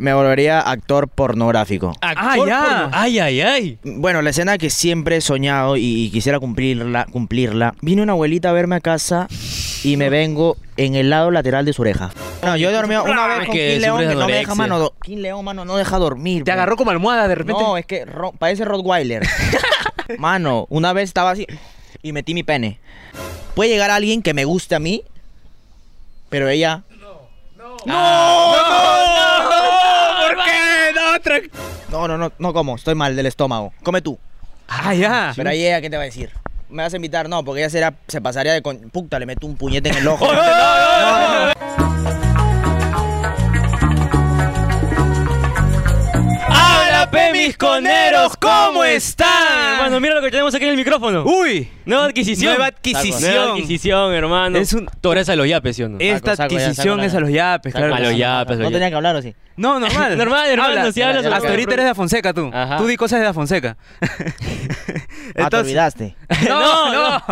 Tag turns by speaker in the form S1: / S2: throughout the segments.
S1: me volvería actor pornográfico.
S2: Actor
S3: Ah, ya.
S2: porno- Ay, ay, ay.
S1: Bueno, la escena que siempre he soñado y, y quisiera cumplirla, cumplirla. Vino una abuelita a verme a casa y me vengo en el lado lateral de su oreja. No, yo he dormido una vez con
S2: Que
S1: King León
S2: sufres
S1: que no me
S2: anorexia.
S1: deja mano. do- King León, mano, no deja dormir. bro.
S3: Te agarró como almohada de repente.
S1: No, es que ro- parece Rottweiler. mano, una vez estaba así y metí mi pene. Puede llegar alguien que me guste a mí, pero ella...
S3: ¿Por qué? No, tra-
S1: No, no, no, no como, estoy mal del estómago. Come tú.
S3: Ah, ya.
S1: Pero ahí ella, ¿qué te va a decir? ¿Me vas a invitar? No, porque ella será, se pasaría de con... Puta, le meto un puñete en el ojo.
S2: ¡Hola, pe, mis coneros!
S3: pemisconeros! ¿Cómo
S2: ¿Cómo
S3: están?
S2: están? Hermano, mira lo que tenemos aquí en el micrófono.
S3: Uy.
S2: Nueva adquisición.
S3: Nueva adquisición.
S2: Nueva adquisición, hermano.
S3: Es un- Eh,
S2: Tú eres a los yapes, ¿sí o no?
S3: Esta
S1: saco ya,
S3: adquisición
S1: saco la
S3: es a los yapes,
S2: Saco
S3: claro.
S2: a
S3: que
S2: los
S3: sí.
S2: yapes.
S1: no tenía Pues que hablar Ah, así.
S3: No, normal.
S2: Normal, hermano, si hablas
S1: a los
S3: Hasta
S1: yapes.
S3: ahorita eres de Fonseca tú.
S2: Ajá.
S3: Tú di cosas de la Fonseca.
S1: Ah, te olvidaste.
S3: no,
S2: No,
S3: no.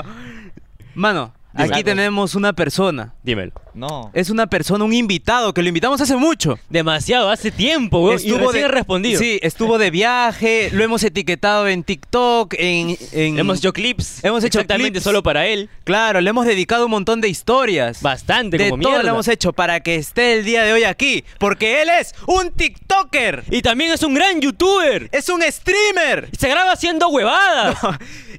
S3: Mano,
S1: Dime.
S3: aquí tenemos una persona.
S2: Dímelo.
S1: No.
S3: Es una persona, un invitado que lo invitamos hace mucho.
S2: Demasiado, hace tiempo, güey. Y recién ha respondido.
S3: Sí, estuvo de viaje, lo hemos etiquetado en TikTok, en, en-
S2: Hemos hecho clips.
S3: Hemos hecho
S2: Exactamente
S3: clips.
S2: solo para él.
S3: Claro, le hemos dedicado un montón de historias.
S2: Bastante,
S3: de
S2: como
S3: todo
S2: mierda.
S3: lo hemos hecho para que esté el día de hoy aquí, porque él es un TikToker,
S2: Y también es un gran youtuber.
S3: es un streamer.
S2: Se graba haciendo huevadas.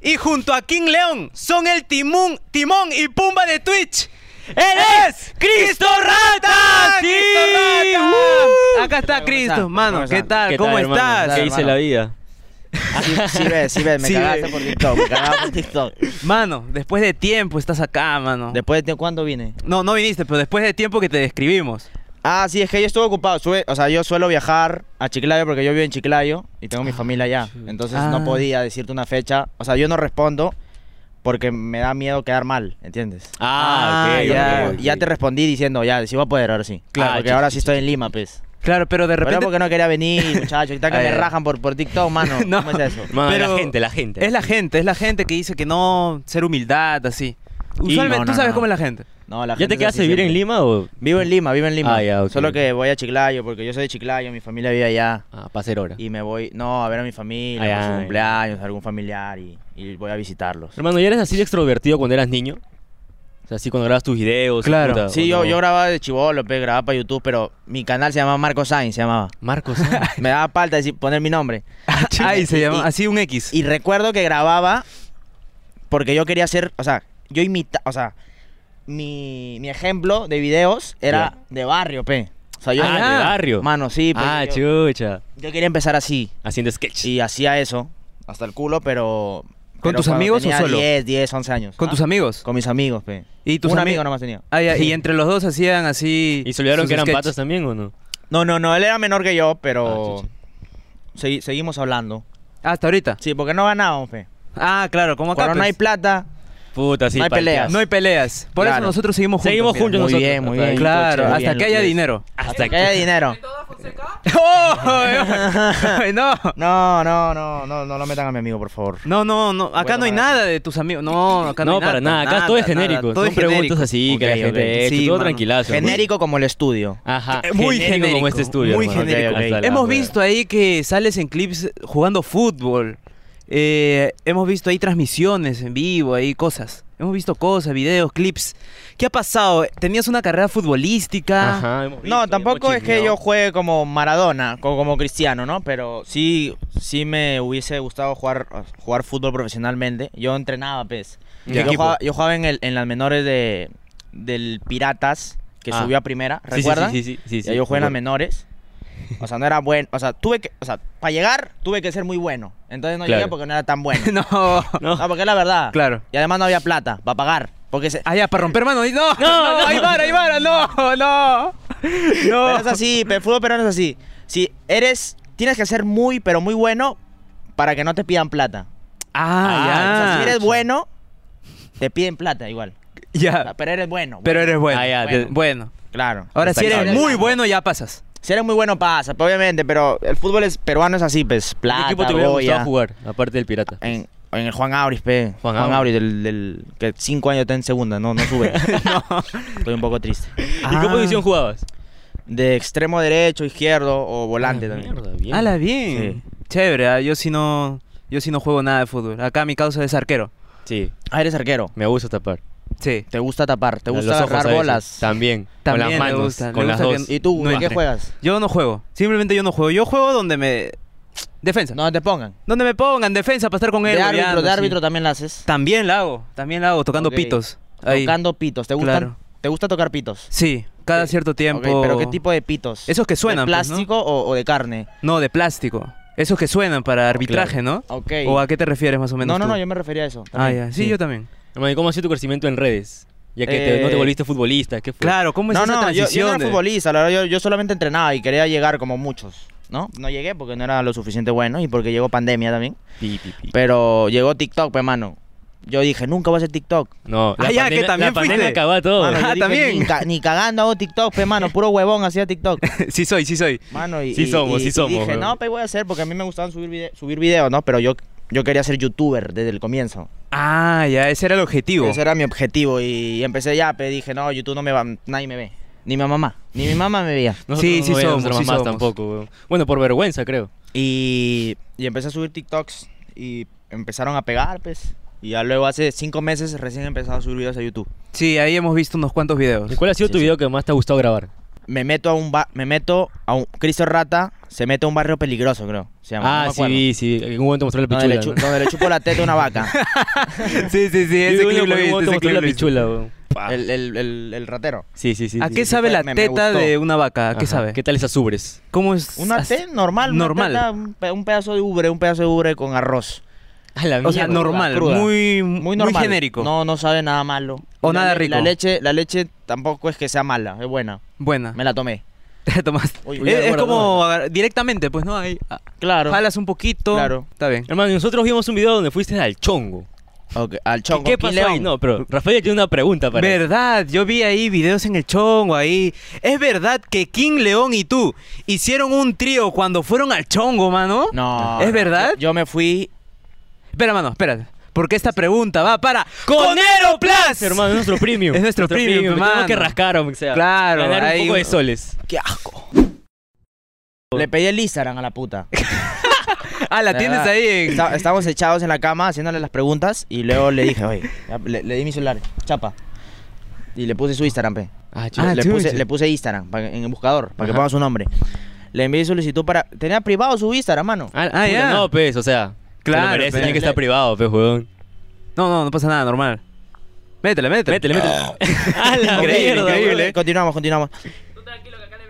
S3: y junto a King León son el Timón, Timón y Pumba de Twitch.
S2: ¡Él es Cristo Rata! ¡Sí!
S3: ¡Eh! ¡Cristo Rata!
S2: ¡Uh!
S3: Acá está Cristo,
S1: está?
S3: mano.
S1: ¿Cómo
S3: ¿Qué
S1: está?
S3: tal? ¿Cómo
S2: hermano?
S3: estás?
S2: ¿Qué dice
S1: hermano?
S2: la vida?
S1: Ah, Sí, sí ves, sí ves, me
S3: Sí
S1: cagaste
S3: ves.
S1: por TikTok, me cagaste por TikTok.
S3: Mano, después de tiempo estás acá, mano.
S1: ¿Después de cuándo vine?
S3: No, no viniste, pero después de tiempo que te describimos.
S1: Ah, sí, es que yo estuve ocupado. Estuve- o sea, yo suelo viajar a Chiclayo porque yo vivo en Chiclayo y tengo mi familia allá. Entonces
S3: Ah.
S1: no podía decirte una fecha. O sea, yo no respondo porque me da miedo quedar mal, ¿entiendes?
S3: Ah,
S2: ok,
S1: ya,
S2: ok, ok.
S1: ya te respondí diciendo, ya, sí voy a poder, ahora sí.
S2: Claro,
S1: Claro, porque
S2: chis,
S1: ahora
S2: chis,
S1: sí estoy en Lima, pues.
S3: Claro, pero de
S1: Pero
S3: repente.
S1: porque no quería venir, muchachos. Ahorita que
S3: Ay,
S1: me
S3: ay.
S1: rajan por, por TikTok, mano.
S3: No.
S1: ¿Cómo es eso?
S2: Mano,
S3: Pero-
S2: la gente, la gente.
S3: Es la gente, es la gente que dice que no, ser humildad, así.
S2: Y-
S3: Usualmente,
S1: No,
S3: tú
S1: no,
S3: sabes
S1: no.
S3: cómo es la gente.
S1: No, la
S2: ¿Ya
S1: gente
S2: te
S1: es
S2: quedas a
S1: así
S2: vivir en
S1: siempre.
S2: Lima o...?
S1: Vivo en Lima, vivo en Lima.
S2: Ah, ya, ok.
S1: Solo que voy a Chiclayo porque yo soy de Chiclayo, mi familia vive allá.
S2: Ah, para hacer hora.
S1: Y me voy, no, a ver a mi familia,
S2: Ay,
S1: por su
S2: ay.
S1: cumpleaños, algún familiar y, y voy a visitarlos.
S2: Hermano, ¿ya eres así de extrovertido cuando eras niño? O sea, así cuando grabas tus videos.
S3: Claro.
S2: puta,
S1: Sí,
S2: o
S1: yo,
S2: no.
S1: yo grababa de chivolo, pe, grababa para YouTube, pero mi canal se llamaba Marco Sainz, se llamaba.
S2: Marcos. ¿eh?
S1: Me daba falta decir, poner mi nombre.
S3: Ay, se
S1: Y-
S3: llama
S1: y-
S3: así un X.
S1: Y recuerdo que grababa porque yo quería hacer, o sea, yo imita, o sea, mi, mi ejemplo de videos era
S2: Ya.
S1: de barrio, pe. O sea,
S2: ah,
S1: yo
S2: de
S3: Ah.
S2: barrio.
S1: Mano, sí, pe,
S2: ah,
S1: yo,
S2: chucha.
S1: yo quería empezar así
S2: Haciendo sketch.
S1: y hacía eso hasta el culo, pero
S3: ¿Con
S1: pero
S3: tus
S1: cuando
S3: amigos o
S1: tenía
S3: solo?
S1: 10, 10, 11 años.
S3: Con
S1: ¿ah?
S3: tus amigos.
S1: Con mis amigos, pe.
S3: Y tus
S1: Un
S3: ami-
S1: amigo nomás tenía.
S3: Ah, ya, y entre los dos hacían así.
S2: ¿Y se olvidaron
S3: sus
S2: que eran
S3: sketch.
S2: patas también o no?
S1: No, no, no, él era menor que yo,
S2: Ah,
S1: pero
S2: chucha.
S1: segui- seguimos hablando.
S3: Ah, Hasta ahorita.
S1: Sí, porque no ganábamos, pe.
S3: Ah, claro, como acá.
S1: Cuando no
S3: pues,
S1: hay plata,
S2: Puta, sí.
S1: No hay
S2: palteas.
S1: peleas.
S3: no hay peleas. Por eso
S1: Claro.
S3: nosotros seguimos juntos.
S2: Seguimos
S3: mira.
S2: juntos
S1: Muy
S2: nosotros.
S1: bien, muy
S2: acá.
S1: bien.
S3: Claro,
S1: Chévere,
S3: hasta
S1: bien,
S3: que haya
S1: Luis.
S3: dinero.
S2: Hasta
S1: que haya
S2: que...
S1: dinero.
S3: ¡Oh! no.
S1: No, no, no, no, no lo metan a mi amigo, por favor.
S3: No, no, no.
S1: Bueno,
S3: Acá no hay
S1: para-
S3: nada de tus amigos. No, acá no,
S2: No,
S3: hay
S2: para nada. Acá todo es genérico.
S3: nada, todo
S2: Son
S3: es
S2: preguntas
S3: genérico.
S2: así que
S1: Ok,
S2: la gente...
S1: ok.
S2: ha hecho,
S3: Sí,
S2: todo
S3: mano.
S2: tranquilazo.
S1: Genérico como el estudio.
S2: Ajá.
S3: Eh, muy genérico,
S2: como este estudio.
S3: muy
S2: hermano.
S1: genérico.
S2: Ok, ok.
S1: Hasta la
S3: Hemos
S2: Hemos visto...
S3: visto ahí que sales en clips jugando fútbol. Eh, hemos visto ahí transmisiones en vivo, ahí cosas. Hemos visto cosas, videos, clips. ¿Qué ha pasado? ¿Tenías una carrera futbolística?
S2: Ajá, hemos visto,
S1: No,
S2: hemos
S1: tampoco es que
S2: chismeado.
S1: yo juegue como Maradona, co- como Cristiano, ¿no? Pero sí, sí me hubiese gustado jugar, jugar fútbol profesionalmente. Yo entrenaba, pues.
S2: ¿En qué
S1: Yo
S2: equipo?
S1: jugaba, yo jugaba en, el- en las menores de, del Piratas, que
S2: Ah.
S1: subió a primera,
S2: Sí, sí,
S1: ¿recuerdan?
S2: Sí, sí, sí. sí,
S1: Ya yo jugué en las
S2: recuerdo.
S1: menores. O sea, no era bueno. O sea, tuve que. O sea, para llegar tuve que ser muy bueno. Entonces no
S2: Claro.
S1: llegué porque no era tan bueno.
S3: no.
S2: No.
S1: No, porque es la verdad.
S3: Claro.
S1: Y además no había plata para pagar. Porque se...
S3: Ah, ya, para romper mano. No, no, no, Aymara, Aymara, no, no.
S1: Pero
S3: No.
S1: es así, pe, el fútbol peruano es así. Si eres, tienes que ser muy, pero muy bueno para que no te pidan plata. O sea,
S3: Ah,
S1: si
S3: ya.
S1: eres bueno, te piden plata igual. O sea,
S3: Ya,
S1: Pero eres bueno.
S3: pero eres bueno.
S2: Ah, ya,
S3: Bueno.
S2: te-
S3: bueno.
S1: Claro.
S3: Ahora, si eres
S2: Destacable.
S3: muy bueno, ya pasas.
S1: Si eres muy bueno pasa, pe, obviamente, pero el fútbol es, peruano es así, pues.
S2: ¿Qué
S1: Plata,
S2: equipo te hubiera
S1: Goya.
S2: gustado jugar? Aparte del pirata.
S1: En, en el Juan Auris, pe.
S2: Juan
S1: Juan, Auris,
S2: Auris.
S1: del, del- que cinco años está en segunda, no, no sube. Estoy un poco triste.
S2: ¿Y qué posición jugabas?
S1: de extremo derecho, izquierdo o volante
S2: Ah,
S1: también.
S2: mierda, bien.
S3: Ala, bien. Chévere, ah, yo sí no yo sí no juego nada de fútbol. Acá mi causa es arquero.
S2: Sí,
S1: Ah, eres arquero.
S2: me gusta tapar.
S3: Sí.
S1: Te gusta tapar, te
S2: Los
S1: gusta
S2: ojos a
S1: agarrar
S2: veces.
S1: bolas.
S2: También.
S3: También
S2: con
S3: me
S2: las manos.
S3: gusta,
S2: Con
S3: me
S2: las
S3: gusta
S2: dos.
S3: que-
S1: ¿Y tú,
S3: No,
S1: en qué
S3: entre.
S1: juegas?
S3: Yo no juego. Simplemente yo no juego. Yo juego donde me defensa.
S1: No te pongan.
S3: Donde me pongan defensa para estar con él.
S1: De árbitro,
S3: goleando,
S1: de
S3: sí.
S1: árbitro también la haces.
S3: También la hago, también la hago tocando
S1: Ok.
S3: pitos. Ahí.
S1: Tocando pitos. ¿Te gustan?
S3: Claro.
S1: ¿Te gusta tocar pitos?
S3: Sí, cada
S1: Sí.
S3: cierto tiempo.
S1: Ok, pero ¿qué tipo de pitos?
S3: Esos que suenan,
S1: ¿De
S3: pues,
S1: plástico o, o de carne?
S3: ¿no? No, de plástico. Esos que suenan para arbitraje, ¿no?
S1: Ok.
S3: ¿O a qué te refieres más o menos?
S1: no, no,
S3: tú?
S1: no, yo me refería a eso.
S3: Ah,
S1: también.
S3: ya. Sí,
S2: Sí.
S3: yo también.
S2: Hermano, ¿y ¿Cómo ha sido tu crecimiento en redes? Ya que te- no te
S1: Eh,
S2: volviste futbolista, ¿qué fue?
S3: Claro, ¿cómo es
S1: No,
S3: pues, esa
S1: no, yo,
S3: transición?
S1: yo no era
S3: de-
S1: futbolista, la verdad, yo, yo solamente entrenaba y quería llegar como muchos, ¿no? No llegué porque no era lo suficiente bueno y porque llegó pandemia también.
S2: Pi, pi, pi.
S1: Pero llegó TikTok, pues, mano. Yo dije, nunca voy a hacer TikTok.
S2: No, la
S3: Ah, ya, que
S2: pandemia,
S3: también
S2: la pandemia
S3: fuiste.
S2: acabó a todo.
S1: Mano, yo
S3: Ah,
S1: dije,
S3: también.
S1: Ni, ca- ni cagando hago TikTok, pe, mano. Puro huevón hacía TikTok.
S3: sí soy, sí soy.
S1: Mano, y.
S2: Sí
S1: y-
S2: somos,
S1: y-
S2: sí
S1: y
S2: somos,
S1: Dije,
S2: huevón.
S1: no, pe, voy a hacer porque a mí me gustaban subir, vide- subir videos, ¿no? Pero yo, yo quería ser youtuber desde el comienzo.
S3: Ah, ya, ese era el objetivo.
S1: Ese era mi objetivo y empecé ya, pe, dije, no, YouTube no me va, nadie me ve. Ni mi mamá, ni mi mamá me veía.
S2: Nosotros
S3: Sí,
S2: no
S3: sí
S2: veíamos
S3: somos,
S2: nuestras
S3: sí
S2: mamás
S3: somos.
S2: tampoco, weón. Bueno, por vergüenza, creo.
S1: Y, y empecé a subir TikToks y empezaron a pegar, pues. Y ya luego hace cinco meses recién he empezado a subir videos a YouTube.
S3: Sí, ahí hemos visto unos cuantos videos.
S2: ¿Y ¿Cuál ha sido
S1: Sí,
S2: tu
S1: sí.
S2: video que más te ha gustado grabar?
S1: Me meto a un ba- me meto a un Cristo Rata se mete a un barrio peligroso, creo. Se llama,
S2: ah,
S1: no me
S2: sí,
S1: acuerdo.
S2: vi, sí. En un momento mostró la
S1: Donde
S2: pichula.
S1: le, chu- donde le chupo la teta a una vaca.
S3: sí, sí, sí,
S2: ¿no?
S3: ese
S2: Sí,
S3: clip lo he
S2: en un momento
S3: visto, ese
S2: mostró
S3: clip
S2: la
S3: lo he visto.
S2: pichula, weón. Pa.
S1: El, el- el- el ratero.
S2: Sí, sí, sí.
S3: ¿A
S2: sí,
S3: qué
S2: sí.
S3: sabe la
S1: Me- me
S3: teta
S1: gustó.
S3: de una vaca? ¿A qué
S2: Ajá.
S3: sabe?
S2: ¿Qué tal esas ubres?
S3: ¿Cómo es?
S1: Una
S3: as-
S1: T normal, una
S3: Normal.
S1: teta, un, pe- un pedazo de ubre, un pedazo de ubre con arroz.
S2: A la
S3: O sea,
S2: mierda.
S3: normal,
S1: cruda.
S3: Muy,
S1: Muy normal.
S3: genérico.
S1: No, no sabe nada malo.
S3: O
S1: Y la
S3: nada
S1: le- y La
S3: rico.
S1: leche, la leche tampoco es que sea mala, es buena.
S2: Ah.
S3: Buena.
S1: Me la tomé.
S3: Te tomaste.
S1: Uy,
S3: Es-
S1: uy,
S3: es
S2: guarda,
S3: como agar- directamente, pues, ¿no? Ahí ah,
S1: Claro.
S3: jalas un poquito.
S1: Claro.
S3: Está bien.
S2: Hermano, nosotros vimos un video donde fuiste al chongo.
S1: Ok, al chongo.
S2: ¿Qué
S1: King
S2: pasó
S1: León.
S2: ahí? No, pero Rafael tiene una pregunta para él.
S3: Verdad, yo vi ahí videos en el chongo ahí. Es verdad que King León y tú hicieron un trío cuando fueron al chongo, mano.
S1: No.
S3: ¿Es
S1: no.
S3: verdad?
S1: Yo, yo me fui.
S3: Espera, mano, espera. Porque esta pregunta va para
S2: ¡Conero
S3: Conero Plus.
S2: Hermano, es nuestro premium.
S3: Es nuestro premium,
S2: Tenemos
S3: hermano.
S2: que rascar, o sea.
S3: Claro,
S2: ganar un
S3: hay
S2: poco
S3: un-
S2: de soles.
S3: Qué asco.
S1: Le pedí el Instagram a la puta.
S3: Ah, la tienes
S1: verdad.
S3: ahí. en-
S1: Está- estábamos echados en la cama haciéndole las preguntas y luego le dije, oye, ya, le, le di mi celular, chapa. Y le puse su Instagram, pe.
S2: Ah,
S3: chucha.
S1: le,
S3: chucha.
S1: puse, le puse Instagram pa que- en el buscador para que
S2: Ajá.
S1: ponga su nombre. Le envié solicitud para. Tenía privado su Instagram, mano.
S3: Ah, ah, ya.
S2: No, pues, o sea.
S3: Claro,
S2: Claro. Merece,
S3: pero-
S2: tiene que estar privado, pues, weón.
S3: No, no, no pasa nada, normal. Ah. Métele, métele.
S2: Métele, métele. A la
S1: Increíble,
S2: mierda,
S1: increíble.
S2: weón.
S1: Continuamos, continuamos.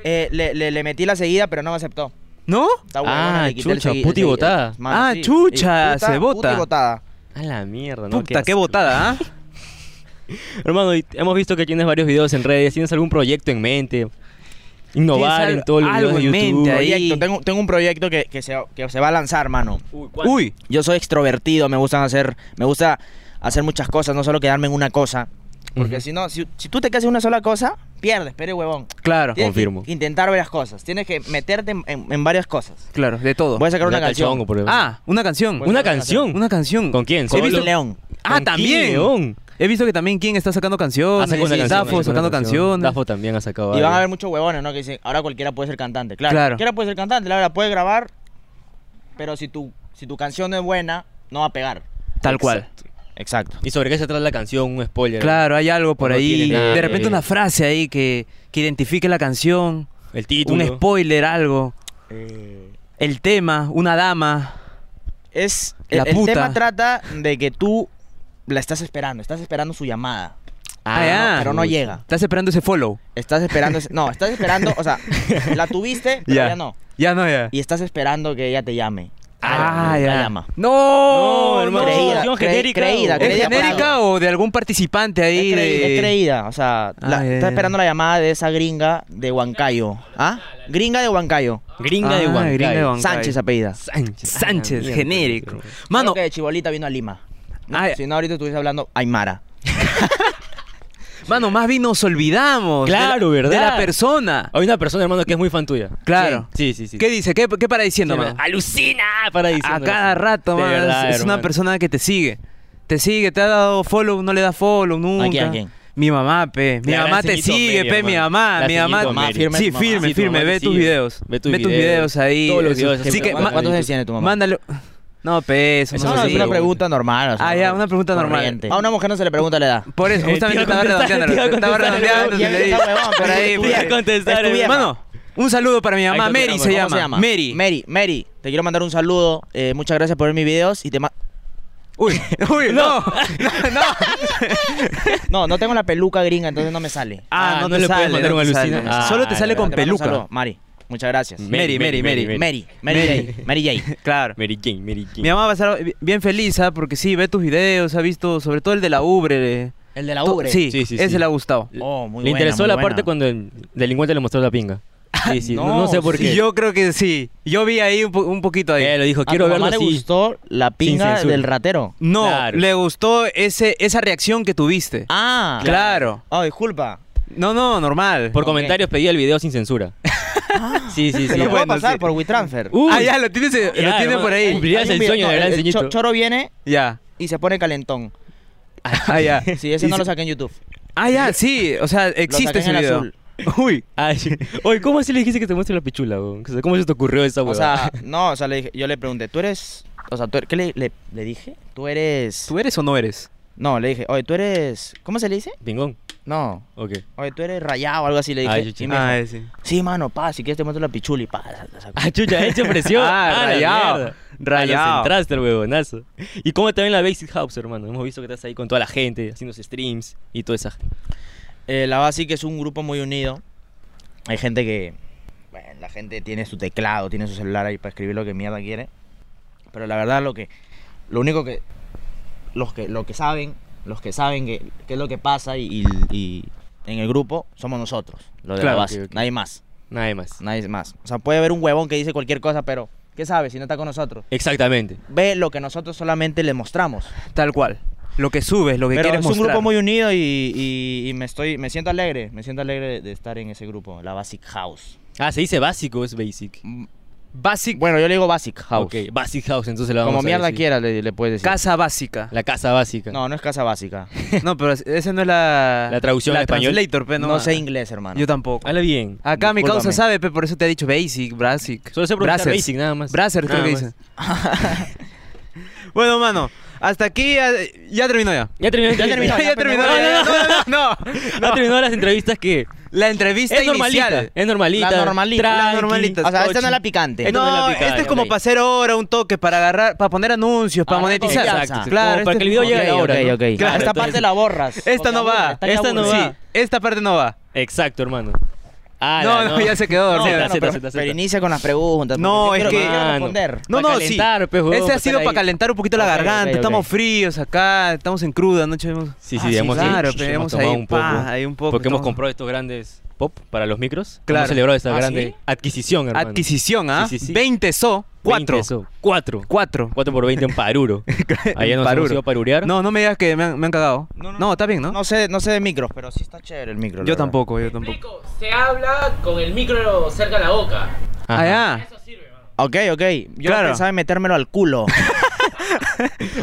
S1: Eh, le, le- le metí la seguida, pero no me aceptó.
S3: ¿No?
S1: Está huevona,
S2: Ah,
S1: le quité el
S2: chucha,
S1: segui-
S2: puta y
S1: segui-
S2: botada.
S1: Mano,
S3: Ah,
S1: sí.
S3: chucha,
S1: Y puta-
S3: se
S1: puta y
S3: bota.
S1: botada.
S2: A la mierda, ¿no?
S3: Puta, qué
S2: asco.
S3: botada, ¿ah?
S2: Hermano, y hemos visto que tienes varios videos en redes. ¿Tienes algún proyecto en mente? Innovar
S3: al-
S2: en todos los
S3: algo
S2: videos de
S3: en
S2: YouTube.
S3: mente ahí?
S1: Proyecto, tengo, tengo un proyecto que, que se, que se va a lanzar, mano.
S2: Uy,
S3: Uy.
S1: Yo soy extrovertido, me gustan hacer, me gusta hacer muchas cosas, no solo quedarme en una cosa. Porque
S2: Ujú.
S1: si no, si, si tú te quedas en una sola cosa, pierdes, pero huevón.
S3: Claro,
S1: Tienes que
S2: confirmo.
S1: intentar varias cosas, tienes que meterte en, en- en varias cosas.
S3: claro, de todo.
S1: Voy a sacar una
S2: Saca el
S1: canción.
S2: chongo, por ejemplo.
S3: Ah, una canción.
S2: Una canción.
S3: Una canción.
S2: ¿Con quién?
S1: Con
S2: ¿Solo?
S1: King León.
S3: Ah,
S2: ¿Con
S3: también.
S2: quién, León?
S3: He visto que también King está sacando
S2: Ah,
S3: canciones.
S2: sacó una
S3: sí,
S2: canción,
S3: Dafo
S2: sacó
S3: sacando
S2: una canción.
S3: canciones.
S2: Dafo también ha
S1: Y
S2: sacado
S1: van a
S2: varias.
S1: haber muchos huevones, ¿no? Que dicen, ahora cualquiera puede ser cantante. Claro,
S3: Oh, Claro.
S1: cualquiera puede ser cantante, la verdad, puede grabar, pero si tu, si tu canción no es buena, no va a pegar.
S3: Tal cual.
S2: Exacto.
S1: Exacto.
S2: ¿Y sobre qué se trata la canción? Un spoiler.
S3: Claro, hay algo por
S2: No
S3: ahí.
S2: tiene nada
S3: de
S2: que
S3: repente
S2: ver.
S3: una frase ahí que, que identifique la canción.
S2: El título.
S3: Un spoiler, algo. Eh, El tema, una dama.
S1: Es el,
S3: La
S1: el
S3: puta.
S1: tema trata de que tú la estás esperando, estás esperando su llamada,
S3: Ah, ya.
S1: pero no
S2: chucha.
S1: llega.
S3: Estás esperando ese follow.
S1: Estás esperando, ese- no, estás esperando, o sea, la tuviste, pero ya no.
S3: Ya no, ya.
S1: Y estás esperando que ella te llame.
S3: Ah,
S1: Pero
S3: ya.
S1: no La llama.
S3: No,
S2: No,
S3: hermano.
S2: hermano.
S1: Creída,
S2: canción
S1: cre-
S2: genérica,
S1: creída,
S2: o-
S3: ¿Es
S1: creída por
S3: genérica
S1: algo.
S3: o de algún participante ahí?
S1: Es, creí-
S3: de...
S1: es creída, o sea, la-
S3: Ah, ya, ya.
S1: estás esperando la llamada de esa gringa de Huancayo. ¿Ah? Gringa de Huancayo.
S2: Gringa de
S3: Ah,
S2: Huancayo.
S3: gringa de Huancayo.
S1: Sánchez apellida.
S2: Sánchez.
S3: Sánchez,
S2: Ah, la
S3: genérico.
S2: mierda.
S3: Mano,
S1: Creo que de Chibolita vino a Lima. No,
S3: Ah, ya.
S1: si no, ahorita estuviese hablando Aymara.
S3: mano, más bien nos olvidamos.
S2: Claro,
S3: de la, De la
S2: ¿verdad?
S3: persona.
S2: Hay una persona, hermano, que es muy fan tuya.
S3: Claro.
S2: Sí, sí, sí.
S3: ¿Qué dice? ¿Qué, qué para diciendo,
S2: Sí,
S3: mano?
S2: hermano. Alucina para diciendo.
S3: A cada rato,
S2: De
S3: man. es-
S2: verdad,
S3: es una
S2: hermano.
S3: persona que te sigue. Te sigue, te ha dado follow, no le da follow nunca.
S1: ¿A quién? ¿A quién?
S3: Mi mamá, pe. Mi
S2: La gran
S3: mamá te
S2: ceñito
S3: sigue,
S2: Mary,
S3: pe. Mi
S2: hermano.
S3: mamá,
S2: La
S3: mi mamá.
S2: ceñito
S1: Mamá,
S2: Mary.
S1: firme.
S3: Sí,
S1: tu mamá.
S3: firme,
S2: Sí, tu
S3: firme.
S2: mamá
S3: Ve
S2: te
S3: tus
S2: sigue.
S3: videos.
S2: Ve tus
S3: tus
S2: videos.
S3: videos ahí.
S2: Todos los videos.
S3: Así que, ma-
S1: ¿Cuántos decían de tu mamá?
S3: mándale. No, pe, eso
S1: Eso
S3: no
S1: no,
S3: sé.
S1: es una pregunta normal. o sea,
S3: Ah, ya, una pregunta normal.
S1: corriente. A una mujer no se le pregunta la edad.
S3: Por eso,
S2: Eh,
S3: justamente
S2: te iba
S3: estaba
S2: a contestar,
S3: redondeando.
S2: te iba a
S3: Estaba
S2: contestar,
S3: redondeando.
S1: huevón,
S3: desde
S1: ya,
S3: ahí.
S1: huevón,
S3: Por
S1: pero
S3: ahí,
S1: tú
S3: por
S1: ya
S3: ahí.
S1: contestar,
S3: Es tu vieja. Mano, un saludo para mi mamá.
S2: Ahí
S3: Mary
S2: contestamos,
S3: se
S2: ¿cómo
S1: ¿Cómo se
S3: llama.
S1: llama?
S3: Mary.
S1: Mary, Mary. Te quiero mandar un saludo. eh, muchas gracias por ver mis videos y te ma-
S3: Uy, uy, no. No, no.
S1: No, no tengo la peluca gringa, entonces no me sale.
S3: Ah,
S2: Ah,
S3: no
S2: no
S3: te
S2: le puedes
S3: sale,
S2: mandar
S3: no
S2: un
S3: te sale.
S2: alucina. Ah,
S3: Solo te sale
S2: ya,
S3: con
S1: Te mando un
S3: peluca.
S1: saludo, Mary, muchas gracias.
S2: Me-
S3: Mary, Mary, Mary.
S2: Mary.
S1: Mary, Mary
S3: Mary.
S1: Jane, Mary Jane.
S3: Claro.
S2: Mary Jane, Mary Jane.
S3: Mi mamá va a estar bien feliz, ¿ah? Porque sí, ve tus videos, ha visto sobre todo el de la Ubre. eh.
S1: El de la
S3: To-
S1: ubre.
S3: Sí,
S2: Sí, sí,
S3: ese
S2: sí.
S3: le ha gustado.
S1: Oh, muy buena,
S2: le interesó
S1: muy
S2: la
S1: buena.
S2: parte cuando el delincuente le mostró la pinga. Sí, sí, no,
S1: no,
S2: no sé por
S1: sí.
S2: qué.
S3: Yo creo que sí. Yo vi ahí un, po- un poquito ahí.
S2: Eh, lo dijo,
S1: A
S2: quiero
S1: tu
S2: verlo
S1: mamá le
S2: así.
S1: gustó la pinga
S2: censura.
S1: del ratero.
S3: No,
S2: Claro.
S3: le gustó ese, esa reacción que tuviste.
S1: Ah,
S3: claro.
S1: Oh, disculpa.
S3: No, no, normal.
S2: Por
S1: Ok.
S2: comentarios pedía el video sin censura. sí, sí,
S1: Se
S2: sí.
S1: lo puedo
S3: bueno,
S1: pasar
S3: sí.
S1: por WeTransfer.
S2: Uh,
S3: ah, ya, lo tienes, lo
S2: Ya,
S3: tiene
S2: hermano,
S3: por ahí.
S2: cumplir. Cumplirás
S1: Hay un
S2: el
S1: video-
S2: sueño
S1: no,
S2: del gran
S1: el
S2: ceñito.
S1: Cho- Choro viene
S3: Ya.
S1: y se pone calentón.
S3: Ah, ya.
S1: Sí, ese
S3: Y
S1: no
S3: se-
S1: lo saqué en YouTube.
S3: Ah, ya, sí. O sea, existe
S1: saqué en el
S3: ese video.
S1: azul.
S3: Uy.
S2: Ay, oye, ¿cómo así le dijiste que te muestre la pichula, weón? O sea, ¿Cómo se te ocurrió esa
S1: O
S2: huevada?
S1: sea, no, o sea, le dije- yo le pregunté, ¿tú eres...? O sea, ¿tú eres- ¿qué le, le- le dije? Tú eres...
S3: ¿Tú eres o no eres?
S1: No, le dije, oye, ¿tú eres...? ¿Cómo se le dice?
S2: Pingón.
S1: No.
S2: Ok.
S1: Oye, tú eres rayado o algo así, le dije.
S2: Ay, chucha.
S1: y me dijo,
S3: Ah, sí.
S1: sí, mano, pa, si quieres te muestro la pichula y pa, la- la sacó.
S2: Ah, chucha, él se ofreció.
S3: Ah,
S2: la
S3: rayado,
S2: mierda.
S3: rayado.
S2: Ah, los entraste el huevonazo. Y como también la Basic House, hermano. Hemos visto que estás ahí con toda la gente, haciendo streams y toda esa
S1: Eh, la base que es un grupo muy unido. Hay gente que... Bueno, la gente tiene su teclado, tiene su celular ahí para escribir lo que mierda quiere. Pero la verdad, lo que... Lo único que... Los que, lo que saben, los que saben que- qué es lo que pasa y, y- y en el grupo somos nosotros, lo de
S2: Claro,
S1: la base,
S2: ok, ok.
S1: nadie más.
S2: Nada más.
S1: Nadie más. O sea, puede haber un huevón que dice cualquier cosa, pero ¿qué sabe si no está con nosotros?
S2: Exactamente.
S1: Ve lo que nosotros solamente le mostramos.
S3: Tal cual. Lo que subes, lo que
S1: Pero es
S3: quieres
S1: un
S3: mostrar.
S1: grupo muy unido y, y- y me estoy me siento alegre, me siento alegre de, de estar en ese grupo, la Basic House.
S2: Ah, se dice básico, es basic.
S3: Básico.
S1: Bueno, yo le digo Basic House.
S2: Ok, basic house, entonces la vamos
S1: Como
S2: a
S1: mierda
S2: decir.
S1: quiera le, le puedes decir.
S3: Casa básica.
S2: La casa básica.
S1: No, no es casa básica.
S3: No, pero esa no es la...
S2: La traducción
S3: la
S2: al español.
S3: translator, pe,
S1: Pues No,
S3: no.
S1: sé inglés, hermano.
S3: Yo tampoco.
S2: Habla bien.
S1: Ah,
S3: Acá mi causa
S1: Discúlpame.
S3: sabe, pe, por eso te ha dicho basic, basic.
S2: Solo sé pronunciar
S3: Brazzers.
S2: basic, nada más.
S3: Brazzers, creo
S2: Nada más.
S3: que dicen. bueno, mano, hasta aquí ya, ya terminó ya.
S2: Ya terminó.
S1: Ya terminó,
S3: ya,
S1: ya,
S3: terminó.
S1: pero
S3: ya,
S1: bueno,
S3: ya, no, no, no, no.
S2: Ha terminado las entrevistas que...
S3: La entrevista
S2: Es normalita.
S3: inicial.
S2: Es normalita.
S1: La normalita, la
S2: tranqui.
S3: normalita.
S1: O sea, esta no es la
S2: Eh,
S1: picante.
S2: no,
S3: No,
S2: la picada,
S3: este es como
S2: ok.
S3: para hacer ahora un toque, para agarrar, para poner anuncios, para
S1: Ah,
S3: monetizar.
S1: exacto.
S3: Claro,
S2: Como para
S3: este
S2: que el video
S3: es-
S2: llegue
S3: ok,
S2: a la
S3: ok.
S2: hora, ¿no?
S1: ok, ok.
S2: Claro,
S1: esta
S2: entonces-
S1: parte la borras.
S3: Esta no
S1: porque aburre,
S3: va,
S1: está ya
S2: esta no
S1: aburre.
S2: va.
S3: Sí, esta parte no va.
S2: Exacto, hermano. Ah,
S3: No, no, ya se quedó
S2: No,
S3: dormida.
S2: claro,
S1: Bueno, pero,
S2: Z, Z, Z.
S1: pero inicia con las preguntas.
S3: No,
S1: porque yo
S3: es
S1: quiero-
S3: que-
S1: yo quiero responder.
S3: No,
S2: Pa'
S3: no, sí.
S2: calentar, pe, huevón,
S3: Este ha
S2: para
S3: sido
S2: estar
S3: para
S2: ahí.
S3: calentar un poquito la
S1: Ok, ok,
S3: garganta.
S1: ok.
S3: Estamos fríos acá, estamos en cruda, noche. Hemos...
S2: Sí,
S1: Ah,
S2: sí,
S1: sí,
S2: hemos,
S3: claro,
S2: sí,
S3: pe,
S2: hemos
S3: hemos
S2: tomado
S3: ahí,
S2: un poco.
S3: pa, ahí un poco,
S2: Porque hemos
S3: estamos-
S2: comprado estos grandes pop para los micros.
S3: Claro.
S2: Hemos celebrado esta
S1: ¿Ah,
S2: grande
S1: sí?
S2: adquisición, hermano.
S3: Adquisición, ¿ah?
S2: Sí, sí, sí.
S3: 20 so, 4.
S2: 20 eso. Cuatro.
S3: 4.
S2: 4 por 20 en Paruro. Allá nos
S3: Paruro.
S2: hemos ido a parurear.
S3: No, no me digas que me han, me han cagado. No,
S1: No, no,
S3: está bien, ¿no?
S1: No sé, no sé de micros, pero sí está chévere el micro. la
S3: yo
S1: verdad.
S3: tampoco, yo tampoco.
S4: Rico, se habla con el micro cerca de la boca.
S2: Ajá.
S3: Ah, ya.
S4: Eso sirve, mano.
S1: Ok, ok. Yo
S3: Claro.
S1: pensaba en metérmelo al culo.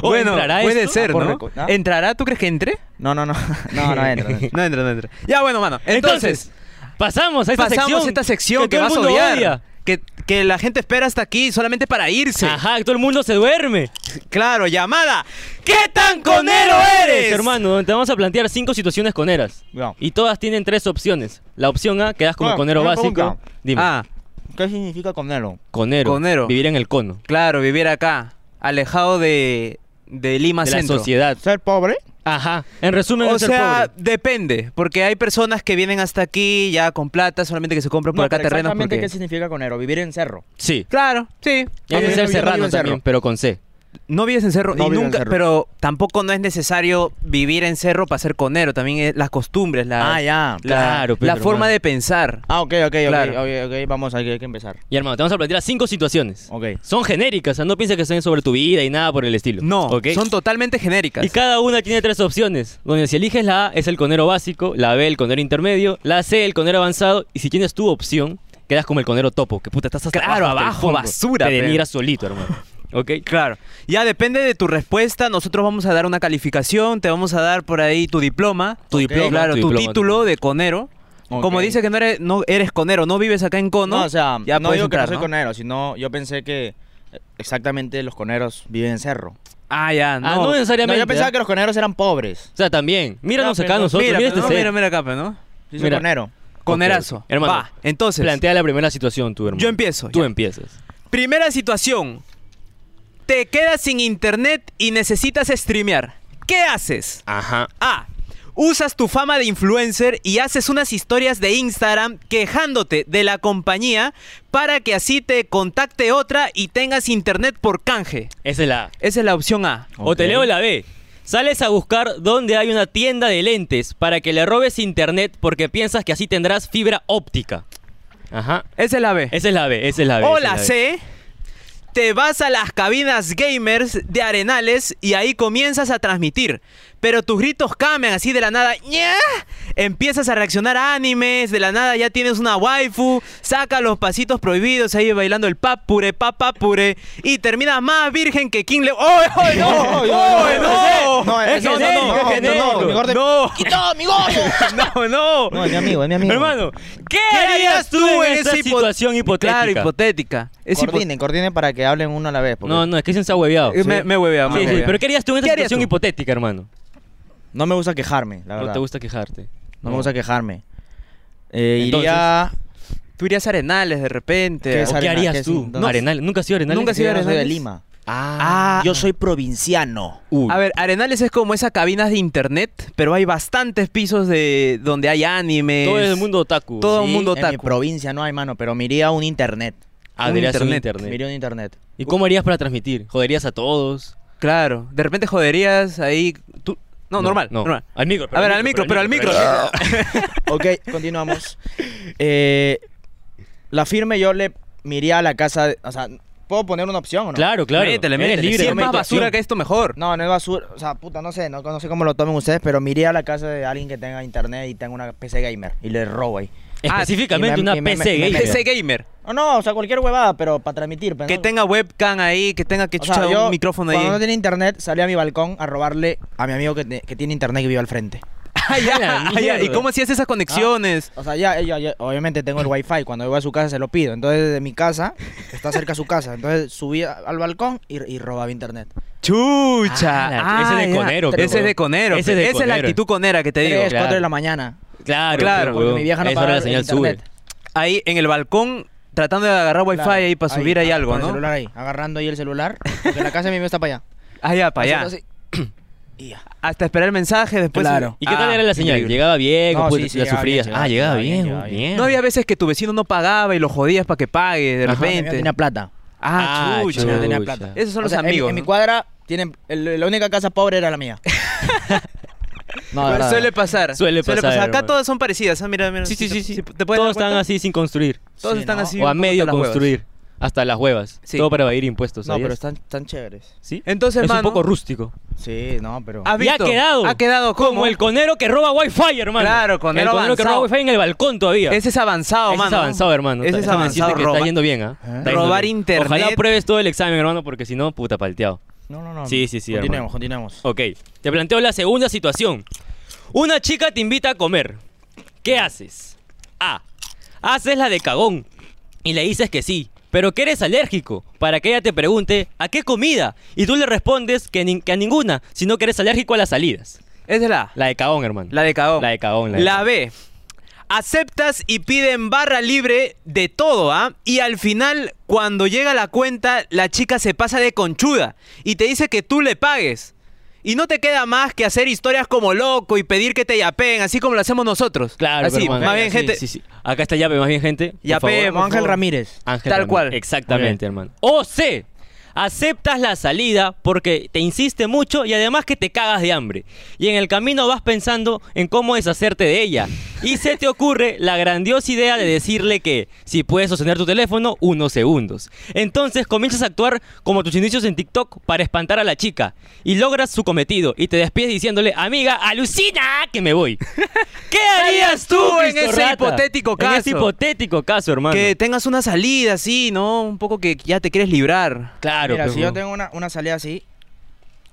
S2: ¿O
S3: Bueno,
S2: entrará
S3: puede
S2: esto?
S3: ser,
S1: Por
S3: ¿no?
S1: reco- ¿Ah?
S3: ¿Entrará? ¿Tú crees que entre?
S1: No, no, no. No, no entra. no entra.
S3: No entra, no entra. Ya, bueno, mano. Entonces,
S2: Entonces, pasamos a esta
S3: pasamos
S2: sección.
S3: a esta sección que,
S2: todo el
S3: vas a
S2: mundo
S3: odiar.
S2: odia.
S3: Que, que la gente espera hasta aquí solamente para irse.
S2: Ajá, todo el mundo se duerme.
S3: Claro, llamada. ¿Qué tan conero eres?
S2: Hermano, donde te vamos a plantear cinco situaciones coneras.
S1: Ya.
S2: Y todas tienen tres opciones. La opción A, quedas como
S1: Ah,
S2: conero
S1: una
S2: básico.
S1: pregunta.
S2: Dime.
S3: Ah,
S1: ¿Qué significa conero?
S2: conero.
S3: Conero.
S2: Vivir en el cono.
S3: claro, vivir acá, alejado de, de Lima
S2: de
S3: Centro.
S2: la sociedad.
S1: ¿Ser pobre?
S2: Ajá. En resumen,
S3: O
S2: es ser
S3: sea,
S2: pobre.
S3: depende, porque hay personas que vienen hasta aquí ya con plata, solamente que se compran por
S1: No,
S3: acá
S1: pero
S3: terrenos
S1: exactamente
S3: porque...
S1: qué significa conero. Vivir en cerro.
S2: Sí.
S3: Claro, sí.
S2: Y hay
S1: Yo
S2: que ser
S1: vivo- yo vivo
S2: serrano
S1: en Cerro.
S2: también, pero con C.
S3: No vives en cerro,
S1: No
S3: y
S1: vivo en
S3: nunca,
S1: cerro.
S3: pero tampoco no es necesario vivir en cerro para ser conero, también es las costumbres, la,
S1: Ah, ya.
S3: la,
S2: Claro,
S3: la
S2: Pedro,
S3: forma
S2: hermano.
S3: de pensar.
S1: Ah, ok, ok, ok.
S3: Claro.
S1: ok, ok, Vamos, hay que, hay que empezar.
S2: Y hermano, te vamos a plantear cinco situaciones.
S1: Ok.
S2: Son genéricas, o sea, no pienses que son sobre tu vida y nada por el estilo.
S3: No,
S2: Ah, ¿ok?
S3: son totalmente genéricas.
S2: Y cada una tiene tres opciones, donde si eliges la A es el conero básico, la B el conero intermedio, la C el conero avanzado, y si tienes tu opción, quedas como el conero topo, que puta, estás hasta
S3: Claro,
S2: hasta el
S3: abajo,
S2: fondo.
S3: basura,
S2: Te
S3: pe.
S2: denigras solito, hermano. ¿Ok?
S3: Claro. Ya depende de tu respuesta, nosotros vamos a dar una calificación, te vamos a dar por ahí tu diploma,
S2: Tu
S3: Ok.
S2: diploma,
S3: claro,
S2: tu
S3: tu,
S2: diploma, tu
S3: título
S2: diploma.
S3: de conero.
S1: Ok.
S3: Como dice que no eres, no eres conero, no vives acá en Cono.
S1: No, o sea,
S3: ya
S1: no
S3: puedes
S1: digo que no
S3: entrar,
S1: soy
S3: ¿no?
S1: conero, sino yo pensé que eh, exactamente los coneros viven en cerro.
S3: Ah, ya, no.
S2: Ah, no
S1: No,
S2: necesariamente.
S1: yo pensaba
S2: ¿ah?
S1: que los coneros eran pobres.
S2: O sea, también. Míranos
S1: Ya,
S2: acá
S1: pero-
S2: nosotros.
S3: mira,
S2: Mira,
S3: pero
S2: este set.
S3: no, mira, mira acá, pero ¿no?
S1: Sí, soy
S2: Mira.
S1: conero.
S3: Conerazo.
S2: ok. Hermano,
S3: Va, entonces.
S2: Plantea la primera situación tú, hermano.
S3: Yo empiezo,
S2: Tú
S3: ya.
S2: empiezas.
S3: Primera situación. Te quedas sin internet y necesitas streamear. ¿Qué haces?
S2: Ajá.
S3: A. Usas tu fama de influencer y haces unas historias de Instagram quejándote de la compañía para que así te contacte otra y tengas internet por canje.
S2: Esa es la A.
S3: Esa es la opción A.
S2: O te
S1: Ok.
S2: leo la B. Sales a buscar dónde hay una tienda de lentes para que le robes internet porque piensas que así tendrás fibra óptica. Ajá.
S3: Esa es la B.
S2: Esa es la B, esa es la B.
S3: o
S2: esa
S3: la
S2: es B.
S3: C. Te vas a las cabinas gamers de Arenales y ahí comienzas a transmitir. Pero tus gritos cambian así de la nada. ¡ña! Empiezas a reaccionar a animes, de la nada ya tienes una waifu, saca los pasitos prohibidos ahí bailando el papure, papapure y terminas más virgen que King León. ¡Oh, oh, no!
S1: Oy, oy,
S3: ¡Oh,
S1: oy,
S3: no!
S1: no,
S2: es
S1: no, no,
S2: genérico,
S1: no,
S2: es
S1: no, no,
S2: genérico.
S1: mi gordo-
S3: ¡No!
S1: ¡Quitó, mi gordo!
S3: ¡No, no!
S1: No, es mi amigo, es mi amigo.
S2: Hermano, ¿qué, harías tú en esa
S3: hipo-
S2: situación hipotética?
S3: Claro, hipotética. Es hipo-
S1: coordinen, coordinen para que hablen uno a la vez. porque
S2: No, no, es que se ha hueveado.
S3: Eh, Me, me huevea, me
S2: Sí, sí,
S3: huevea.
S2: pero ¿qué harías tú en
S3: ¿Qué
S2: esta
S3: harías
S2: situación
S3: tú?
S2: hipotética, hermano?
S1: No me gusta quejarme, la verdad.
S2: No te gusta quejarte.
S1: No me gusta quejarme. Eh,
S2: Entonces,
S1: iría...
S3: Tú irías a Arenales de
S1: ¿Qué
S3: repente.
S1: es
S2: ¿O ¿Qué
S1: Arenal,
S2: harías
S1: ¿qué es
S2: tú?
S1: un-
S2: No, Arenal, nunca has sido Arenal.
S3: Nunca has ido
S1: Yo no soy de
S3: Arenales?
S1: Lima.
S3: Ah.
S1: Yo soy provinciano.
S2: Uy.
S3: A ver, Arenales es como esas cabinas de internet, pero hay bastantes pisos de donde hay anime.
S2: todo el mundo otaku.
S3: Todo el
S1: Sí,
S3: mundo
S1: En mi
S3: otaku.
S1: provincia no hay mano, pero me iría a un internet.
S2: Ah,
S3: un
S2: deberías hacer un
S3: internet.
S2: internet.
S1: Me iría a un internet.
S2: ¿Y cómo harías para transmitir? ¿Joderías a todos?
S3: Claro, de repente joderías ahí. Tú... No, normal, normal.
S2: Al micro.
S3: A ver, al micro, pero al micro.
S1: Ok, continuamos. Eh, la firme yo le me iría a la casa... de- o sea, ¿puedo poner una opción o no?
S2: Claro, claro.
S3: Métele,
S2: Eres
S3: métele.
S2: libre.
S3: Si es
S2: toma
S3: más
S2: tu
S3: basura
S2: acción.
S3: que esto, mejor.
S1: No, no es basura. O sea, puta, no sé. No, no sé cómo lo tomen ustedes, pero me iría a la casa de alguien que tenga internet y tenga una PC gamer. Y le robo ahí.
S3: Ah,
S2: Específicamente
S1: y me-
S2: una
S1: y me-
S2: PC
S1: me-
S2: gamer.
S3: PC gamer.
S1: No, no, o sea, cualquier huevada, pero para transmitir. pues,
S3: Que
S1: ¿no?
S3: tenga webcam ahí, que tenga que
S1: O sea,
S3: chuchar
S1: yo,
S3: un micrófono ahí.
S1: Cuando no tiene internet, salí a mi balcón a robarle a mi amigo que, te- que tiene internet que vive al frente.
S2: Ah, ya, la
S3: Ah, ya, ¿Y
S2: mierda.
S3: cómo hacías esas conexiones?
S1: O sea, ya, ya- ya- obviamente tengo el wifi. Cuando voy a su casa se lo pido. Entonces, de mi casa, está cerca su casa. Entonces, subí a- al balcón y, y robaba internet.
S3: Chucha.
S2: Ah, la- ese es de
S3: ya.
S2: conero, pero,
S3: Ese es de
S2: weón.
S3: conero.
S2: Ese es
S3: pe.
S2: de
S3: Esa es la
S2: conero.
S3: actitud conera que te digo.
S1: Tres,
S2: claro.
S1: cuatro de la mañana.
S2: Claro,
S3: Claro,
S2: pero,
S1: porque
S2: huevón,
S1: mi vieja no
S2: eso era
S1: pagaba
S2: la
S1: el
S2: señal sube.
S1: internet.
S3: Ahí en el balcón, tratando de agarrar wifi
S1: Claro,
S3: ahí para subir ahí
S1: ah,
S3: algo,
S1: con
S3: ¿no?
S1: El celular ahí, agarrando ahí el celular. Porque la casa de mi amigo está para allá.
S3: Ah, ya, para allá.
S1: Haciendo así. Y ya.
S3: Hasta esperar el mensaje, después.
S1: Claro.
S2: ¿Y qué tal
S3: Ah,
S2: era la señal?
S3: increíble.
S2: ¿Llegaba bien?
S1: No,
S2: o
S1: sí, sí,
S2: ¿La
S1: llegaba
S2: sufrías?
S1: bien,
S2: ah, llegaba
S1: llegaba
S2: bien,
S1: bien,
S2: weón,
S1: llegaba bien.
S2: bien.
S3: No había veces que tu vecino no pagaba y lo jodías para que pague de
S2: Ajá.
S1: No
S3: repente.
S1: tenía plata.
S3: Ah,
S2: Ah,
S3: chucha.
S1: No tenía
S2: Chucha.
S1: plata.
S3: Esos son
S1: O
S3: los
S1: sea, en mi-
S3: amigos.
S1: En, mi
S3: ¿no?
S1: cuadra, tienen, el- la única casa pobre era la mía. no, de verdad.
S3: Suele pasar.
S2: Suele pasar,
S3: Acá
S2: hermano.
S3: todas son parecidas. Ah, mira, mira.
S2: Sí, sí, sí, sí.
S3: ¿Te
S2: Todos
S3: puedes dar
S2: están
S3: cuenta?
S2: así sin construir.
S3: Todos
S1: Sí,
S3: están
S1: ¿no?
S3: así.
S2: o a
S3: como
S2: medio
S3: las huevas.
S2: construir. Hasta las huevas.
S3: Sí.
S2: Todo para evadir impuestos.
S1: No,
S2: ¿sabías?
S1: pero están, están chéveres.
S2: ¿Sí?
S3: Entonces,
S2: es un
S3: hermano,
S2: poco rústico.
S1: Sí, no, pero.
S3: ¿Has
S2: Y ha
S3: visto?
S2: quedado.
S3: Ha quedado
S2: Como,
S3: como.
S2: el conero que roba wifi, hermano.
S3: Claro,
S2: El
S3: conero
S2: conero que roba
S3: avanzado.
S2: wifi en el balcón todavía.
S3: Ese es avanzado,
S2: Ese
S3: mano.
S2: es avanzado, hermano.
S3: Ese es
S2: Déjame decirte
S3: avanzado.
S2: que está
S3: roba-
S2: yendo bien, ¿ah?
S1: ¿Eh?
S2: Está yendo
S3: Robar
S2: bien.
S3: internet.
S2: Ojalá pruebes todo el examen, hermano, porque si no, puta, palteado.
S1: No, no, no.
S2: Sí, sí, sí, hermano.
S1: Continuemos, continuemos.
S2: Ok, te planteo la segunda situación. Una chica te invita a comer. ¿Qué haces? A. Haces la de cagón y le dices que sí, pero que eres alérgico para que ella te pregunte ¿a qué comida? Y tú le respondes que, nin- que a ninguna, sino que eres alérgico a las salidas.
S3: Esa es la.
S2: La de cagón, hermano.
S3: La de cagón.
S2: La de cagón, la
S3: Oh.
S2: de
S3: La,
S2: cagón.
S3: B. Aceptas y piden barra libre de todo, ¿ah? Y al final, cuando llega la cuenta, la chica se pasa de conchuda y te dice que tú le pagues. Y no te queda más que hacer historias como loco y pedir que te yapeen, así como lo hacemos nosotros.
S2: Claro,
S3: así,
S2: pero, hermano,
S3: Ah, más bien,
S2: sí,
S3: gente.
S2: sí, sí. Acá está Yape, más bien, gente. por
S3: Yape,
S2: favor.
S1: Como Ángel Ramírez.
S2: Ángel
S3: Tal
S2: Ramírez.
S3: cual.
S2: Exactamente, hermano. O C. Aceptas la salida porque te insiste mucho y además que te cagas de hambre. Y en el camino vas pensando en cómo deshacerte de ella. Y se te ocurre la grandiosa idea de decirle que si puedes sostener tu teléfono unos segundos. Entonces comienzas a actuar como tus inicios en TikTok para espantar a la chica. Y logras su cometido y te despides diciéndole, amiga, alucina que me voy. ¿Qué harías tú
S3: tú en
S2: Cristo
S3: ese
S2: Rata?
S3: hipotético
S2: En
S3: caso?
S2: ese hipotético caso, hermano.
S3: Que tengas una salida así, ¿no? Un poco que ya te quieres librar.
S2: Claro, Claro.
S1: Mira,
S2: pues,
S1: si yo
S2: huevón.
S1: tengo una, una salida así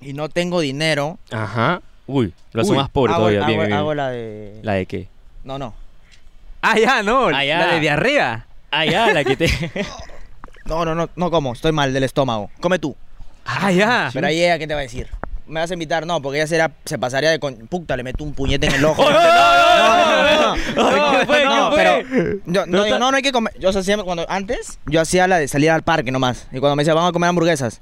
S1: y no tengo dinero,
S2: Ajá. Uy, lo hace
S1: uy,
S2: más pobre
S1: hago,
S2: todavía.
S1: hago-
S2: bien, bien, bien.
S1: hago la de...
S2: la... de qué?
S1: No, no.
S3: Ah, ya, no.
S2: Ah, ya.
S3: La de diarrea.
S2: Ah, ya, la que te...
S1: No, no, no, no como, estoy mal del estómago. Come tú.
S3: Ah, ya.
S1: Pero ahí ella, ¿qué te va a decir? ¿Me vas a invitar? No, porque ella será, se pasaría de... Con... Puta, le meto un puñete en el ojo.
S2: no,
S1: no, no,
S2: no, ¿qué fue?
S1: no,
S2: ¿qué
S1: pero
S2: fue?
S1: yo, no, digo, no, no hay que comer. Yo o sea, siempre cuando antes yo hacía la de salir al parque nomás. Y cuando me decía, vamos a comer hamburguesas.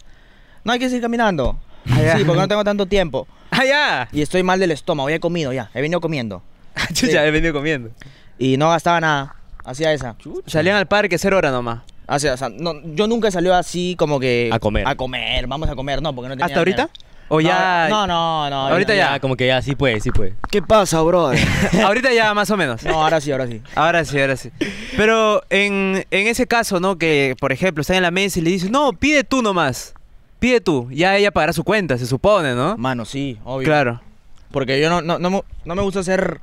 S1: No hay que seguir caminando. Sí, porque no tengo tanto tiempo.
S3: Ah, ya.
S1: Y estoy mal del estómago, ya he comido, ya. He venido comiendo.
S3: Chucha, he venido comiendo.
S1: Y no gastaba nada. Hacía esa.
S3: Salían al parque cero hora nomás.
S1: Hacía, o sea, no, yo nunca he salido así como que.
S2: A comer.
S1: A comer, vamos a comer, no, porque no tenía.
S3: ¿Hasta ahorita?
S1: dinero.
S3: ¿O ya?
S1: No, no, no.
S3: Ahorita ya.
S2: Como que ya, sí puede, sí puede.
S1: ¿Qué pasa, bro?
S3: Ahorita ya más o menos.
S1: no, ahora sí, ahora sí.
S3: Ahora sí, ahora sí. Pero en, en ese caso, ¿no? Que, por ejemplo, está en la mesa y le dice, no, pide tú nomás. Pide tú. Ya ella pagará su cuenta, se supone, ¿no?
S1: Mano, sí, obvio.
S3: Claro.
S1: Porque yo no, no, no, me- no me gusta ser...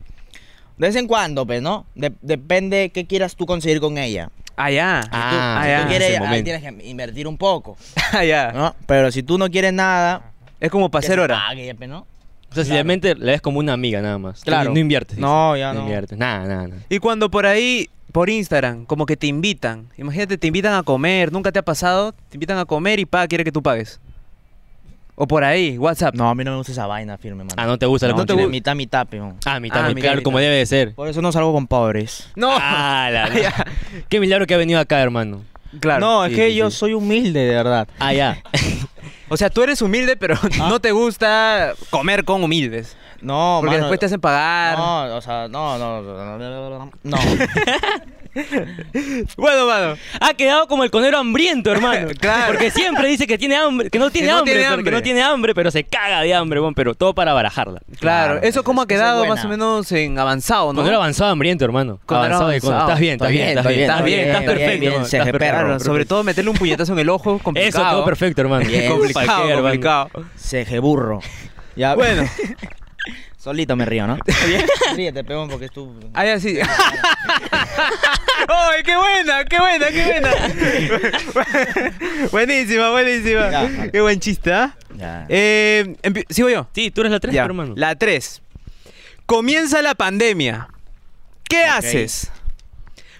S1: De vez en cuando, pues, ¿no? De- depende qué quieras tú conseguir con ella.
S3: Ah, ya.
S2: Ah,
S1: si
S3: ya.
S1: tú
S2: ese
S1: quieres, ahí
S2: momento.
S1: tienes que invertir un poco,
S3: Ah, ya.
S1: ¿no? Pero si tú no quieres nada...
S3: Es como para
S1: que
S3: hacer
S1: se
S3: hora.
S1: pague, pues, ¿no?
S2: O sea, si
S1: Claro.
S2: realmente la ves como una amiga nada más.
S1: Claro.
S2: No, no inviertes.
S1: No,
S2: dices.
S1: ya no.
S2: inviertes. Nada, nada, nada.
S3: Y cuando por ahí, por Instagram, como que te invitan. Imagínate, te invitan a comer. ¿Nunca te ha pasado? Te invitan a comer y pa, quiere que tú pagues. O por ahí, WhatsApp.
S1: No, a mí no me gusta esa vaina firme, mano.
S2: Ah, no te gusta la
S1: No,
S2: no
S1: te gusta. Mitad, mitad, pues, pero...
S2: Ah, mitad,
S3: Ah,
S2: mitad,
S3: mitad,
S2: claro, como
S3: mitad.
S2: debe de ser.
S1: Por eso no salgo con pobres.
S3: No.
S2: Ah, la, la. Qué milagro que ha venido acá, hermano.
S3: Claro.
S1: no, es
S2: sí,
S1: que
S2: sí,
S1: yo
S2: sí.
S1: soy humilde, de verdad.
S2: Ah, ya.
S3: O sea, tú eres humilde, pero no te gusta comer con humildes.
S1: Ah. No,
S3: porque
S1: mano,
S3: después te hacen pagar.
S1: No, o sea, no, no, no, no, no, no.
S3: Bueno, mano.
S2: Ha quedado como el conero hambriento, hermano.
S3: Claro.
S2: Porque siempre dice que tiene hambre, que no tiene,
S3: Que no
S2: hambre,
S3: tiene
S2: pero que
S3: hambre.
S2: no tiene hambre, pero se caga de hambre, bueno, pero todo para barajarla.
S3: Claro,
S1: Claro,
S3: eso como ha
S1: esa es
S3: quedado
S1: buena. Pues
S3: más o menos en avanzado, ¿no?
S2: Conero avanzado hambriento, hermano.
S3: Conero
S2: avanzado de conero.
S3: avanzado.
S2: Estás bien, estás bien, estás bien.
S3: Estás bien, estás
S2: estás perfecto.
S1: Bien, bien,
S2: hermano, estás
S1: CGP,
S2: perfecto.
S3: Claro,
S1: perro.
S3: sobre todo meterle un puñetazo en el ojo,
S2: Eso,
S3: complicado.
S2: todo perfecto, hermano.
S1: Bien.
S3: Complicado,
S2: Cualquiera, hermano.
S3: complicado.
S1: Ceje burro. Ya,
S3: Bueno.
S1: Solito me río, ¿no? Ríete, peón, porque tú.
S3: Ah, ya sí. ¡Ay, qué buena, qué buena, qué buena! buenísima, buenísima.
S1: Ya, vale.
S3: Qué buen chiste, ¿ah?
S1: Ya.
S3: Eh, empi- ¿Sigo yo?
S2: Sí, tú eres la tres,
S3: Ya.
S2: hermano.
S3: La 3. Comienza la pandemia. ¿Qué haces?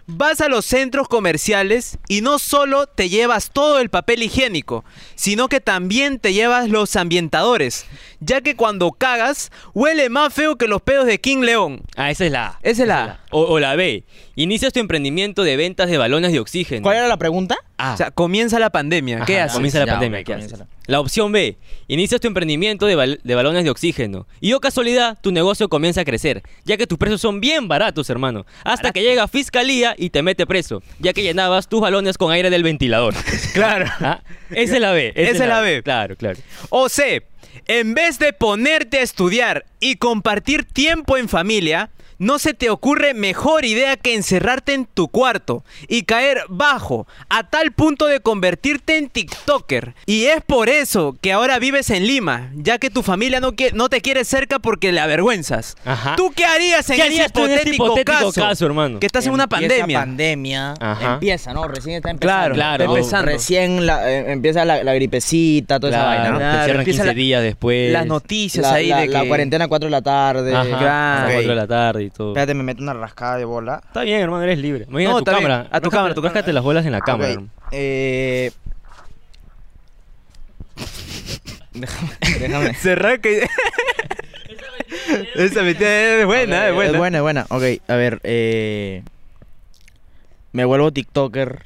S3: Vas a los centros comerciales y no solo te llevas todo el papel higiénico, sino que también te llevas los ambientadores, ya que cuando cagas huele más feo que los pedos de King León.
S2: Ah, esa es la A.
S3: Esa es la A.
S2: O, o la B. Inicias tu emprendimiento de ventas de balones de oxígeno.
S1: ¿Cuál era la pregunta?
S2: Ah.
S3: O sea, comienza la pandemia. ¿Qué
S2: Ajá,
S3: haces?
S2: Comienza la
S1: Ya,
S2: pandemia.
S1: ok,
S2: ¿qué haces?
S1: comiénzala.
S2: La opción B. Inicias tu emprendimiento de, bal- de balones de oxígeno. Y oh casualidad, tu negocio comienza a crecer, ya que tus precios son bien baratos, hermano. Hasta que llega fiscalía y te mete preso, ya que llenabas tus balones con aire del ventilador.
S3: Claro.
S2: Ah, Esa es la B.
S3: Esa es la B.
S2: Claro, claro.
S3: O C, en vez de ponerte a estudiar y compartir tiempo en familia, ¿no se te ocurre mejor idea que encerrarte en tu cuarto y caer bajo a tal punto de convertirte en TikToker? Y es por eso que ahora vives en Lima, ya que tu familia no, quie- no te quiere cerca porque le avergüenzas.
S2: Ajá.
S3: ¿Tú qué harías en,
S2: ¿Qué
S3: ese
S2: harías tú en este
S3: hipotético
S2: hipotético
S3: caso?
S2: caso, hermano?
S3: Que estás en una
S1: Em, Empieza
S3: pandemia.
S1: pandemia.
S2: Ajá.
S1: Empieza, ¿no? Recién está empezando.
S3: Claro,
S2: Claro,
S1: ¿no?
S3: empezando.
S1: Recién la- eh, empieza la, la gripecita, toda
S2: Claro,
S1: esa vaina, ¿no?
S2: te cierran
S3: empieza
S2: 15
S3: la-
S2: días después.
S3: Las noticias
S1: La,
S3: ahí
S1: la-
S3: de que...
S1: la cuarentena 4 de la tarde.
S2: Ajá, a las
S3: Claro.
S2: 4 de la tarde y todo.
S1: Espérate, me meto una rascada de bola.
S2: Está bien, hermano, eres libre. Me voy
S3: No,
S2: a tu
S3: está bien.
S2: cámara.
S3: A tu
S2: Ráscate-
S3: cámara, a tu cámara.
S2: ráscate las bolas en la cámara.
S1: Ok,
S2: hermano.
S1: eh... déjame, déjame.
S3: Cerrar que... Esa mentira es buena,
S1: Ok,
S3: es buena.
S1: Eh, Es buena, es buena. Ok, a ver, eh... Me vuelvo TikToker.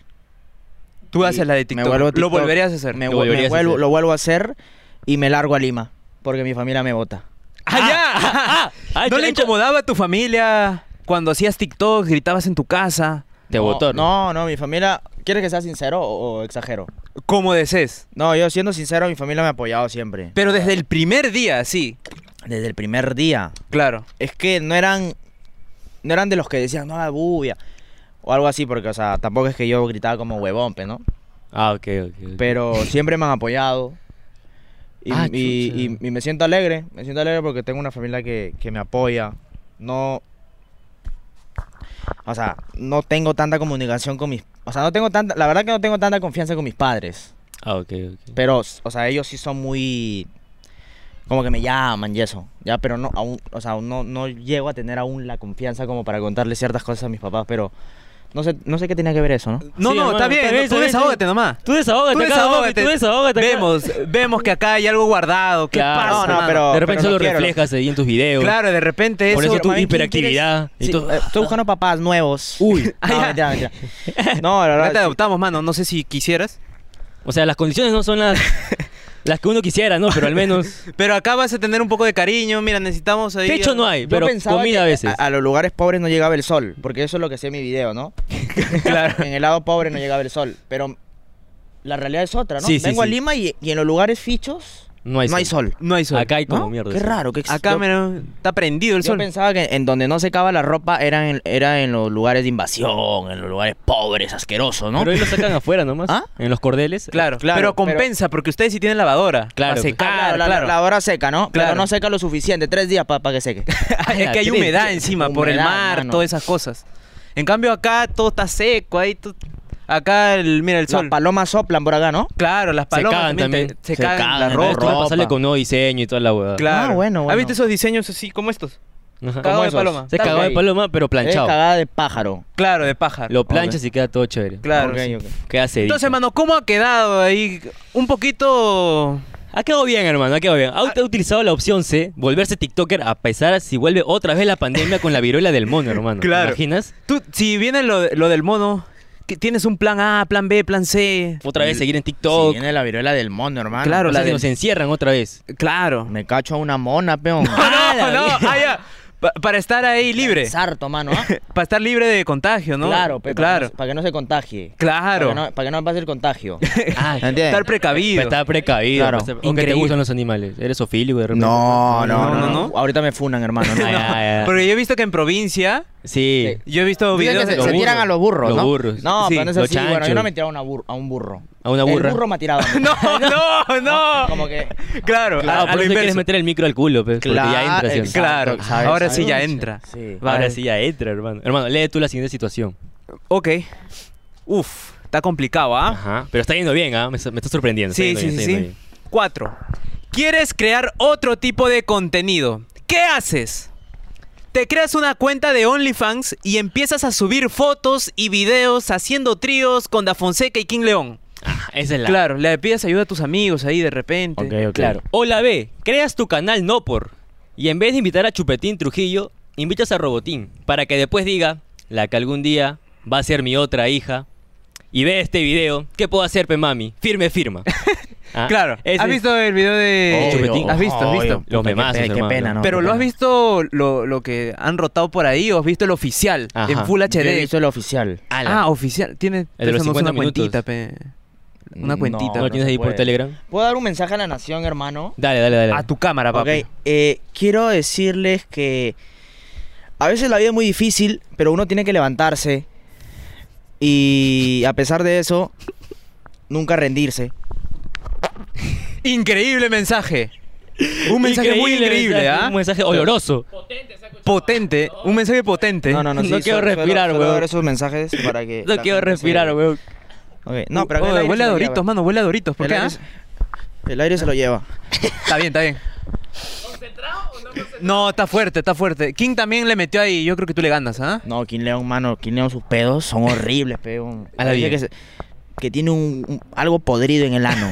S3: Tú
S1: Y
S3: haces la de
S1: me
S3: TikTok.
S1: vuelvo
S3: Lo
S1: TikTok.
S3: volverías a hacer.
S1: Me,
S2: Lo
S1: vu- me
S2: volverías a
S1: vuelvo-
S2: hacer.
S1: Lo vuelvo a hacer y me largo a Lima. Porque mi familia me vota.
S3: ¡Allá!
S2: ah,
S3: ¿No
S2: hecho-
S3: le
S2: hecho-
S3: incomodaba a tu familia cuando hacías TikTok, gritabas en tu casa?
S2: Te
S1: No,
S2: votó.
S1: No, no, mi familia. ¿Quieres que sea sincero o, o exagero?
S3: Como desees.
S1: No, yo siendo sincero, mi familia me ha apoyado siempre.
S3: Pero desde el primer día, sí.
S1: Desde el primer día.
S3: Claro.
S1: Es que no eran. No eran de los que decían, no, la bulla. O algo así, porque, o sea, tampoco es que yo gritaba como huevón, pe, ¿no?
S2: Ah, ok, ok. ok.
S1: Pero siempre me han apoyado. Y,
S2: Ah,
S1: y-
S2: chucha.
S1: y- y me siento alegre. Me siento alegre porque tengo una familia que, que me apoya. No. O sea, no tengo tanta comunicación con mis. O sea, no tengo tanta. La verdad que no tengo tanta confianza con mis padres.
S2: Ah, ok, ok.
S1: Pero, o sea, ellos sí son muy. Como que me llaman y eso. Ya, pero no, aún, o sea, aún no, no llego a tener aún la confianza como para contarle ciertas cosas a mis papás, pero no sé, no sé qué tenía que ver eso, ¿no?
S3: No,
S2: Sí,
S3: no,
S2: hermano,
S3: está bien.
S2: está
S3: no,
S2: bien, está
S3: tú
S2: bien,
S3: desahógate
S2: está bien.
S3: nomás.
S2: Tú desahógate,
S3: Tú
S2: acá, papi,
S3: desahógate.
S2: tú desahógate. acá.
S3: Vemos, vemos que acá hay algo guardado. ¿Qué
S2: Claro.
S1: No,
S3: pasa,
S1: no,
S3: mano?
S1: pero-
S2: de repente
S1: no
S2: solo
S1: quiero.
S2: reflejas ahí en tus videos.
S3: Claro, de repente
S2: Por
S3: eso...
S2: eso
S1: Pero,
S2: tu
S1: mami, ¿quién
S2: hiperactividad
S1: quieres?
S2: y
S1: Sí,
S2: todo.
S1: eh, estoy buscando papás nuevos.
S2: Uy.
S1: No, mentira, mentira. No, la
S3: Ya te
S1: verdad. sí.
S3: adoptamos, mano. No sé si quisieras.
S2: O sea, las condiciones no son las, las que uno quisiera, ¿no? Pero al menos.
S3: Pero acá vas a tener un poco de cariño. Mira, necesitamos ahí...
S2: Techo no hay,
S1: Yo
S2: pero
S1: pensaba
S2: comida a
S1: que
S2: veces.
S1: A, los lugares pobres no llegaba el sol, porque eso es lo que hacía en mi video, ¿no? claro. En el lado pobre no llegaba el sol, pero la realidad es otra, ¿no?
S2: Sí, sí,
S1: Vengo a
S2: sí.
S1: Lima y, y en los lugares fichos
S2: No hay
S1: no hay
S2: sol.
S1: sol.
S3: No hay sol.
S2: Acá hay como
S1: ¿no?
S2: mierda.
S1: Qué
S2: eso.
S1: raro, qué ex-
S3: Acá,
S1: yo-
S3: mira, está prendido el
S1: Yo
S3: sol.
S1: pensaba que en donde no secaba la ropa era en, era en los lugares de invasión, en los lugares pobres, asquerosos, ¿no?
S2: Pero ahí lo sacan afuera nomás.
S1: ¿Ah?
S2: En los cordeles.
S3: Claro,
S1: Claro,
S3: Pero
S1: pero-
S3: compensa, porque ustedes sí tienen lavadora.
S2: Claro,
S3: Para
S2: pues.
S1: Ah,
S3: secar,
S1: claro, la,
S3: claro.
S1: la- la hora seca, ¿no?
S3: Claro.
S1: Pero no seca lo suficiente, tres días para que seque.
S3: es que hay
S2: Tres,
S3: humedad
S2: sí,
S3: encima, por el
S1: humedad,
S3: mar,
S1: mano.
S3: todas esas cosas. En cambio acá todo está seco, ahí to- acá el, mira el
S1: Las
S3: sol.
S1: palomas soplan por acá, ¿no?
S3: claro, las
S2: Se
S3: palomas
S2: cagan también.
S3: te- se, cagan, la
S2: en vez de
S3: ropa.
S1: ropa.
S2: Sale con nuevo diseño y toda la hueá.
S3: Claro.
S1: Ah, bueno,
S3: ¿Has
S1: bueno.
S3: visto esos diseños así como estos?
S2: Ajá.
S3: Cagado
S1: Como
S3: de
S1: esos.
S3: paloma.
S2: Se
S1: Está
S2: cagó
S1: ok.
S2: de paloma, pero
S1: Es
S2: planchado.
S1: cagada de pájaro.
S3: Claro, de paja.
S2: Lo planchas y queda todo chévere.
S3: Claro.
S1: Ok,
S3: sí.
S1: ok.
S2: Queda sedito.
S3: Entonces, hermano, ¿cómo ha quedado ahí? Un poquito
S2: Ha quedado "Ah, bien, hermano, ha quedado bien. Ha ut- ha utilizado la opción C, volverse TikToker, a pesar si vuelve otra vez la pandemia con la viruela del mono, hermano. ¿Te
S3: Claro.
S2: imaginas?
S3: Tú, si viene lo, lo del mono, que tienes un plan A, plan B, plan C.
S2: Otra vez seguir en
S1: Si
S2: TikTok.
S1: viene la viruela del mono, hermano.
S3: Claro,
S2: o
S1: O sea,
S2: sea,
S3: la
S2: si
S3: del-
S2: nos encierran otra vez.
S3: Claro.
S1: Me cacho a una mona, peón.
S3: No,
S2: ¡Ah, la
S3: no,
S2: mierda!
S3: ah, ya. Pa- para estar ahí libre.
S1: Sarto, mano, ¿ah?
S3: Para estar libre de contagio, ¿no?
S1: Claro, pe,
S3: claro.
S1: Para, que no se contagie.
S3: Claro.
S1: Para que
S3: Ah,
S1: no, Pues para que no pase el contagio.
S2: Ay,
S1: ¿Entiendes?
S3: Estar precavido.
S2: está precavido.
S1: Claro.
S2: Aunque te
S3: Increíble.
S2: gustan los animales. Eres ofílico de repente. Ah,
S1: No, no,
S3: No,
S1: no,
S3: no,
S1: no,
S3: no.
S1: Ahorita me funan, hermano. no.
S2: Ay, ay, ay.
S3: Porque yo he visto que en provincia,
S2: Sí.
S3: yo he visto
S1: Dicen
S3: videos
S1: que
S3: de
S1: se,
S2: los
S1: se
S2: burros.
S1: tiran a los burros,
S2: Los
S1: ¿no?
S2: burros.
S1: No,
S3: Sí,
S1: pero no es
S2: los
S1: así. Bueno,
S2: chanchos.
S1: yo no me tiraba a, una bur- a un burro.
S2: A una burra.
S1: El burro me ha tirado.
S3: No, no, no.
S1: Como que...
S3: Claro, a-
S2: Claro,
S3: a,
S2: por
S3: lo
S2: eso quieres
S3: Ah, inverso.
S2: meter el micro al culo, pues, porque ya entra. ¿sí?
S1: exacto,
S3: Claro,
S1: ¿sabes?
S3: ahora sí
S1: ¿sabes?
S3: ya entra.
S1: Sí.
S2: Ahora sí ya entra, hermano. Hermano, lee tú la siguiente situación.
S3: Ok. Uf, está complicado, ¿ah?
S2: Ajá. Pero está yendo bien, ¿ah? Me, está- me está sorprendiendo. está
S3: Sí,
S2: yendo
S3: sí,
S2: bien,
S3: sí,
S2: está yendo
S3: sí. Cuatro. ¿Quieres crear otro tipo de contenido? ¿Qué haces? Te creas una cuenta de OnlyFans y empiezas a subir fotos y videos haciendo tríos con Da Fonseca y King León.
S2: bien. Ah, esa es la.
S3: Claro, le pides ayuda a tus amigos ahí de repente.
S1: Ok, ok.
S2: Claro. O la B, creas tu canal no por. Y en vez de invitar a Chupetín Trujillo, invitas a Robotín. Para que después diga, la que algún día va a ser mi otra hija. Y ve este video. ¿Qué puedo hacer, pe mami? Firme, firma. Ah,
S3: Claro.
S2: ese
S3: ¿Has
S2: es-
S3: visto el video de
S2: Obvio, Chupetín?
S3: ¿Has visto? ¿Has visto?
S2: Los memazos,
S1: qué, pe- qué
S2: hermano.
S1: pena, ¿no?
S3: Pero
S1: qué
S3: lo has
S1: pena.
S3: visto lo, lo que han rotado por ahí o has visto el oficial
S2: Ajá.
S3: en Full
S1: Yo he
S3: HD.
S1: visto el oficial.
S2: Ala.
S3: Ah, oficial. Tiene
S2: El de los
S3: eso no es
S2: 50
S3: una
S2: minutos.
S3: cuentita, pe.
S1: Mm,
S3: Una cuentita.
S2: ¿No lo tienes
S1: se
S2: ahí por
S1: puede.
S2: Telegram?
S1: ¿Puedo dar un mensaje a la nación, hermano?
S2: Dale, dale, dale.
S3: A tu cámara, Ah, papi.
S1: Ok, eh, quiero decirles que a veces la vida es muy difícil, pero uno tiene que levantarse. Y a pesar de eso, nunca rendirse.
S3: Increíble mensaje. Un mensaje muy increíble,
S2: mensaje,
S3: ¿ah?
S2: Un mensaje oloroso.
S4: Potente, saco el
S3: Potente, un mensaje potente.
S1: No, no, no.
S2: No
S1: sí,
S2: quiero
S1: solo-
S2: respirar,
S1: solo- solo
S2: weón.
S1: dar esos mensajes para que...
S2: No
S1: la
S2: quiero
S1: gente se-
S2: respirar, weón.
S1: Ok, No, pero acá
S3: Oye,
S1: el aire se
S3: huele a
S1: lo
S3: Doritos,
S1: lleva.
S3: mano, huele a Doritos. ¿Por
S1: El
S3: qué?
S1: aire
S3: ah?
S1: se- El aire se lo lleva.
S3: Está bien, está bien.
S4: ¿Concentrado o no concentrado?
S3: No, está fuerte, está fuerte. King también le metió ahí, yo creo que tú le ganas, ¿ah?
S1: No, King León, mano, King León, sus pedos son horribles, peón.
S2: A la
S1: Parece
S2: vida.
S1: Que, se- que tiene un, un- algo podrido en el ano.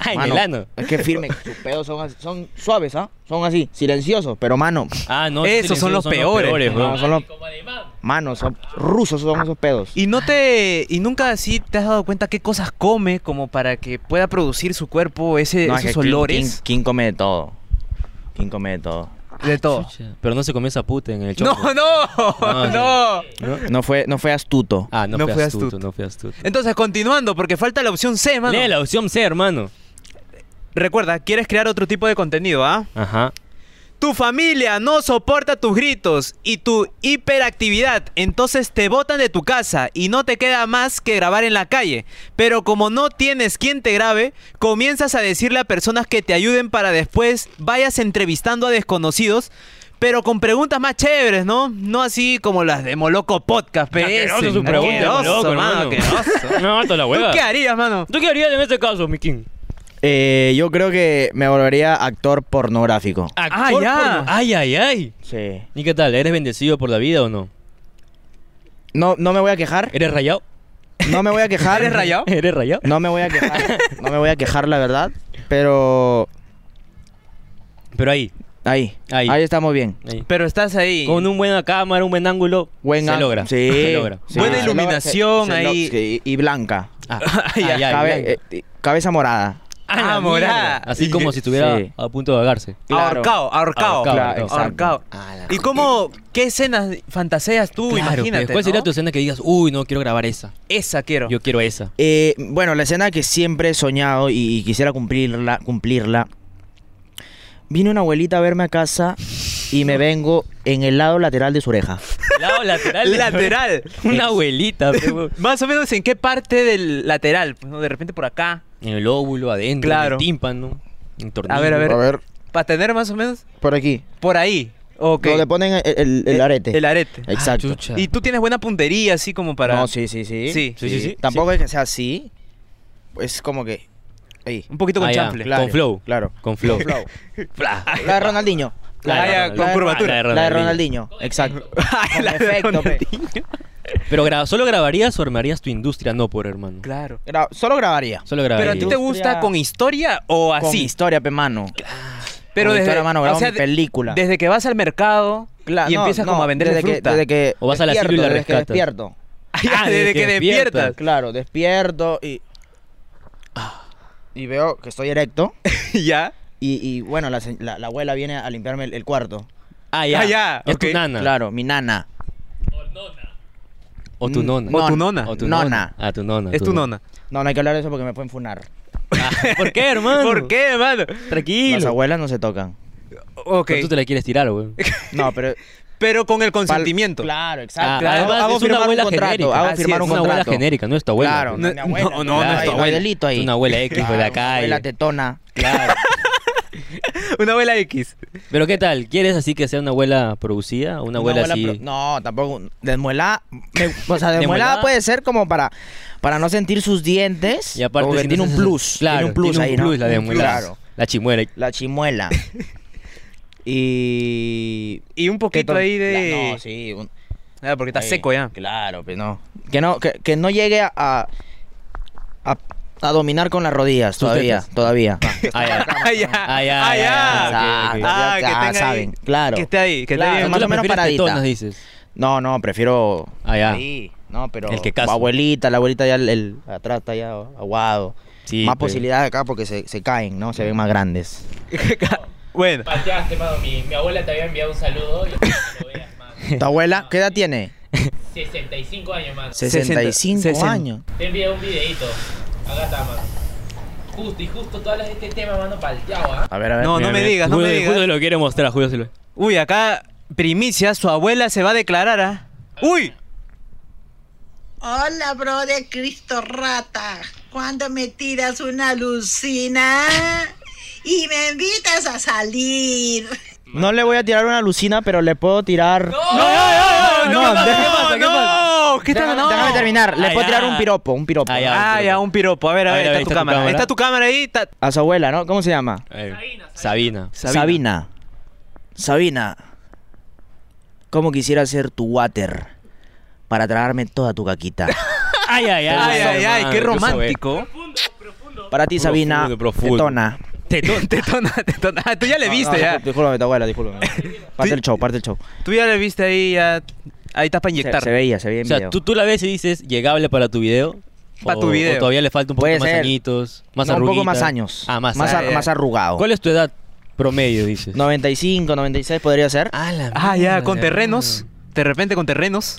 S2: Ah, en
S1: Mano,
S2: el ano.
S1: Es que firme, sus pedos son, así- son suaves, ¿ah? Son así, silenciosos, pero mano,
S2: Ah, no.
S3: Esos son
S2: silenciosos
S3: los peores,
S2: weón.
S1: no, son los-
S4: Como alemán.
S1: mano, son rusos son esos pedos.
S3: Y no te y nunca así te has dado cuenta qué cosas come como para que pueda producir su cuerpo ese
S1: No, es que
S3: esos
S1: King-
S3: olores
S1: King, King come de todo. King Ah, come de todo.
S3: de todo.
S2: Chucha, Pero no se comió esa puta en el
S3: No,
S2: choco.
S3: no,
S2: No,
S3: no.
S1: No fue, no fue astuto.
S2: Ah, no,
S3: No
S2: fue,
S3: fue
S2: astuto,
S3: astuto.
S2: no fue astuto.
S3: Entonces, continuando, porque falta la opción C, mano.
S2: Lee la opción C, hermano.
S3: Recuerda, quieres crear otro tipo de contenido, ¿ah?
S2: Ajá.
S3: Tu familia no soporta tus gritos y tu hiperactividad, entonces te botan de tu casa y no te queda más que grabar en la calle. Pero como no tienes quien te grabe, comienzas a decirle a personas que te ayuden para después vayas entrevistando a desconocidos, Pero con preguntas más chéveres, ¿no? No así como las de Moloco Podcast, PS.
S2: Asqueroso su pregunta, Moloco, hermano. Me mato la
S3: ¿Tú
S2: hueva.
S3: qué harías, mano?
S2: ¿Tú qué harías en este caso, mi king?
S1: Eh, yo creo que me volvería actor pornográfico.
S3: Ah,
S2: Actor
S3: ya.
S2: porno- Ay, ay, ay.
S1: Sí.
S2: ¿Y qué tal? ¿Eres bendecido por la vida o no?
S1: No, no me voy a quejar.
S2: ¿Eres rayado?
S1: No me voy a quejar.
S3: ¿Eres rayado?
S2: ¿Eres rayado?
S1: No me voy a quejar. No me voy a quejar, la verdad. Pero
S2: Pero ahí,
S1: ahí.
S2: Ahí.
S1: Ahí, estamos bien.
S2: ahí.
S3: Pero estás ahí.
S2: Con una buena cámara, un buen ángulo,
S1: Buen
S2: se
S1: ang-
S2: logra.
S1: Sí.
S2: Se logra.
S1: sí.
S3: Buena
S1: Se logra,
S3: iluminación
S1: se- se lo-
S3: ahí.
S1: sí, y blanca.
S2: Ah, ay, ay,
S1: Cabe-
S2: ay.
S1: eh, eh, cabeza morada.
S2: Ah, la
S3: Ah, morada.
S2: mierda. Así como si estuviera
S1: Sí.
S2: a punto de ahogarse.
S1: Claro.
S3: Ahorcado, ahorcado.
S2: Ahorcado,
S1: Claro, Ah,
S2: ahorcado.
S1: exacto.
S3: ahorcado. ¿Y cómo, qué escenas fantaseas tú?
S2: Claro,
S3: Imagínate.
S2: pues, ¿Cuál sería
S3: ¿no?
S2: tu escena que digas, uy, no quiero grabar esa?
S3: Esa quiero.
S2: Yo quiero esa.
S1: Eh, bueno, la escena que siempre he soñado y, y quisiera cumplirla, cumplirla. Vino una abuelita a verme a casa y me vengo en el lado lateral de su oreja.
S2: Lado lateral.
S3: Lateral.
S2: Una abuelita, pe, weón.
S3: Más o menos en qué parte del lateral. Pues, ¿no? De repente por acá.
S2: En el óvulo, adentro, en
S3: Claro.
S2: el tímpano. en tornillo.
S3: A ver, a ver. Para tener más o menos
S1: por aquí.
S3: por ahí. Ok. Eh,
S1: Donde ponen el, el- el arete.
S3: El arete.
S2: Ah,
S1: Exacto.
S2: chucha.
S3: Y tú tienes buena puntería, así como para.
S1: No, sí, sí, sí.
S3: Sí.
S2: Sí, sí, sí.
S1: Tampoco es que sea así. Es como que. Ahí.
S3: Un poquito con
S2: Ah, ya,
S3: chanfle.
S2: claro. Con flow.
S1: Claro.
S2: Con flow.
S1: Flow.
S2: Fla.
S1: La de Ronaldinho.
S2: La de
S1: de-
S2: Ronaldinho.
S1: de-
S2: Con curvatura.
S1: La de Ronaldinho. Exacto. Con
S3: La de
S1: efecto, pe.
S2: Pero gra- solo grabarías o armarías tu industria, no por hermano.
S3: Claro.
S1: Gra- Solo grabaría.
S2: Solo
S3: Pero
S2: grabarías.
S3: a ti te gusta
S1: Industria-
S3: con historia o
S1: Con
S3: así.
S1: historia, pe mano.
S3: Pero
S1: con
S3: desde,
S1: historia, mano, grabo mi
S3: de-
S1: película.
S3: desde que vas al mercado
S1: Cla-
S3: y
S1: no,
S3: empiezas
S1: no,
S3: como a vender
S1: desde
S3: fruta.
S1: Que, desde que
S2: O vas al asilo y
S1: despierto,
S2: la
S1: desde que
S2: rescatas.
S1: despierto.
S3: Ah, desde, que despiertas.
S1: Claro, despierto y.
S3: Ah.
S1: Y veo que estoy erecto.
S3: ya.
S1: Y, y bueno, la, se- la- la abuela viene a limpiarme el, el cuarto.
S2: Ah, ya.
S3: Ah, ya,
S2: Es
S3: ok.
S2: tu nana.
S1: Claro, mi nana.
S2: O tu
S1: Mm,
S2: nona.
S1: no.
S3: O tu nona.
S2: O tu
S1: Nona.
S2: Ah, tu nona.
S3: Es tu nona.
S1: No, no hay que hablar de eso porque me pueden funar.
S2: Ah, ¿Por qué, hermano?
S3: ¿Por qué, hermano?
S1: Las
S2: Tranquilo.
S1: abuelas no se tocan.
S3: Ok.
S2: Pero tú te la quieres tirar, güey.
S1: No, pero.
S3: Pero con el consentimiento.
S1: Claro,
S2: Ah,
S1: exacto.
S3: claro.
S1: Hago-
S2: además
S1: hago
S2: es una
S1: firmar
S2: abuela
S1: un contrato.
S2: genérica. Ah,
S1: Hago
S3: Así
S1: firmar
S3: es,
S1: un
S2: una
S1: contrato.
S2: abuela genérica, no es tu abuela. pues.
S1: Claro,
S2: güey.
S1: no,
S3: No,
S1: mi abuela,
S3: no, no,
S1: claro,
S3: no es tu
S1: hay- hay
S3: abuela.
S1: delito ahí.
S2: Es una abuela X, pues, de
S1: Claro,
S2: acá.
S1: Abuela
S2: y-
S1: tetona.
S2: Claro.
S3: Una abuela X.
S2: Pero ¿qué tal? ¿Quieres así que sea una abuela producida? ¿Una abuela, así?
S1: pro- No, tampoco. Desmuelada. me- o sea,
S2: Desmuelada.
S1: desmuelada puede ser como para, para no sentir sus dientes.
S2: Y aparte
S1: porque
S2: si no
S1: tiene
S2: se
S1: un
S2: hace-
S1: plus.
S2: Claro,
S1: tiene un plus ahí, ¿no?
S2: la de abuela.
S1: Claro.
S2: La chimuela.
S1: La chimuela. y.
S3: Y un
S1: que
S3: poquito
S1: to-
S3: ahí
S1: la-
S3: de.
S1: no, sí. un-
S3: Ah, porque está
S1: ahí.
S3: seco ya.
S1: Claro, pero no. Que no, que, que no llegue a, a, a dominar con las rodillas
S2: Sus
S1: todavía.
S2: tetas.
S1: Todavía.
S2: Ah, ya.
S3: Ah, ya.
S2: Ah, ya,
S3: Ah,
S2: ya, ya,
S3: ya.
S2: ok, ok.
S3: Ah, que
S1: Ya
S3: tenga ahí.
S1: saben, claro.
S3: Que esté ahí. Que esté
S1: Claro,
S3: ahí.
S1: tú
S2: Más
S1: la
S2: o menos
S1: prefieres
S2: paradita.
S1: tetonas,
S2: dices.
S1: No, no, prefiero.
S2: Ah, ya.
S1: Ahí. No, pero.
S2: El que caza.
S1: Abuelita, la abuelita ya el, el- atrás está ya aguado.
S2: Sí, pues.
S1: más
S2: pe.
S1: posibilidades acá porque se, se caen, ¿no? Se ven más grandes.
S3: Bueno.
S4: Pateaste, mano. Mi, mi abuela te había enviado un saludo y no lo veas, mano.
S1: ¿Tu abuela qué edad tiene?
S4: 65 años, mano.
S1: 65
S3: 60.
S1: años.
S4: Te envié un videito. Acá está, mano. Justo y justo tú hablas de este tema, mano, palteado, ¿ah?
S1: A ver, a ver.
S3: No, no
S2: Mira,
S3: me
S2: mira.
S3: digas, no me
S2: Julio-
S3: digas.
S2: Julio lo quiere mostrar, Julio se lo...
S3: Uy, acá, primicia, su abuela se va a declarar, ¿ah? ¡Uy!
S5: Hola, brother Cristo Rata. Cuando me tiras una lucina y me invitas a salir.
S1: No le voy a tirar una lucina, pero le puedo tirar.
S3: ¡No,
S1: no, no, ¿qué
S2: pasa, qué
S3: no! ¿Qué
S1: Déjame,
S3: tal? No.
S1: déjame terminar. Le
S2: Ah,
S1: puedo
S2: ya.
S1: tirar un piropo, un piropo.
S2: Ah, ya.
S3: Ah, ya, un piropo. A ver, a ver, está, tu, cámara. Está tu cámara ahí. está-
S1: A su abuela, ¿no? ¿Cómo se llama?
S2: Sabina. Sabina.
S1: Sabina. Sabina. ¿Cómo quisiera ser tu water para tragarme toda tu caquita?
S2: Ay, ay,
S3: Ay, ay, ay, qué
S2: yo sabía.
S3: romántico.
S1: Para ti, Sabina,
S2: Profundo, profundo.
S1: tetona.
S2: Tetón.
S3: Tetona, tetona. Ah, tú ya le
S1: No,
S3: viste,
S1: no,
S3: ya.
S1: discú- Discúlpame, tu abuela, discúlpame. Parte el show, parte el show.
S3: Tú ya le viste ahí, ya. Ahí estás para
S1: Se,
S3: inyectar.
S1: se veía, se veía
S2: O
S1: en
S2: sea,
S1: video.
S2: tú, tú la ves y dices, llegable para tu video.
S3: Para
S2: o-
S3: tu video.
S2: O todavía le falta un poco
S1: Puede
S2: más
S1: ser.
S2: añitos, más
S1: No, un poco más
S2: arruguitas.
S1: años.
S2: Ah, más,
S1: más,
S2: años.
S1: ar-
S3: Ah, ya.
S1: más arrugado.
S2: ¿Cuál es tu edad promedio, dices?
S1: 95, 96 podría ser.
S2: Ah, la
S3: Ah, ya,
S2: mierda,
S3: con terrenos. De repente con terrenos.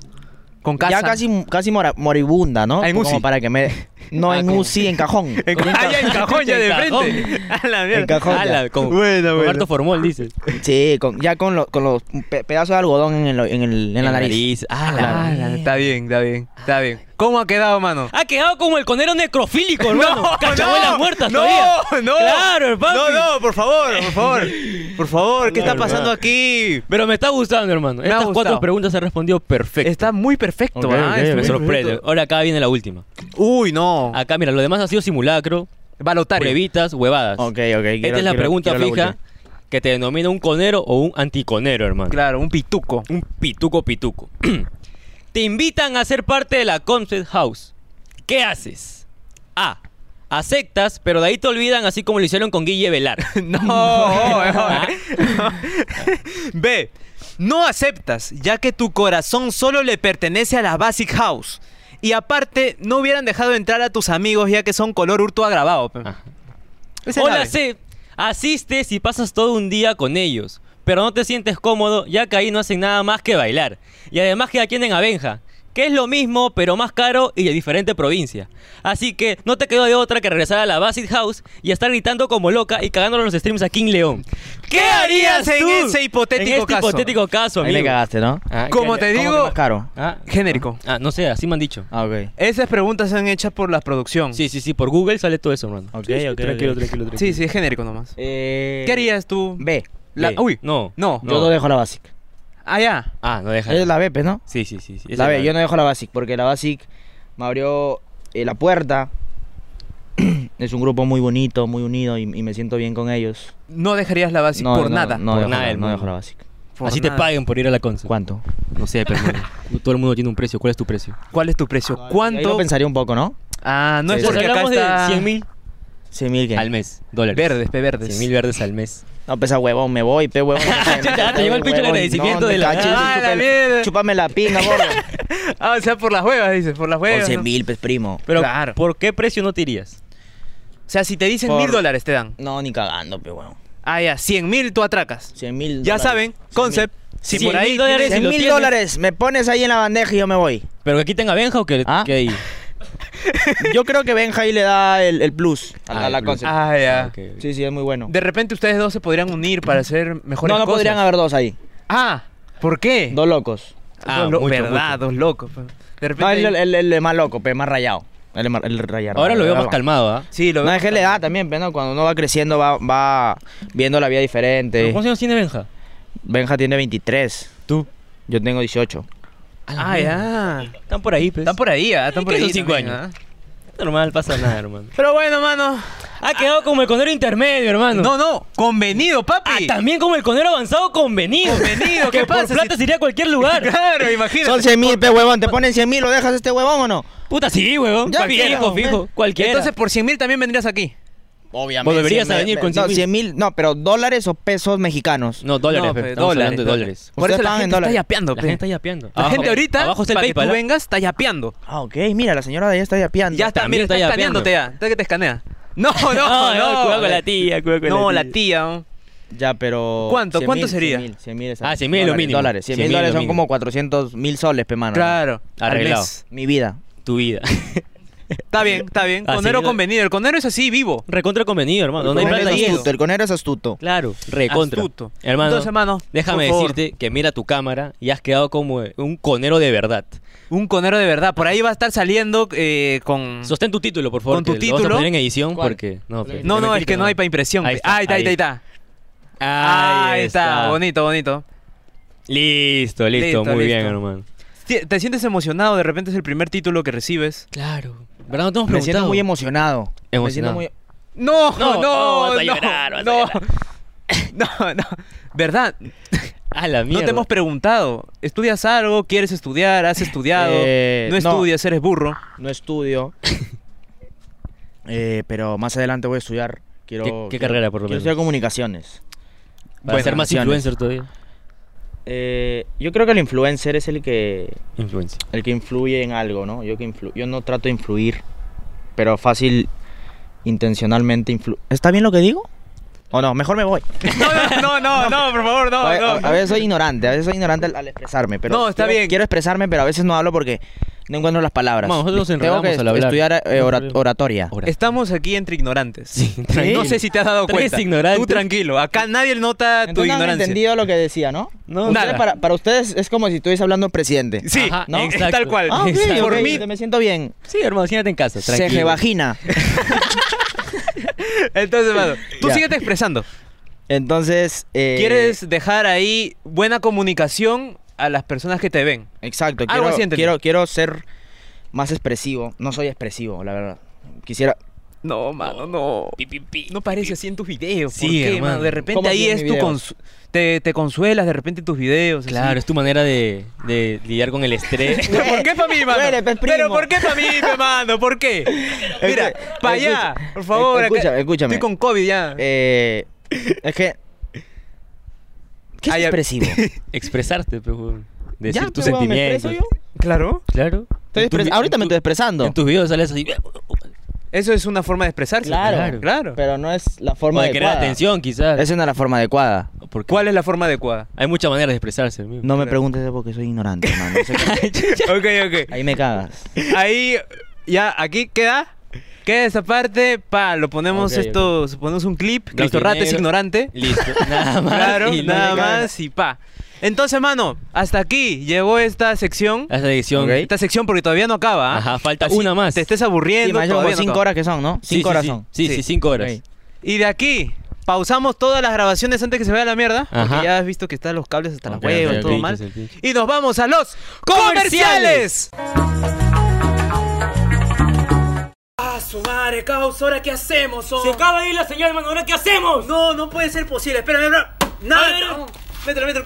S3: Con casa.
S1: ya casi, casi mora- moribunda, ¿no?
S3: Ah, en
S1: Como
S3: UCI.
S1: para que me... No,
S2: Ah,
S1: en
S2: como-
S1: UCI, en cajón.
S3: En, ah, ya, en cajón, ya de
S2: En cajón.
S3: frente. A la
S1: En
S3: mierda.
S1: cajón.
S2: Ah, la- con,
S3: Bueno,
S2: con
S3: bueno.
S2: harto formol, dices.
S1: Sí, con- ya con, lo- con los pe- pedazos de algodón en, el- en el- en la nariz.
S2: Ah, la
S3: Ah,
S2: mierda.
S3: la- está bien, está bien, está bien. ¿Cómo ha quedado, mano?
S2: Ha quedado como el conero necrofílico, hermano. Cachabuelas muertas
S3: no,
S2: todavía.
S3: No,
S2: Claro, papi.
S3: No, no, por favor, por favor. Por favor, ¿qué
S2: Claro,
S3: está
S2: hermano.
S3: pasando aquí?
S2: Pero me está gustando, hermano.
S3: ha
S2: Estas cuatro
S3: gustado.
S2: preguntas se han respondido perfecto.
S3: Está muy perfecto,
S1: Ok,
S3: ah,
S1: ok,
S3: está
S1: me
S2: Me
S3: muy
S2: sorprende.
S3: perfecto. Oh.
S2: Ahora acá viene la última.
S3: Uy, no.
S2: Acá, mira, lo demás ha sido simulacro,
S3: Ah, Balotario.
S2: pruebitas, huevadas.
S1: Ok, ok. quiero-
S2: Esta es la
S1: quiero-
S2: pregunta
S1: quiero la
S2: fija
S1: última.
S2: que te denomina un conero o un anticonero, hermano.
S3: Claro, un pituco.
S2: Un pituco pituco. te invitan a ser parte de la Concept House. ¿Qué haces? A. Aceptas, pero de ahí te olvidan, así como lo hicieron con Guille Velar. Ah.
S3: No, no. eh. B. No aceptas, ya que tu corazón solo le pertenece a la Basic House. Y aparte, no hubieran dejado entrar a tus amigos ya que son color hurto agravado. pe.
S2: Ajá.
S3: Esa es la
S2: Hola
S3: B.
S2: C. Asistes y pasas todo un día con ellos, pero no te sientes cómodo ya que ahí no hacen nada más que bailar. Y además que atienden a Benja, que es lo mismo pero más caro y de diferente provincia. Así que no te quedó de otra que regresar a la Basit House y estar gritando como loca y cagándole los streams a King León. ¿Qué harías
S3: en
S2: tú
S3: ese hipotético
S2: en este
S3: caso?
S2: hipotético caso,
S1: Ahí le
S2: amigo?
S1: cagaste, ¿no?
S2: Ah, ¿qué
S3: Como
S2: haría-
S3: te
S1: ¿Cómo que
S3: digo,
S1: más caro?
S2: Ah,
S3: genérico.
S2: ah, no sé, así me han dicho.
S1: Ah, ok.
S3: Esas preguntas son hechas por la producción.
S2: Sí, sí, sí, por Google sale todo eso, hermano.
S1: Ok,
S2: Sí, sí,
S1: ok,
S2: Tranquilo,
S1: ok.
S2: tranquilo, tranquilo.
S3: sí, sí, es genérico nomás.
S1: Eh,
S3: ¿Qué harías tú?
S1: B.
S3: La-
S2: Sí.
S3: uy,
S2: No.
S3: no.
S1: Yo no dejo la básica.
S3: Ah, ya.
S2: Ah, no deja.
S1: Esa es la B, pues, ¿no?
S2: Sí, sí, sí. sí, esa
S1: La
S2: es
S1: B, yo no dejo la Basic, porque la Basic me abrió eh, la puerta. es un grupo muy bonito, muy unido y, y me siento bien con ellos.
S3: No dejaría la Basic
S1: No,
S3: por
S1: no,
S3: nada.
S1: No,
S2: Por
S1: dejo,
S2: nada
S1: la-
S2: del
S1: no
S2: mundo.
S1: dejo la Basic.
S3: Por
S2: Así
S3: nada.
S2: te paguen por ir a la consola.
S1: ¿Cuánto?
S2: No sé, pero todo el mundo tiene un precio. ¿Cuál es tu precio?
S3: ¿Cuál es tu precio?
S1: Ah, Ahí lo
S3: ¿Cuánto?
S1: pensaría un poco, ¿no?
S3: Ah, no es
S1: Sí,
S3: porque acá
S2: hablamos
S3: está...
S2: de 100 mil
S1: 100 mil
S2: al mes, dólares.
S3: Verdes, pe, verdes.
S2: 100 mil verdes al mes.
S1: No, pesa huevón, me voy, pe huevón.
S2: Chuta, te llegó el pinche
S1: Huevón,
S2: agradecimiento
S1: no,
S2: de la
S1: cachis,
S3: nada. Ah, la
S1: chúpame-
S3: mierda.
S1: Chúpame la pinga, gordo.
S3: Ah, o sea, por las huevas, dices, por las
S1: Por
S3: huevas.
S1: 100
S3: ¿no?
S1: mil, pues, primo.
S2: Pero,
S3: Claro.
S2: ¿por qué precio no te irías?
S3: O sea, si te dicen
S1: Por-
S3: mil dólares te dan.
S1: No, ni cagando, pe huevón.
S3: Ah, ya, cien mil tú atracas.
S1: 100 mil
S3: Ya saben, concept. Si por ahí.
S2: dólares si
S1: 100
S2: lo
S1: mil
S2: tienes-
S1: dólares, me pones ahí en la bandeja y yo me voy.
S2: ¿Pero que quiten a Benja o que,
S1: Ah.
S2: que ahí?
S1: Yo creo que Benja ahí le da el, el plus a, la-
S2: Ah,
S1: a la
S2: el plus.
S1: concept.
S3: Ah, ya.
S2: Ah, ok, ok.
S1: Sí, sí, es muy bueno.
S3: De repente ustedes dos se podrían unir para hacer mejores
S1: No, no
S3: cosas.
S1: podrían haber dos ahí.
S3: Ah, ¿por qué?
S1: Dos locos.
S2: Ah,
S3: Dos lo-
S2: mucho,
S3: verdad,
S2: mucho.
S3: dos locos. pe. De
S1: No,
S3: repente.
S1: el, el- el- el más loco, pe, más rayado. El, más- el rayado.
S2: Ahora lo veo
S1: rayado.
S2: más calmado, ¿ah?
S3: Sí, lo
S1: No,
S3: veo.
S1: es que la edad también, pe, ¿no? Cuando uno va creciendo, va, va viendo la vida diferente.
S2: ¿Cuántos años tiene Benja?
S1: Benja tiene 23.
S2: Tú.
S1: Yo tengo 18.
S3: Ah, ya.
S2: Están por ahí, pues.
S3: Están por ahí, ah, están
S2: ¿Qué
S3: por ahí.
S2: son cinco
S3: también,
S2: años?
S3: ah.
S2: Normal, pasa nada, hermano.
S3: Pero bueno, mano.
S2: Ha quedado Ah, como el conero intermedio, hermano.
S3: No, no, convenido,
S2: Ah,
S3: papi.
S2: también como el conero avanzado convenido.
S3: Convenido,
S2: que
S3: ¿qué
S2: por
S3: pasa
S2: plata
S3: si-
S2: se iría a cualquier lugar.
S3: Claro, imagínate.
S1: Son 100 mil, pe, huevón. ¿Te ponen 100 mil? ¿Lo dejas a este huevón o no?
S2: Puta, sí, huevón.
S1: Ya,
S2: Cualquiera,
S1: claro,
S2: fijo,
S1: ve.
S2: cualquiera.
S3: Entonces, por cien mil también vendrías aquí.
S1: Obviamente.
S2: Vos deberías a venir con 100.000.
S1: No, 100 mil. No, pero dólares o pesos mexicanos.
S2: No, dólares,
S3: No,
S2: pe,
S3: pe,
S2: estamos
S3: dólares,
S2: hablando de dólares.
S1: Ustedes pagan en dólares.
S3: yapeando,
S2: La
S3: pe.
S2: gente está yapeando.
S3: La
S2: Abajo-
S3: gente ahorita,
S2: Abajo está el
S3: para que tú
S2: PayPal. ¿ah?
S3: vengas, está yapeando.
S1: Ah, ok. Mira, la señora de allá está yapeando.
S3: Ya está,
S2: También
S3: mira, está
S2: está
S3: escaneándote ya. Está que te escanea. No,
S2: No,
S3: no, no.
S2: no, cuidado con la tía, cuidado con
S3: No,
S2: la
S3: la
S2: tía.
S3: tía. ¿no?
S1: Ya, pero...
S3: ¿Cuánto?
S1: 100.000,
S3: ¿Cuánto sería?
S1: 100.000, 100.000 es-
S2: Ah, 100.000 lo
S1: dólares,
S2: mínimo.
S1: Dólares. 100
S2: 100.000
S1: mil
S2: lo
S1: dólares son
S2: mínimo.
S1: como 400 mil soles, pe, mano.
S3: Claro. al
S2: Arreglado.
S3: mes.
S1: Mi vida.
S2: Tu vida.
S3: Está bien, está bien.
S2: Así
S3: Conero
S2: es.
S3: convenido. El conero es así, vivo.
S2: Recontra convenido, hermano.
S3: No
S2: Donde
S1: el,
S2: hay
S3: Con
S1: conero es
S2: plata hay
S3: miedo.
S2: eso.
S1: astuto, el conero es astuto.
S2: Claro, recontra.
S3: Astuto.
S2: Hermano,
S3: Entonces, hermano,
S2: déjame
S3: por favor.
S2: decirte que mira tu cámara y has quedado como eh, un conero de verdad.
S3: Un conero de verdad. Por ahí va a estar saliendo eh, con.
S2: Sostén Mm. tu título, por favor.
S3: Con tu
S2: que Lo vas a
S3: título.
S2: poner en edición
S1: ¿Cuál?
S2: porque... No, pe,
S3: No,
S2: te
S3: no, es
S2: metiste,
S3: que no hay para impresión.
S2: Ahí
S3: pe.
S2: está,
S3: Ah, Ahí está, ahí está,
S2: ahí.
S3: ahí está.
S2: Ahí está.
S3: Bonito, bonito.
S2: Listo, listo.
S3: Listo,
S2: Muy bien,
S3: listo.
S2: hermano.
S3: Sí, Te sientes emocionado, de repente es el primer título que recibes.
S2: Claro. ¿Verdad? No te hemos
S1: Me siento
S2: preguntado.
S1: muy emocionado. Me siento
S2: Emocionado.
S1: muy...
S3: No,
S2: No,
S3: no,
S2: no,
S3: no.
S2: vas a llorar, vas a
S3: no.
S2: llorar.
S3: No, no. ¿Verdad?
S2: A la mierda.
S3: No te hemos preguntado. ¿Estudias algo? ¿Quieres estudiar? ¿Has estudiado?
S1: Eh,
S3: no
S1: no.
S3: estudias, eres burro.
S1: No estudio. Eh, pero más adelante voy a estudiar. Quiero,
S2: ¿Qué- qué
S1: quiero-
S2: carrera, por lo
S1: Quiero
S2: menos?
S1: estudiar comunicaciones.
S2: Para ser más
S1: Relaciones.
S2: influencer todavía.
S1: Eh, yo creo que el influencer es el que
S2: Influencer.
S1: el que influye en algo, ¿no? Yo que influ- yo no trato de influir, pero fácil intencionalmente influ ¿Está bien lo que digo? O no, mejor me voy.
S3: No, no, no, no, por favor, no,
S1: a, ve-
S3: Ah, no.
S1: a- a veces soy ignorante, a veces soy ignorante al, al expresarme, pero
S3: No, está
S1: quiero-
S3: bien.
S1: quiero expresarme, pero a veces no hablo porque No encuentro las palabras.
S2: Mano, nosotros nos
S1: Tengo que
S2: enredamos al hablar.
S1: estudiar eh, ora- oratoria.
S3: Estamos aquí entre ignorantes.
S2: tranquilo.
S3: No sé si te has dado
S2: Tres
S3: cuenta.
S2: ignorantes.
S3: Tú tranquilo. Acá nadie nota tu
S1: Entonces, no han
S3: ignorancia.
S1: entendido lo que decía, ¿no?
S2: No,
S1: Ustedes,
S3: nada.
S1: Para, para ustedes es como si estuviese hablando presidente.
S3: Sí,
S2: Ajá,
S1: ¿no?
S3: es
S2: exacto.
S3: tal cual.
S1: Ah, ok,
S2: Exacto.
S3: Por
S1: ok,
S3: mí,
S1: Me siento bien.
S2: Sí, hermano, siéntate en casa, tranquilo.
S1: Ceje vagina.
S3: entonces, mano, tú
S1: Ya.
S3: síguete expresando.
S1: Entonces. eh,
S3: Quieres dejar ahí buena comunicación a las personas que te ven.
S1: Exacto.
S3: Algo
S1: Quiero,
S3: así entendí.
S1: quiero, quiero ser más expresivo. No soy expresivo, la verdad. Quisiera.
S3: No, mano, no. No parece así en tus videos. ¿Por
S2: Sí,
S3: qué,
S2: hermano.
S3: mano? De repente
S1: ¿Cómo
S3: ahí
S1: así en
S3: es
S1: mi
S3: tu
S1: video?
S3: consu- te, te consuelas de repente en tus videos. así.
S2: Claro, es tu manera de, de lidiar con el estrés.
S3: ¿Pero por qué para mí, mano?
S1: Duele, pues, primo.
S3: ¿Pero por qué para mí, pe, mano? ¿Por qué? Mira,
S1: Escu-
S3: para allá,
S1: escucha,
S3: por favor. acá-
S1: escúchame, escúchame.
S3: Estoy con COVID ya.
S1: eh, es que. ¿Qué es
S3: Ay, ya-
S1: expresivo?
S2: Expresarte, pues, weón. Decir
S1: Ya,
S2: tus
S1: pues, weón, ¿me
S2: sentimientos.
S1: expreso yo?
S3: claro.
S2: Claro.
S1: Estoy
S2: En tu
S1: expres-
S2: vi-
S1: Ahorita
S2: en
S1: me
S2: tu-
S1: estoy expresando.
S2: En tus videos sales así.
S3: Eso es una forma de expresarse.
S1: Claro,
S3: claro.
S1: Pero no es la
S2: Forma
S1: forma
S2: de querer
S1: adecuada.
S2: atención, quizás.
S1: Esa no es la forma adecuada.
S2: ¿Por qué?
S3: ¿Cuál es la forma adecuada?
S2: Hay muchas maneras de expresarse, amigo.
S1: No me
S3: Claro.
S1: preguntes eso porque soy ignorante, hermano. Eso que-
S3: ok, ok.
S1: Ahí me cagas.
S3: Ahí, ya, aquí queda. Queda esa parte. Pa, lo ponemos
S2: Ok,
S3: esto. Ponemos un clip.
S2: Blanco
S3: Cristo
S2: y
S3: Rata es
S2: negro.
S3: ignorante.
S2: Listo. Nada más.
S3: Claro,
S2: y no le
S3: nada
S2: cagas.
S3: más y pa. Entonces, mano, hasta aquí llegó esta sección.
S2: Haz la edición.
S3: Esta sección porque todavía no acaba. ¿ah?
S2: Ajá, falta
S3: Así
S2: una más.
S3: Te estés
S1: Sí,
S3: aburriendo.
S1: más como
S3: todavía no
S1: cinco
S3: acaba.
S1: horas que son, ¿no?
S2: Sí,
S1: Cinco
S2: sí,
S1: horas
S2: sí.
S1: son.
S2: Sí, sí,
S3: Sí.
S2: cinco horas.
S1: Ok.
S3: Y de aquí pausamos todas las grabaciones antes que se vea la mierda.
S2: Ajá.
S3: Porque ya has visto que están los cables hasta
S2: Ok,
S3: la hueva
S2: ok,
S3: todo
S2: ok,
S3: mal.
S2: ok, ok.
S3: Y nos vamos a los comerciales.
S2: Comerciales.
S6: Ah, su madre, caos, ¿ahora qué hacemos? Se acaba de ir la señal, mano, ¿ahora qué hacemos? No, no puede ser posible, espérame, espérame.
S3: Nada,
S6: Nada,
S3: mételo, mételo.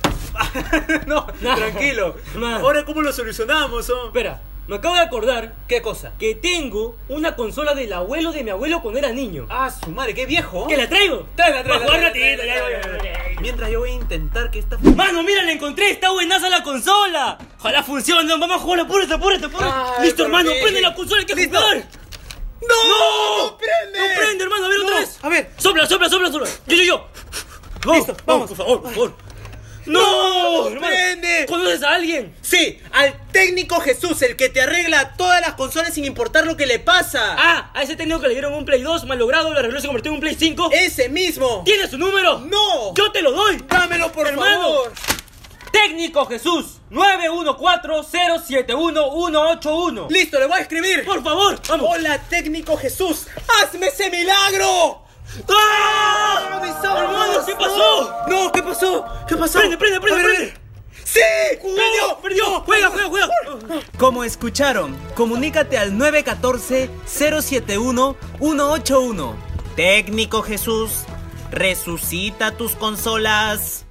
S3: no,
S6: Nada.
S3: tranquilo.
S6: Nada.
S3: Ahora, ¿cómo lo solucionamos? oh?
S6: espera, me acabo de acordar
S3: ¿Qué cosa?
S6: que tengo una consola del abuelo de mi abuelo cuando era niño.
S3: Ah, su madre, qué viejo.
S6: ¿Que la traigo?
S3: Tráela,
S6: Para
S3: tráela,
S6: jugar ratito,
S3: tráela,
S6: ya, ya,
S3: tráela,
S6: ya,
S3: tráela.
S6: ya, ya.
S3: Mientras yo voy a intentar que esta...
S6: Mano, mira, la encontré, está buenaza la consola. Ojalá funcione, vamos a jugar, apúrate, apúrate, apúrate.
S3: Ay,
S6: Listo,
S3: ¿por
S6: hermano,
S3: qué?
S6: prende la consola, hay que
S3: Listo.
S6: jugar.
S3: ¡No! ¡No prende!
S6: No prende, hermano, a ver otra
S3: No,
S6: vez.
S3: a ver.
S6: Sopla, sopla, sopla, sopla. Yo, yo, yo. Vamos,
S3: Listo,
S6: vamos,
S3: vamos.
S6: por favor, por favor. No, hermano.
S3: prende.
S6: ¿Conoces a alguien?
S3: Sí, al técnico Jesús, el que te arregla todas las consolas sin importar lo que le pasa.
S6: Ah, a ese técnico que le dieron un Play 2, malogrado, lo arregló y se convirtió en un Play 5.
S3: ¡Ese mismo!
S6: ¿Tienes su número?
S3: Eh. ¡No!
S6: Yo te lo doy.
S3: ¡Dámelo, por
S6: Hermano.
S3: favor!
S6: Técnico Jesús, 914-071-181.
S3: ¡Listo, le voy a escribir!
S6: Por favor, vamos.
S3: ¡Hola, técnico Jesús! ¡Hazme ese milagro!
S6: ¡Ah! Hermano, ¿qué pasó?
S3: ¡No! ¿Qué pasó? ¿Qué pasó?
S6: Prende, prende, prende,
S3: A ver, a ver.
S6: prende.
S3: ¡Sí!
S6: ¡Perdió! ¡Perdió! ¡Juega, juega, juega!
S7: Como escucharon, comunícate al 914-071-181. Técnico Jesús, resucita tus consolas.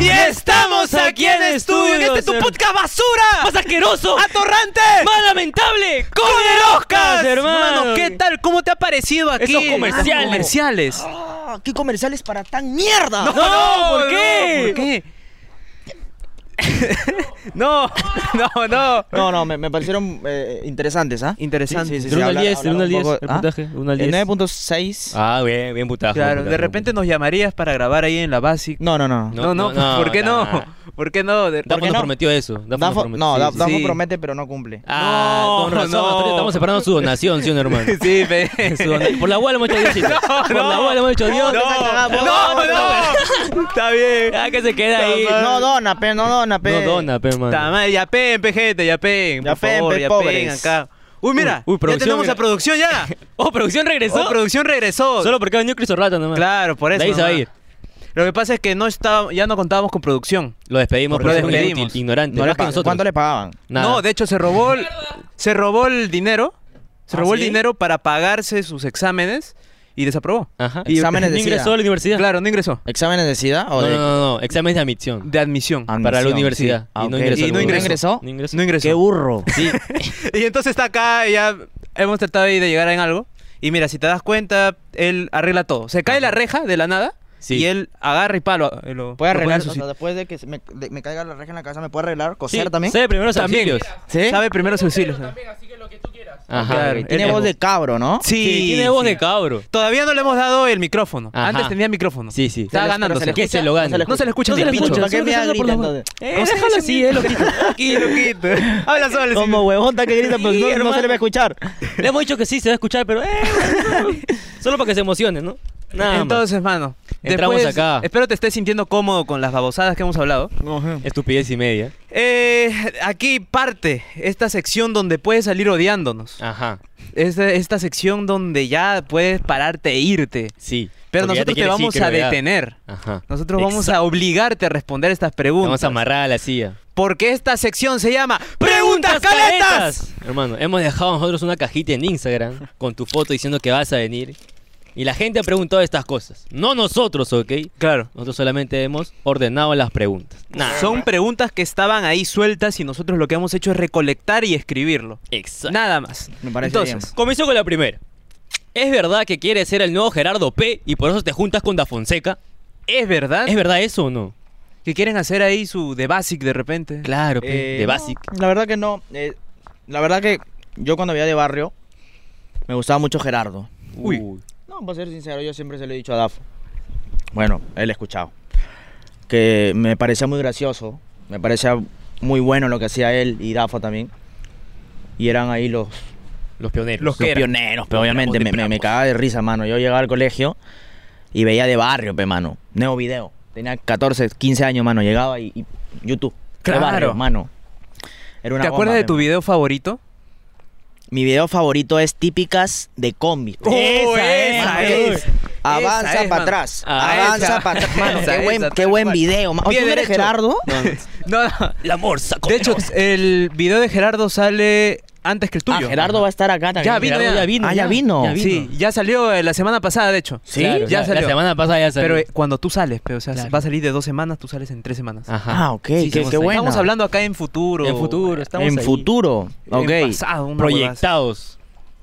S3: ¡Y estamos aquí en estudio! en ¡Este es tu
S2: señor.
S3: podcast basura!
S2: ¡Más asqueroso!
S3: Ah, ¡Atorrante!
S2: ¡Más lamentable!
S3: ¡Con el Oscar!
S2: hermano!
S3: ¿Qué tal? ¿Cómo te ha parecido aquí?
S2: Esos comerciales.
S3: Los comerciales.
S1: Ah, ¿Qué comerciales para tan mierda?
S2: no,
S3: No,
S2: ¿por
S3: no,
S2: qué?
S3: ¿Por qué? no, no, no.
S1: No, no, me, me parecieron eh, interesantes, ¿ah?
S3: Interesantes.
S1: Sí, sí, sí,
S2: Del uno al
S1: hablar-
S2: diez, del uno al
S1: hablar un
S2: diez,
S1: poco- ¿ah?
S2: el puntaje, uno al
S1: El
S2: diez.
S1: 9.6.
S2: Ah, bien, bien putajo.
S3: Claro, de repente nos llamarías para grabar ahí en la básica.
S1: No, no, no.
S2: No,
S3: No, no,
S2: no,
S3: ¿por qué no?
S2: nah.
S3: ¿Por qué no? De-
S2: Dafo
S1: qué
S2: nos
S1: no?
S2: prometió eso. Dafo nos
S1: Dafo-
S2: prometió-
S1: no,
S2: sí,
S1: Da-
S2: sí,
S1: Dafo
S3: sí.
S1: promete, pero no cumple.
S2: Ah,
S3: No,
S2: con razón,
S3: no.
S2: nosotros estamos separando su donación, ¿sí o no, hermano?
S3: Sí, pe.
S2: Su donación. Por la hueá lo hemos hecho Dios, chicos. Por la
S3: no.
S2: hueá lo hemos hecho Dios.
S3: No, no, no. Está bien.
S2: Ah, que se queda ahí.
S1: No dona, pe, no dona, pe.
S2: No dona, pe, hermano.
S3: Está mal, ya peen, pe, gente, ya peen.
S1: Ya
S3: Por
S1: peen,
S3: favor,
S1: pe,
S3: ya
S1: pobres.
S3: peen acá. Uy, mira,
S2: uy,
S3: ya
S2: producción,
S3: tenemos
S2: mira.
S3: a producción ya.
S2: Oh, producción regresó.
S3: Oh, producción regresó.
S2: Solo porque ha venido Cristo Rata nomás.
S3: Claro, por eso.
S2: De ahí se va a
S3: nomás.
S2: ir.
S3: Lo que pasa es que no estaba, ya no contábamos con producción.
S2: Lo despedimos
S3: Lo
S2: porque es un
S3: despedimos.
S2: inútil, ignorante.
S1: No
S2: más
S1: le
S2: que
S1: pa-
S2: nosotros.
S1: ¿Cuánto le pagaban?
S2: Nada.
S3: No, de hecho se robó el, se robó el dinero. Se
S2: ¿Ah,
S3: robó el
S2: sí?
S3: dinero para pagarse sus exámenes y desaprobó.
S2: Ajá.
S3: Y
S1: Exámenes
S2: No
S1: de
S2: ingresó a
S1: SIDA.
S2: la universidad.
S3: Claro, no ingresó.
S1: ¿Exámenes de SIDA o
S2: No,
S1: de
S2: no, no, no, exámenes de admisión.
S3: De admisión.
S2: para la
S1: admisión?
S2: universidad.
S1: Sí. Ah,
S2: Y no
S1: ok.
S2: ingresó.
S3: ¿Y no
S2: al lugar.
S1: ingresó?
S2: No ingresó.
S3: No ingresó.
S1: Qué burro.
S2: Sí.
S3: Y entonces está acá, ya hemos tratado ahí de llegar en algo. Y mira, si te das cuenta, él arregla todo. Se cae la reja de la nada
S2: Sí.
S3: y él agarra y palo. eh,
S1: ¿Puede
S3: Lo, lo pone
S1: arreglar?
S3: en su
S1: o sea,
S3: sitio.
S1: después de que se me, de- me caiga la reja en la casa, ¿me puede arreglar?
S2: Sí,
S1: ¿Coser también?
S2: Sabe primero
S3: También.
S2: auxilios.
S1: ¿Sí?
S3: Sabe primero sus
S4: Pero
S3: auxilios.
S4: también, así que lo que tú quieras.
S2: Ajá.
S3: Claro.
S1: Ok, Tiene voz de cabro, ¿no?
S3: Sí,
S2: Sí, tiene voz
S3: sí.
S2: de cabro.
S3: Todavía no le hemos dado el micrófono.
S2: Ajá.
S3: Antes tenía micrófono.
S2: Sí, sí.
S3: Está
S2: Se le-
S3: ganándose.
S2: pero se le Que se lo gane.
S3: No se le escucha ni el
S1: escucha.
S3: pincho.
S1: ¿Para qué me da
S2: Solo se
S1: grita
S2: habla por la-
S1: entonces?
S2: Eh, déjalo así, eh, lo quito.
S3: Habla solo. sí.
S1: Como huevón está que grita, pero
S2: Sí,
S1: no, no
S2: hermano.
S1: se le va a escuchar.
S2: Le hemos dicho que sí, se va a escuchar, pero... eh, solo para que se emocione, ¿no? Nada más.
S3: Entonces, mano.
S2: Entramos
S3: después-
S2: acá.
S3: Espero te estés sintiendo cómodo con las babosadas que hemos hablado.
S2: Estupidez y media.
S3: Eh, aquí parte esta sección donde puedes salir odiándonos.
S2: Ajá.
S3: Esta, esta sección donde ya puedes pararte e irte.
S2: Sí.
S3: Pero
S2: Porque ya
S3: nosotros te,
S2: quiere decir
S3: vamos
S2: que
S3: a
S2: no, ya.
S3: detener.
S2: Ajá.
S3: Nosotros vamos a obligarte a responder estas
S2: Te
S3: preguntas.
S2: Vamos a amarrar a la silla.
S3: Porque esta sección se llama Preguntas Caletas.
S2: Hermano, hemos dejado nosotros una cajita en Instagram con tu foto diciendo que vas a venir. Y la gente ha preguntado estas cosas. No nosotros, ¿ok?
S3: Claro.
S2: Nosotros solamente hemos ordenado las preguntas. Nada.
S3: Son preguntas que estaban ahí sueltas y nosotros lo que hemos hecho es recolectar y escribirlo.
S2: Exacto.
S3: Nada más.
S1: Me parece
S3: Entonces,
S2: Comienzo con la primera. ¿Es verdad que quieres ser el nuevo Gerardo P y por eso te juntas con Da Fonseca?
S3: ¿es verdad
S2: ¿Es verdad eso o no?
S3: que quieren hacer ahí su The Basic de repente?
S2: Claro,
S1: Eh,
S2: de
S1: no,
S2: Basic.
S1: la verdad que no. eh, la verdad que yo cuando vivía de barrio, me gustaba mucho Gerardo.
S3: Uy.
S1: No, para ser sincero, yo siempre se lo he dicho a Dafo. Bueno, él ha escuchado. Que me parecía muy gracioso, me parecía muy bueno lo que hacía él y Dafo también. Y eran ahí los,
S2: Los pioneros.
S1: los pioneros, pero obviamente me, me, me cagaba de risa, mano. Yo llegaba al colegio y veía de barrio, pe, mano. Neo Video. Tenía 14, 15 años, mano. Llegaba y, y YouTube. De
S3: Claro.
S1: barrio, mano. Era una
S3: ¿Te acuerdas
S1: bomba,
S3: de
S1: pe,
S3: tu
S1: mano.
S3: video favorito?
S1: Mi video favorito es típicas de combi. Eh,
S3: Oh, esa es. Esa
S1: Avanza
S3: es,
S1: para
S3: mano.
S1: atrás.
S3: Ah, esa.
S1: avanza para atrás. Mano,
S3: Esa,
S1: qué buen,
S3: esa,
S1: qué
S3: tal
S1: buen
S3: cual.
S1: video. mano.
S3: Bien
S1: ¿Tú no eres
S3: derecho.
S1: Gerardo? Ah,
S3: No, no.
S2: La morsa.
S3: De hecho, el video de Gerardo sale antes que el tuyo.
S1: Ah, Gerardo va a estar acá también.
S3: Ya vino,
S1: Gerardo
S3: ya.
S1: Ah, ya vino.
S2: ya vino.
S3: Sí, ya salió eh, la semana pasada, de hecho.
S1: Sí,
S2: Claro,
S3: ya
S2: la-
S3: salió.
S2: La semana pasada ya salió.
S3: Pero eh, cuando tú sales, pero, o sea,
S2: Claro.
S3: va a salir de dos semanas, tú sales en tres semanas.
S2: Ajá.
S1: Ah, ok.
S2: Sí,
S1: qué
S2: estamos
S1: qué
S2: ahí.
S1: bueno.
S3: Estamos hablando acá en futuro.
S2: En futuro, estamos
S1: en
S2: ahí.
S1: futuro. Ok.
S3: En pasado, una huevada
S2: Proyectados.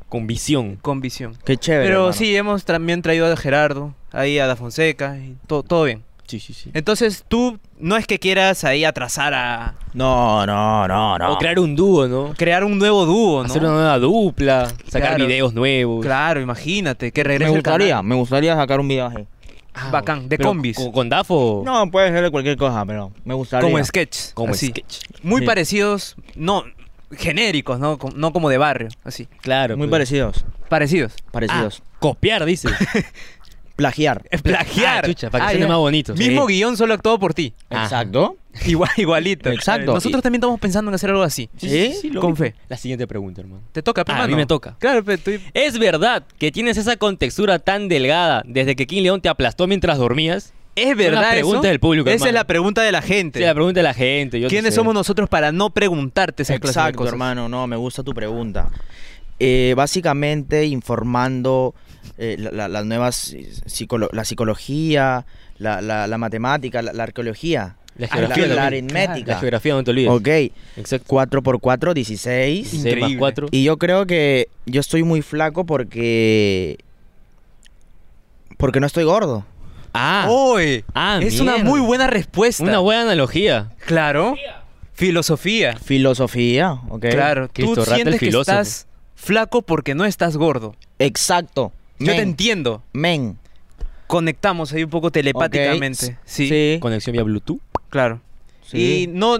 S2: Con visión.
S3: así, Con visión.
S1: Qué chévere.
S3: Pero
S1: mano.
S3: sí, hemos también traído a Gerardo, ahí a Da Fonseca, y to- todo bien.
S2: Sí, sí, sí.
S3: Entonces, tú no es que quieras ahí atrasar a
S1: No, no, no, no.
S2: O crear un dúo, ¿no?
S3: crear un nuevo dúo, ¿no?
S2: Hacer una nueva dupla. Sacar
S3: Claro.
S2: videos nuevos.
S3: Claro, imagínate, que
S1: me
S3: regrese el
S1: gustaría,
S3: canal.
S1: me gustaría sacar un video así.
S2: Ah,
S3: Bacán, de
S2: pero
S3: combis.
S2: Con, con Dafo.
S1: No, puede ser de cualquier cosa, pero me gustaría.
S3: Como sketch.
S2: Como
S3: así.
S2: sketch.
S3: Muy
S1: Sí.
S3: parecidos, no, genéricos, ¿no? Com- no como de barrio, así.
S2: Claro.
S1: Muy
S2: pues. Ah,
S1: parecidos.
S3: Parecidos.
S1: Parecidos.
S2: Copiar, dice.
S3: Ah.
S1: Plagiar.
S3: Plagiar.
S2: Ah, chucha, para que
S3: Ah,
S2: suene
S3: ya.
S2: más bonito.
S3: Mismo
S2: Sí.
S3: guión, solo actuado por ti.
S2: Ajá.
S1: Exacto.
S3: Igual, igualito.
S1: Exacto.
S3: Nosotros también estamos pensando en hacer algo así. ¿Eh?
S1: Sí, sí,
S2: sí, lo
S3: Con
S2: vi.
S3: fe.
S2: La siguiente pregunta, hermano.
S3: Te toca, pero
S2: Ah, a mí me toca.
S3: Claro, pero tú...
S2: ¿Es verdad que tienes esa contextura tan delgada desde que King León te aplastó mientras dormías?
S3: ¿Es verdad
S2: las preguntas
S3: eso?
S2: del público,
S3: Esa
S2: hermano.
S3: es la pregunta de la gente.
S2: Sí, la pregunta de la gente. yo
S3: ¿Quiénes
S2: qué sé.
S3: somos nosotros para no preguntarte esas clases de
S1: Exacto,
S3: cosas?
S1: hermano. No, me gusta tu pregunta. Eh, básicamente informando eh, la- la- las nuevas eh, psicolo- la psicología, la, la- la matemática, la, la arqueología,
S2: La
S1: la,
S2: geografía.
S1: la
S2: también. La
S3: Ah,
S1: aritmética.
S2: geografía, no te olvides.
S1: ok,
S2: Exacto.
S1: 4 por 4, 16.
S2: Seis más
S3: Increíble.
S2: cuatro.
S1: Y yo creo que yo estoy muy flaco porque... Porque no estoy gordo.
S2: Ah,
S3: ¡Oye!
S2: Ah,
S3: es una
S2: mierda.
S3: muy buena respuesta.
S2: una buena analogía.
S3: Claro. Filosofía.
S1: Filosofía, ok.
S3: Claro.
S2: Cristo
S3: tú
S2: Rata, el
S3: sientes que
S2: filósofo.
S3: estás flaco porque no estás gordo.
S1: Exacto.
S3: Yo te
S1: Men,
S3: entiendo.
S1: Men.
S3: Conectamos ahí un poco telepáticamente.
S1: Ok,
S3: Sí,
S2: Conexión vía Bluetooth.
S3: claro.
S1: sí.
S3: Y no...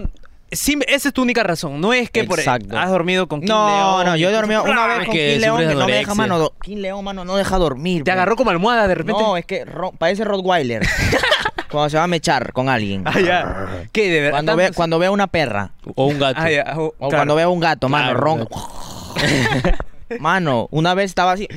S3: sí, esa es tu única razón. No es que por
S1: Exacto.
S3: has dormido con King
S1: No,
S3: León
S1: no,
S3: y
S1: yo he
S3: cosas Ah,
S1: dormido una vez
S2: Es
S1: con
S2: que
S1: King León,
S2: sufres
S1: que
S2: de
S1: no me
S2: anorexia.
S1: deja, mano. do- King León, mano, no deja dormir.
S3: Te
S1: pe.
S3: agarró como almohada de repente.
S1: No, es que ro- parece Rottweiler. cuando se va a mechar con alguien.
S3: Ah, ya. ¿Qué? De verdad.
S1: Cuando ve, cuando ve a una perra.
S2: O un gato.
S3: Ah, ya. O-
S1: O
S3: pues- claro.
S1: cuando ve a un gato, mano,
S2: Claro,
S1: ronca. mano, una vez estaba así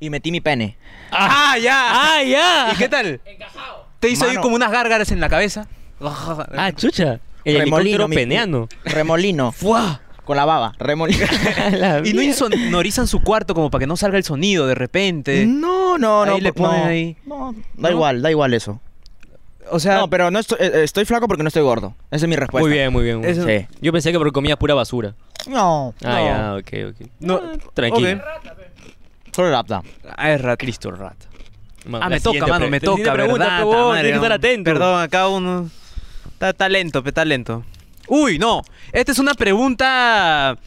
S1: y metí mi pene.
S3: Ah, ya.
S2: ¡Ah, ya!
S3: ¿Y qué tal?
S4: Encajado.
S3: Te hizo ahí
S1: Mano.
S3: como unas gárgaras en la cabeza.
S2: Ah, chucha. El helicóptero
S1: mi-
S2: peneano.
S1: Remolino.
S2: ¡Fua!
S1: Con la baba. Remolino.
S2: La
S3: Y no
S2: mierda.
S3: insonorizan su cuarto como para que no salga el sonido de repente.
S1: No, no, no.
S3: este, Ahí le
S1: pues,
S3: ponen
S1: no.
S3: ahí.
S1: No, da
S3: ¿No?
S1: igual, da igual eso.
S3: O sea,
S1: no, pero no estoy, eh, estoy flaco porque no estoy gordo. Esa es mi respuesta.
S2: Muy bien, muy bien. muy bien.
S3: Eso-
S1: Sí.
S2: Yo pensé que porque comías pura basura.
S1: No.
S2: Ah,
S1: no.
S2: ya, ok, ok.
S3: No,
S2: Ah, tranquilo.
S3: ok.
S1: Solo el apta.
S3: Ah, es rato.
S2: Cristo rata.
S3: Ah, me toca, mano, me toca, ¿verdad?
S2: Pregunta,
S3: ta
S2: huevón,
S3: madre,
S2: tienes que estar atento.
S3: Perdón, acá uno... Está, está lento, pe, está lento. Uy, no. Esta es una pregunta...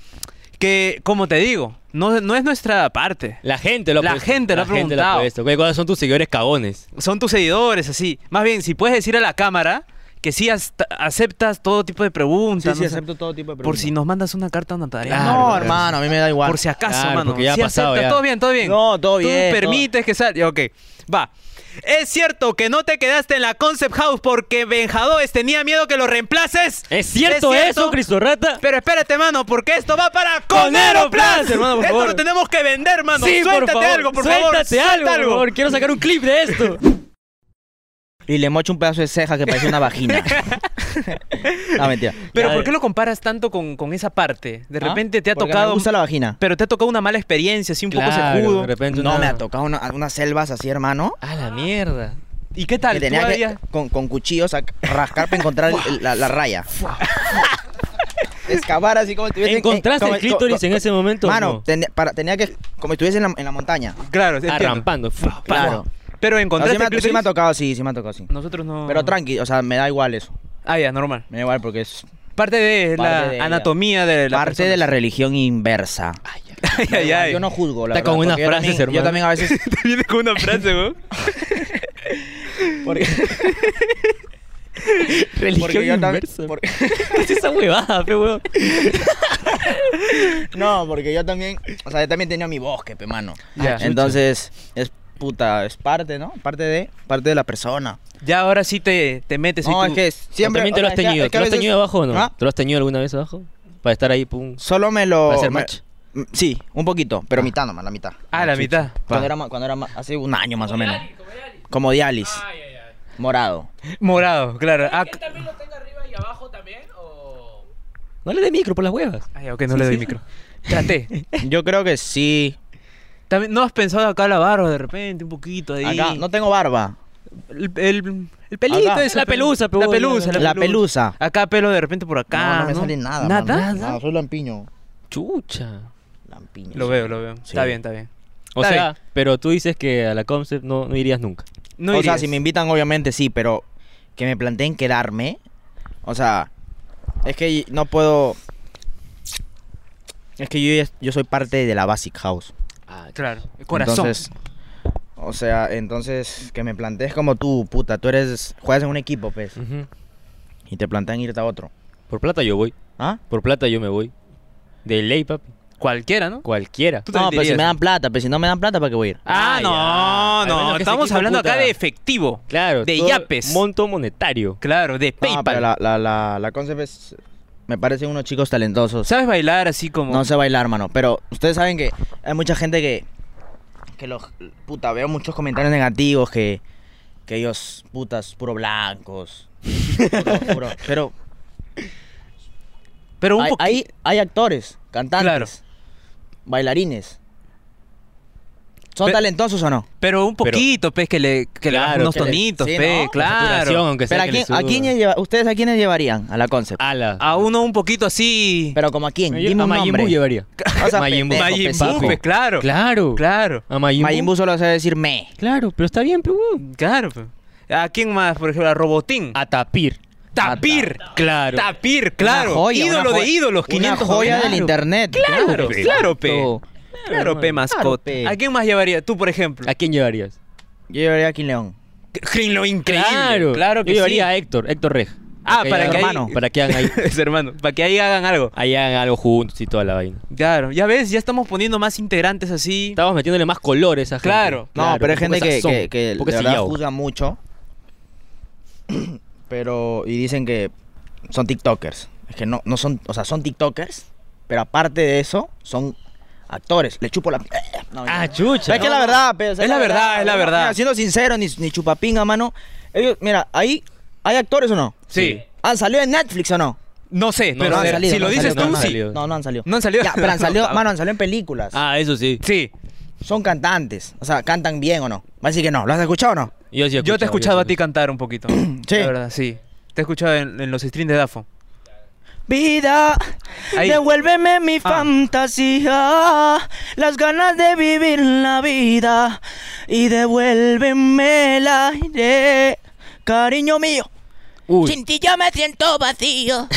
S3: que, como te digo, no, no es nuestra parte.
S2: La gente lo ha
S3: La
S2: puesto,
S3: gente lo ha preguntado.
S2: puesto. Güey, ¿Cuáles son tus seguidores cagones?
S3: Son tus seguidores, así. Más bien, si puedes decir a la cámara que sí hasta- aceptas todo tipo de preguntas.
S1: Sí,
S3: no
S1: sí,
S3: sé,
S1: acepto todo tipo de preguntas.
S3: Por si nos mandas una carta, una tarea.
S1: no, hermano, a mí me da igual.
S3: Por si acaso,
S2: Claro,
S3: mano.
S2: porque ya ha
S3: Sí
S2: pasado,
S3: acepta,
S2: ya.
S3: Todo bien, todo bien.
S1: No, todo bien,
S3: Tú
S1: todo-
S3: permites que salga. Ok, va. ¿Es cierto que no te quedaste en la Concept House porque Benjadores tenía miedo que lo reemplaces?
S2: ¿Es cierto eso, Cristo Rata?
S3: Pero espérate, mano, porque esto va para
S2: Conero
S3: Conero Plus.
S2: Plus, hermano, por
S3: esto
S2: favor.
S3: lo tenemos que vender, mano.
S2: sí,
S3: Suéltate
S2: por favor.
S3: algo, por
S2: Suéltate
S3: favor.
S2: algo, por favor. Quiero sacar un clip de esto.
S1: Y le mocho un pedazo de ceja que parece una vagina. no, mentira.
S3: Pero
S2: Ya,
S3: ¿por
S2: eh.
S3: qué lo comparas tanto con, con esa parte? De
S1: ¿Ah?
S3: repente te ha
S1: Porque
S3: tocado...
S1: Me gusta la vagina.
S3: Pero te ha tocado una mala experiencia, así un
S2: Claro,
S3: poco
S2: de
S3: sejudo.
S2: repente
S1: No
S2: una-
S1: me ha tocado una- algunas selvas así, hermano.
S2: A la mierda.
S3: ¿Y qué tal?
S1: Que tenía
S3: ¿Tú
S1: que
S3: habías-
S1: con, con cuchillos a- rascar para encontrar el- la, la raya. Excavar así como estuviese. eh,
S2: ¿Encontraste
S1: como-
S2: el clítoris
S1: co-
S2: en
S1: co-
S2: ese momento o
S1: Mano,
S2: no?
S1: ten- para- tenía que. Como estuviese en la, en la montaña.
S2: Ah,
S3: Claro, entiendo.
S2: Arrampando.
S1: Claro.
S3: Pero
S1: No, sí,
S3: encontraste
S1: me, ha-
S3: el
S1: sí me ha
S3: clítoris.
S1: tocado, sí, sí me ha tocado, sí.
S3: Nosotros no...
S1: Pero tranqui, o sea, me da igual eso.
S3: Ah, ya, normal.
S1: Me da igual porque es
S3: Parte de
S1: Parte
S3: la
S1: de ella.
S3: anatomía de la
S1: parte
S3: persona.
S1: de la religión inversa.
S3: Ay, ay, ay.
S1: Yo no juzgo, la verdad.
S2: Está con unas
S1: porque yo
S2: frases,
S1: también-
S2: hermano.
S1: Yo también a veces.
S3: Te viene con una frase, weón.
S1: Porque, porque yo
S2: Religión
S1: también.
S2: inversa.
S1: porque-
S2: ¿Qué es esa huevada, pe, huevón?
S1: No, porque yo también, o sea, yo también tenía mi bosque, pe mano.
S3: Ya.
S1: Ah, Entonces, es puta, es parte, ¿no? Parte de, parte de la persona.
S3: Ya ahora sí te, te metes
S1: no,
S3: y
S1: es
S3: tú-
S1: que siempre
S2: ¿También te
S1: o
S2: lo
S1: sea,
S2: has
S1: es que-
S2: teñido?
S1: es que
S2: ¿Te
S1: a
S2: lo has
S1: veces-
S2: teñido abajo o no?
S1: ¿Ah?
S2: ¿Te lo has teñido alguna vez abajo? Para estar ahí, pum.
S1: Solo me lo
S2: ¿Para hacer
S1: me-
S2: match?
S1: m- Sí, un poquito, pero mitad nomás, la mitad.
S3: Ah, la mitad.
S1: Cuando era ma- cuando era ma- hace un año más o menos. Como dialis, Ah,
S4: Ay, ay, ay.
S1: morado.
S3: Morado, claro. Ah,
S4: ¿Que él también lo tenga arriba y abajo también? ¿O.?
S2: No le dé micro por las huevas.
S3: ay, ok, no le doy micro. Traté.
S1: Yo creo que sí.
S3: También, ¿No has pensado acá la barba de repente? Un poquito ahí.
S1: Acá no tengo barba.
S3: El, el, el pelito
S1: Acá.
S3: ese,
S2: La
S3: pe-
S2: pelusa, pe,
S3: La
S2: huevón.
S3: pelusa, la,
S1: La pelusa.
S3: Acá pelo de repente por
S1: no,
S3: acá.
S1: no me sale nada.
S3: ¿Nada?
S1: mano. No, soy lampiño.
S2: Chucha.
S1: Lampiño.
S3: Lo
S1: sí.
S3: veo, lo veo.
S1: Sí.
S3: Está bien, está bien.
S2: O
S3: Está
S2: sea, pero tú dices que a la concept no, no irías nunca.
S3: No
S1: o sea,
S3: irías.
S1: si me invitan, obviamente sí, pero que me planteen quedarme. O sea, es que no puedo. Es que yo, ya- yo soy parte de la Basic House.
S3: Ah, Claro, el corazón.
S1: Entonces, o sea, entonces que me plantees como tú, puta. Tú eres. Juegas en un equipo, pues.
S3: Mm.
S2: Ujú.
S1: Y te plantean irte a otro.
S2: Por plata yo voy.
S1: ¿Ah?
S2: Por plata yo me voy. De ley, papi.
S3: Cualquiera, ¿no?
S2: Cualquiera.
S3: Tú
S1: No,
S3: también
S1: pero si
S3: dirías.
S1: me dan plata, pero si no me dan plata, ¿para qué voy a ir?
S3: Ah,
S2: Ah,
S3: no,
S2: ya. Al menos
S3: no.
S2: que ese
S3: Estamos
S2: equipo
S3: hablando acá
S2: puta-
S3: de efectivo.
S2: Claro.
S3: De
S2: todo
S3: yapes.
S2: Monto monetario.
S3: Claro, de
S1: No, pero
S3: PayPal.
S1: la, la, la, la concept es. Me parecen unos chicos talentosos.
S3: ¿Sabes bailar así como.?
S1: No sé bailar, mano. Pero ustedes saben que hay mucha gente que. Que los. Puta, veo muchos comentarios negativos que. Que ellos, putas, puro blancos. puro- puro- pero
S3: pero un
S1: hay,
S3: poquito.
S1: hay, hay actores, cantantes,
S3: Claro.
S1: bailarines. ¿Son
S3: Pe-
S1: talentosos o no?
S3: Pero un
S2: Pero-
S3: poquito, pez, que le, que le
S2: Claro,
S3: baje unos
S2: que le-
S3: tonitos,
S1: sí,
S3: pe,
S1: ¿no?
S2: La saturación,
S3: claro.
S2: aunque sea
S1: Pero ¿a
S2: que
S1: quién,
S2: le
S1: ¿a
S2: suba.
S1: quiénes lleva- ¿Ustedes a quiénes llevarían a la concept?
S2: Ala.
S3: A uno un poquito así.
S1: ¿Pero como a quién?
S2: Yo-
S1: Dime
S2: a
S1: un
S2: Majin Buu
S1: nombre.
S2: llevaría.
S1: O sea,
S2: Majin Buu.
S1: pendejo,
S3: Majin Buu,
S1: pendejo.
S3: pe, claro.
S2: Claro.
S3: Claro.
S2: A Majin,
S1: Majin
S2: Buu.
S1: Buu solo sabe decir me.
S2: Claro, pero está bien, pero. huevón.
S3: Claro, pe. ¿A quién más? Por ejemplo, a Robotín.
S2: A tapir.
S3: Tapir.
S2: Claro.
S3: Tapir,
S1: Una
S3: claro.
S1: joya,
S3: ídolo
S1: una
S3: de
S1: joya-
S3: ídolos, 500
S1: Una joya
S3: claro.
S1: del internet.
S3: Claro, claro,
S2: pe.
S3: pe. Claro, pe, mascota.
S1: pe.
S3: ¿A quién más llevaría? Tú, por ejemplo.
S2: ¿A quién llevarías?
S1: Yo llevaría a King León.
S3: lo increíble.
S2: Claro.
S3: Claro que
S2: Yo llevaría
S3: sí.
S2: a Héctor, Héctor Reg.
S3: Ah, para
S2: hagan-
S3: que ahí-
S2: hermano, para que hagan ahí,
S3: Es hermano. Para que ahí hagan algo.
S2: ahí hagan algo juntos y toda la vaina.
S3: Claro. Ya ves, ya estamos poniendo más integrantes así.
S2: Estamos metiéndole más colores a gente.
S3: Claro.
S1: No, pero hay
S2: un poco
S1: gente que,
S2: sazón,
S1: que, que
S2: un
S1: de
S2: poco
S1: verdad
S2: sillao.
S1: juzga mucho. Pero, y dicen que son TikTokers. Es que no, no son, o sea, son TikTokers, pero aparte de eso, son actores. Le chupo la. eh, No,
S2: Ah,
S1: no.
S2: chucha.
S1: Es que la verdad, pe, o sea,
S3: Es la verdad, es la
S1: mano.
S3: verdad.
S1: Mira, siendo sincero, ni, ni chupapinga, mano. Ellos, mira, ahí, ¿hay actores o no?
S3: Sí.
S1: ¿Han salido en Netflix o no?
S3: No sé,
S2: No,
S3: pero
S2: no han
S3: si-
S2: salido,
S3: si
S2: no
S3: lo
S2: han
S3: dices
S2: salido,
S3: tú,
S2: no han
S3: sí.
S2: salido.
S1: No, no han salido.
S3: No han salido.
S1: Ya, pero han salido,
S3: No.
S1: mano, han salido en películas.
S2: Ah, eso sí.
S3: Sí.
S1: Son cantantes. O sea, cantan bien o no. Va a decir que no. ¿Lo has escuchado o no?
S2: Yo, sí he
S3: Yo te he escuchado
S2: yo
S3: a
S2: sí
S3: ti
S2: he
S3: cantar un poquito.
S1: Sí.
S3: La verdad, sí. Te he escuchado en, en los streams de Dafo.
S1: Vida,
S3: Ahí.
S1: devuélveme mi
S3: Ah.
S1: fantasía, las ganas de vivir la vida y devuélveme el aire, cariño mío.
S2: escuchado. Uy,
S8: Sin ti yo me siento vacío.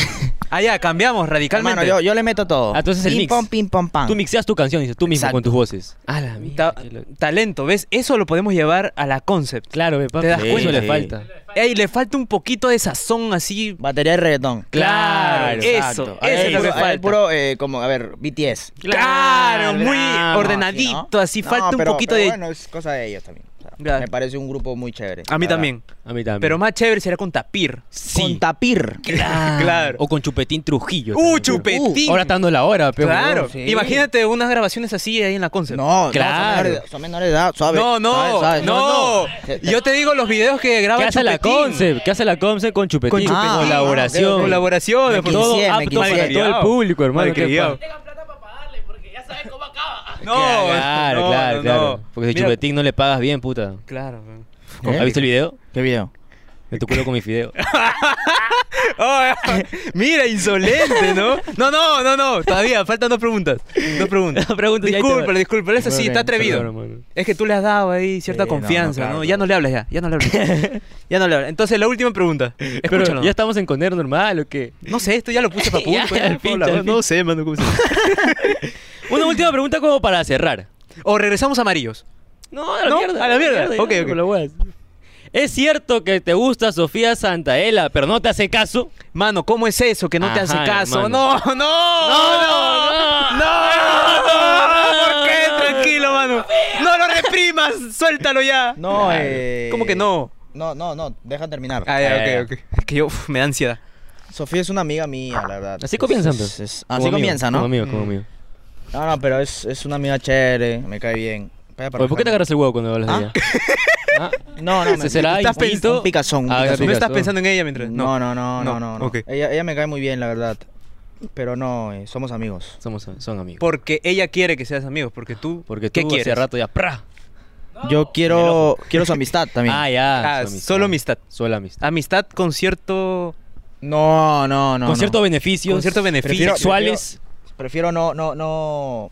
S3: Ah, ya, cambiamos radicalmente.
S1: Hermano, yo, yo le meto todo.
S2: Ah, entonces el
S1: pim,
S2: mix.
S1: pom, pim, pom, pam.
S2: Tú mixeas tu canción, dices, tú mismo
S1: Exacto.
S2: con tus voces.
S3: Ah, la mierda. Ta- talento, ¿ves? Eso lo podemos llevar a la concept.
S2: Claro, ve, papi.
S3: ¿Te das
S1: Sí,
S3: cuenta?
S2: Eso le
S1: sí.
S2: falta.
S3: Ey, le falta un poquito de sazón así.
S1: Batería de reggaetón.
S2: Claro,
S3: eso,
S1: Ahí
S3: eso
S1: hay
S3: es
S1: puro-
S3: lo que
S1: ahí hay
S3: falta.
S1: puro, eh, como, a ver, BTS.
S3: Claro, muy
S2: Claro,
S3: ordenadito,
S1: ¿no?
S3: así
S1: No,
S3: falta
S1: pero-
S3: un poquito
S1: pero
S3: de...
S1: Bueno, es cosa de ellos también. O sea,
S3: Ya.
S1: me parece un grupo muy chévere.
S3: a mí
S1: la verdad.
S3: también.
S2: A mí también.
S3: Pero más chévere será con tapir.
S2: sí.
S1: Con tapir.
S2: Claro.
S3: Claro.
S2: Ah. O con Chupetín Trujillo.
S3: ¡Uh,
S2: también.
S3: chupetín!
S2: Ahora está dando la hora, pero.
S3: claro.
S1: sí.
S3: Imagínate unas grabaciones así ahí en la concept.
S1: No,
S2: Claro.
S1: no, son menores de- son menores de edad, suave.
S3: no, no,
S1: suave, suave,
S3: no.
S1: Te- te-
S3: Yo te digo los videos que graba
S2: ¿Qué hace la
S3: Chupetín.
S2: Concept? ¿Qué hace la Concept con Chupetín?
S3: Con
S1: Chupetín. Ah,
S2: colaboración.
S1: ok, ok.
S3: Colaboración. ah,
S1: Me
S3: por
S1: quisiera,
S2: todo
S1: me
S3: pues,
S2: apto para
S1: quisiera.
S2: todo el público, hermano. ¿qué
S3: Malcriado.
S2: pasa?
S4: Tengan plata para pagarle, porque ya sabes cómo acaba.
S3: No,
S2: claro,
S3: no,
S2: claro,
S3: no.
S2: claro. Porque si
S3: Mira-
S2: Chupetín no le pagas bien, puta.
S3: Claro. weón.
S1: ¿Eh?
S2: ¿Has visto el video?
S1: ¿Qué video?
S2: De tu culo con mi fideo.
S3: Oh, mira, insolente, ¿no? No, no, no, no. Todavía faltan dos preguntas. Dos preguntas.
S2: Preguntas, ya ahí te
S3: disculpa,
S2: va.
S3: disculpa. Eso sí, está atrevido.
S2: Perdón, hermano.
S3: Es que tú le has dado ahí cierta
S1: Sí, no,
S3: confianza,
S1: no, claro,
S3: no, Ya
S1: claro.
S3: no le hablas ya, ya no le hablas. ya no le hablas. Entonces, la última pregunta.
S2: Pero
S3: Escúchalo.
S2: ya estamos en Coner normal o qué?
S3: No sé, esto ya lo puse para
S2: Ya,
S3: público. ya,
S2: al
S3: por
S2: fin,
S3: la
S2: al
S3: voz,
S2: fin.
S3: no sé, mano, cómo se
S2: Una última pregunta como para cerrar.
S3: O regresamos amarillos.
S2: No, a la
S3: No,
S2: mierda.
S3: a la mierda.
S2: ya,
S3: Ok,
S2: ya,
S3: ok.
S2: con la hueá. Es cierto que te gusta Sofía Santaela, pero no te hace caso.
S3: Mano, ¿cómo es eso que no te hace
S2: Ajá,
S3: caso?
S2: hermano.
S3: No, no, no, no,
S2: no,
S3: ¿por qué? Tranquilo, mano. No lo reprimas, suéltalo ya.
S1: No, eh...
S3: ¿Cómo que no?
S1: No, no, no, deja terminar.
S3: Ah,
S2: eh.
S3: ya, ok, ok. Es que yo uf, me da ansiedad.
S1: Sofía es una amiga mía, la verdad.
S2: Así
S1: Es-
S2: comienzan,
S1: es-
S2: pues.
S1: es-
S2: Como
S1: Así
S2: amigo,
S1: comienza,
S2: Como
S1: ¿no?
S2: mío, como mío.
S1: No, no, pero es, es una amiga chévere, me cae bien. Vaya para
S2: Oye, ¿por qué
S1: acá.
S2: te agarras el huevo cuando hablas de ella? ¿Ah?
S1: No, no,
S2: ¿Ese
S1: me-
S2: será
S1: estás
S2: instinto?
S1: pensando- un picazón, un
S2: Ah,
S1: picazón.
S2: ya,
S3: No
S2: picazón.
S3: estás pensando en ella mientras.
S1: No, no, no, no, no. no.
S3: ok.
S1: Ella, ella me cae muy bien, la verdad. Pero no, eh, somos amigos.
S2: Somos, son amigos.
S3: Porque ella quiere que seas amigos, porque tú.
S2: Porque tú
S3: ¿Qué
S2: hace
S3: quieres?
S2: rato ya... ¡pra!
S1: Yo quiero, quiero su amistad también.
S2: Ah, ya.
S3: Ah,
S2: su
S3: solo amistad.
S2: Solo amistad.
S3: Amistad con cierto.
S1: No, no, no.
S2: con ciertos
S1: no.
S2: beneficios.
S3: Con ciertos beneficios.
S1: Prefiero-
S2: Sexuales.
S1: Prefiero no, no, no.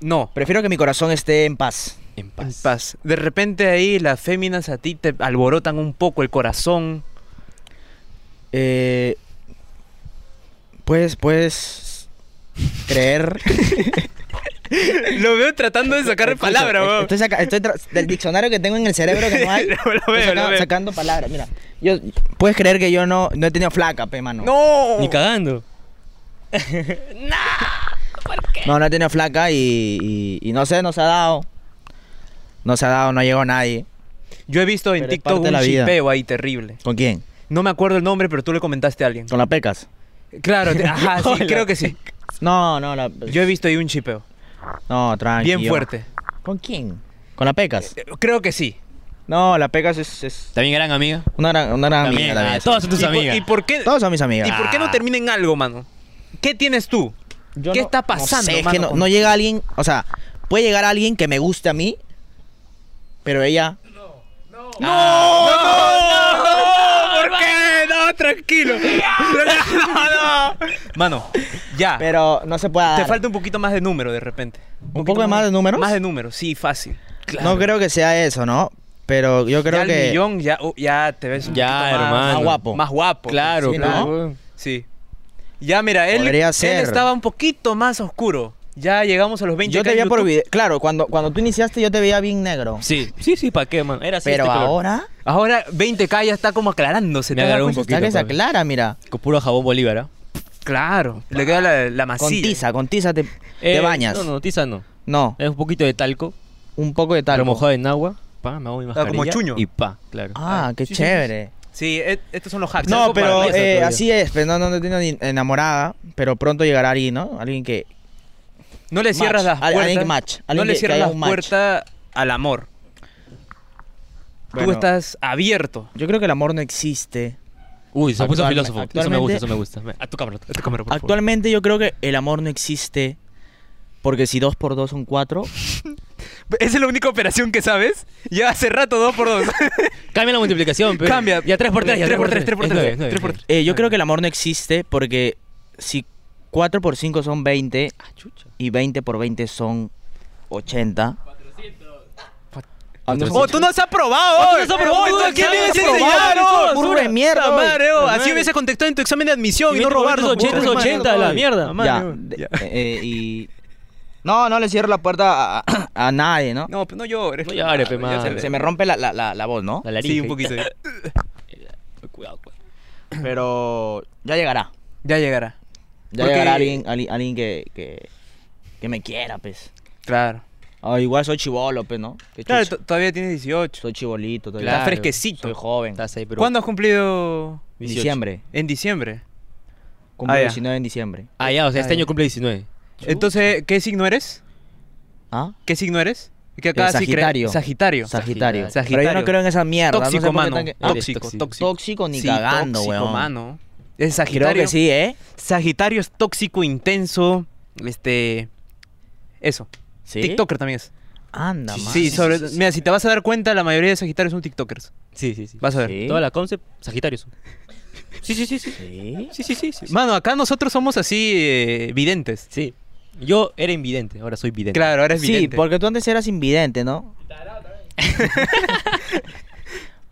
S3: No.
S1: Prefiero que mi corazón esté en paz.
S2: En
S3: En
S2: paz.
S3: paz. De repente ahí las féminas a ti te alborotan un poco el corazón.
S1: Eh, puedes, puedes creer.
S3: Lo veo tratando de sacar palabra, weón.
S1: e-, Estoy, saca- estoy tra- del diccionario que tengo en el cerebro que no hay.
S3: Lo veo,
S1: estoy
S3: lo
S1: saca-
S3: veo.
S1: Sacando palabras. Mira, yo puedes creer que yo no, no he tenido flaca, pe mano.
S3: No.
S2: Ni cagando.
S1: No, no he tenido flaca y, y- y no sé, no se ha dado. No se ha dado, no ha llegado nadie.
S3: Yo he visto en
S1: Pero es
S3: TikTok
S1: parte de
S3: un
S1: la vida.
S3: chipeo ahí terrible.
S1: ¿Con quién?
S3: No me acuerdo el nombre, pero tú le comentaste a alguien.
S1: ¿Con la pecas?
S3: Claro, te- ajá, sí,
S2: Hola.
S3: creo que sí.
S1: No, no, la.
S3: Yo he visto ahí un chipeo.
S1: No, tranquilo.
S3: Bien fuerte. Eh,
S1: ¿Con quién? ¿Con la pecas?
S3: Creo que sí.
S1: No, la pecas es, es
S2: También gran amiga.
S1: una gran, una gran
S2: También.
S1: amiga
S2: ah,
S1: también.
S2: todas son tus
S3: ¿Y por-
S2: amigas.
S3: ¿Y por qué?
S1: Todas son mis amigas.
S3: ¿Y por qué no termina en algo, mano? ¿Qué tienes tú?
S1: Yo
S3: ¿Qué
S1: no-
S3: está pasando,
S1: No sé, es
S3: mano,
S1: que no,
S3: con-
S1: no llega alguien, o sea, puede llegar alguien que me guste a mí, pero ella...
S3: ¿Por qué? No, tranquilo. No, no. Mano, ya.
S1: Pero no se puede
S3: Ah. Te
S1: dar.
S3: falta un poquito más de número de repente.
S1: ¿Un poco de más de números?
S3: Más de números, sí, fácil.
S1: No creo que sea eso, ¿no? Pero yo creo
S3: ya
S1: que...
S3: al millón ya, oh, ya te ves un
S2: Ya,
S3: poquito más,
S2: hermano.
S3: más guapo. Más guapo.
S2: Claro,
S1: Sí, ¿no?
S2: claro.
S3: Sí. Ya, mira, él,
S1: Podría
S3: él
S1: ser.
S3: estaba un poquito más oscuro. Ya llegamos a los 20
S1: Yo te veía por video. Claro, cuando, cuando tú iniciaste yo te veía bien negro.
S2: Sí, sí, sí, ¿para qué, mano? Era así
S1: pero
S2: este color.
S1: ahora...
S3: Ahora 20K ya está como aclarándose.
S2: Me
S3: ¿te das
S2: agarró un
S3: cuenta?
S2: poquito,
S1: Está que se
S2: papi.
S1: aclara, mira.
S2: Con puro jabón Bolívar, ¿ah?
S3: Claro. Le queda la, la
S1: Con
S3: masilla.
S1: tiza, con tiza te, te
S2: Eh,
S1: bañas.
S2: No,
S1: No,
S2: no, tiza no. Es un poquito de talco,
S1: un poco de tal.
S2: remojado en agua. Pa, me hago mi
S3: Claro,
S2: mascarilla.
S3: Ah, como chuño.
S2: Y pa, claro.
S1: Ah, qué
S3: Sí, sí, sí,
S1: chévere.
S3: Sí, et- estos son los hacks.
S1: No,
S3: Algo para
S1: pero
S3: mesa
S1: eh,
S3: todavía.
S1: así es. Pero no, no, no tengo ni enamorada, pero pronto llegará alguien, ¿no? Alguien que...
S3: No le
S1: Match.
S3: cierras las
S1: Al- alguien
S3: puertas.
S1: que match.
S3: no
S1: Alguien
S3: le
S1: que- que
S3: cierras
S1: haya
S3: las
S1: un match.
S3: puertas al amor. Tú
S1: Bueno,
S3: estás abierto.
S1: Yo creo que el amor no existe.
S2: Uy, se puso
S1: Actualme-
S2: filósofo. Eso me gusta,
S1: actualmente-
S2: eso me gusta. Ven, A tu cámara.
S3: Esta cámara, por favor.
S1: Actualmente yo creo que el amor no existe porque si dos por dos son cuatro...
S3: Esa es la única operación que sabes. Ya hace rato dos por dos.
S2: Cambia la multiplicación, pero.
S3: Cambia.
S2: Ya 3 por 3, ya 3
S3: Tres por
S2: por
S3: tres,
S2: 3,
S3: tres
S2: 3 por
S3: por tres,
S2: 3.
S3: tres por tres.
S1: Eh, yo creo que el amor no existe porque si 4 por 5 son 20
S2: Ah,
S1: y 20 por 20 son 80, Ah, no. Ah,
S3: ¡Oh, tú no has aprobado!
S2: Oh, tú
S3: hoy.
S2: no has aprobado,
S3: Oh,
S2: hoy,
S3: ¿Qué
S2: sí,
S3: le ibas a
S2: has aprobado,
S3: enseñar?
S2: eso,
S3: hoy?
S2: basura.
S1: Puta mierda,
S3: Puta madre, hoy.
S2: madre.
S3: Así hubiese contestado en tu examen de admisión y, no pues,
S2: Tuviste
S3: robarnos.
S2: 80,
S3: puta madre,
S2: 80, la
S3: hoy.
S2: mierda.
S3: Ah,
S1: Ya,
S3: madre, hoy.
S1: de-
S3: Ya.
S1: eh, eh, y... No, no le cierro la puerta a, a- a nadie, ¿no?
S3: No, pero no llores.
S2: No llores, pe,
S3: Ya se
S2: madre.
S1: Se me rompe la, la- la- la voz, ¿no?
S2: La
S3: ve.
S2: laringe.
S3: Sí, un poquito.
S2: Cuidado, pues. cuidado.
S1: Pero ya llegará.
S3: Ya llegará.
S1: Ya
S3: Porque-
S1: llegará alguien, ali- alguien que, que, que me quiera, pues.
S3: Claro.
S1: Ah, igual soy chivolo, pues, ¿no? Qué
S3: Claro,
S1: chucha.
S3: to- todavía tienes 18.
S1: soy chibolito. todavía.
S3: Está fresquecito.
S1: Soy joven.
S2: Estás ahí, pero...
S3: ¿Cuándo has cumplido?
S2: 18.
S1: Diciembre.
S3: En diciembre.
S1: Cumplo
S3: Ah, ya.
S1: 19 en diciembre.
S2: Ah, ya, o sea, este
S3: Ay.
S2: año cumple 19.
S3: Entonces, ¿qué signo eres?
S1: ¿Ah?
S3: ¿Qué signo eres? Que
S1: Eh,
S3: sí cre-
S1: Sagitario.
S3: Sagitario.
S1: Sagitario.
S3: Sagitario.
S1: Pero yo no creo en esa mierda. no sé
S3: Tóxico,
S1: por qué
S3: mano.
S1: tan que-
S2: Ah,
S3: Tóxico,
S2: Eres
S3: tóxico.
S1: Tóxico ni
S3: Sí,
S1: cagando,
S3: tóxico,
S1: weón.
S3: mano. Es
S1: Creo
S3: Sagitario.
S1: que sí, ¿eh?
S3: Sagitario es tóxico, intenso. Este. Eso.
S1: ¿Sí?
S3: TikToker también es.
S1: Anda,
S3: Sí,
S1: man.
S3: sobre. mira, si te vas a dar cuenta, la mayoría de Sagitarios son TikTokers.
S2: Sí, sí, sí.
S3: Vas a ver.
S1: Sí.
S2: Toda la concept, Sagitarios. Sí, sí, sí, sí.
S1: ¿Sí?
S2: Sí, sí, sí. Sí.
S3: Mano, acá nosotros somos así eh, videntes.
S2: Sí. Yo era invidente, ahora soy vidente.
S3: Claro, ahora es
S1: Sí,
S3: vidente.
S1: porque tú antes eras invidente, ¿no?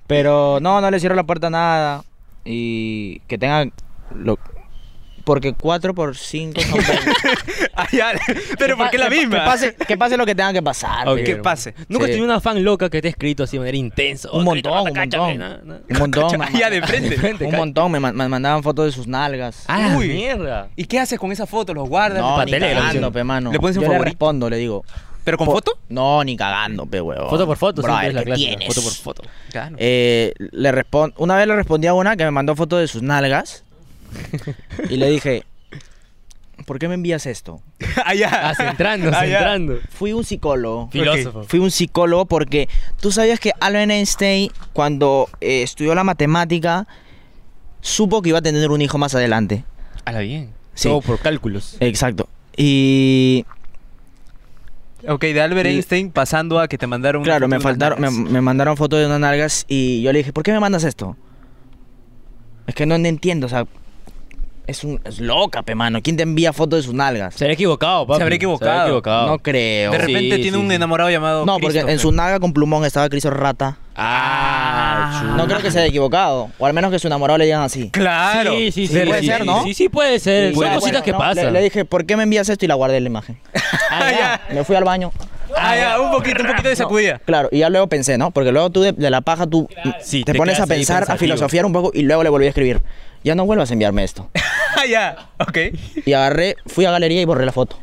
S1: Pero no, no le cierro la puerta a nada. Y que tengan lo... Porque 4 por 5 son 20.
S3: Ah, ya. Pero porque la misma.
S1: Que pase, que pase lo que tenga que pasar.
S2: Ok,
S1: pe.
S3: Que
S2: hermano.
S3: pase.
S2: Nunca
S1: Sí.
S2: has tenido una fan loca que te ha escrito así de manera intensa.
S1: Un
S2: Oh, escrito,
S1: montón, un
S2: rata, cáchame,
S1: montón.
S2: na, na.
S1: Un montón. me
S3: Ya, de
S1: manda-
S3: frente.
S1: Un montón. Me, ma- me mandaban fotos de sus nalgas.
S2: Ah, la
S3: Uy.
S2: mierda.
S3: ¿Y qué haces con esa foto? ¿Los guardas?
S1: no,
S3: ¿Los
S1: ni
S2: papel de la
S1: cagando,
S2: opción.
S1: pe, mano.
S3: ¿Le pones un
S1: Yo le
S3: favorito?
S1: respondo, le digo.
S3: ¿Pero con
S1: po-
S3: foto?
S1: No, ni cagando, pe, huevón.
S2: Foto por foto,
S1: Brother,
S2: siempre es la
S1: ¿qué
S2: clásica.
S1: tienes?
S2: Foto por foto.
S3: Claro.
S1: Eh, le respon- una vez le respondí a una que me mandó fotos de sus nalgas. y le dije, ¿por qué me envías esto?
S3: Allá.
S2: Ah, centrando, centrando.
S1: Fui un psicólogo.
S2: Filósofo.
S1: Fui un psicólogo porque tú sabías que Allen Einstein, cuando eh, estudió la matemática, supo que iba a tener un hijo más adelante.
S2: A la bien.
S1: Sí.
S2: Todo por cálculos.
S1: Exacto. Y
S3: Ok, de Albert
S1: Y-
S3: Einstein pasando a que te mandaron. una
S1: claro,
S3: foto
S1: me,
S3: de unas
S1: faltaron, me,
S3: nalgas.
S1: me mandaron fotos de unas nalgas y yo le dije, ¿por qué me mandas esto? Es que no entiendo, o sea, es, un, es loca, pe mano. ¿Quién te envía fotos de sus nalgas?
S2: Se habrá equivocado, papi.
S3: Se habrá equivocado.
S2: equivocado.
S1: No creo.
S3: De repente
S2: Sí,
S3: tiene
S2: sí,
S3: un
S2: sí.
S3: enamorado llamado.
S1: No, porque en
S3: Christopher.
S1: su naga con plumón estaba Cristo Rata.
S2: Ah, chulo.
S1: No creo que se haya equivocado. O al menos que su enamorado le digan así.
S3: Claro.
S2: Sí, sí, sí.
S1: Puede
S2: sí,
S1: ser,
S2: sí,
S1: ¿no?
S2: Sí, sí, puede ser.
S1: Y
S2: Son
S1: ya,
S2: cositas
S1: bueno,
S2: que
S1: no, Le,
S2: pasan.
S1: le dije, ¿por qué me envías esto? Y la guardé la imagen.
S2: Ah, ya.
S1: Me fui al baño.
S3: Ah, ya, un poquito, un poquito de sacudida.
S1: Claro, y ya luego pensé, ¿no? Porque luego tú de, de la paja tú mm,
S2: Sí,
S1: te,
S2: te
S1: pones a
S2: quedas ahí
S1: pensar, a
S2: pensativo.
S1: filosofiar un poco y luego le volví a escribir. Ya no vuelvas a enviarme esto.
S3: Ah, ya. Ok.
S1: Y agarré, fui a galería y borré la foto.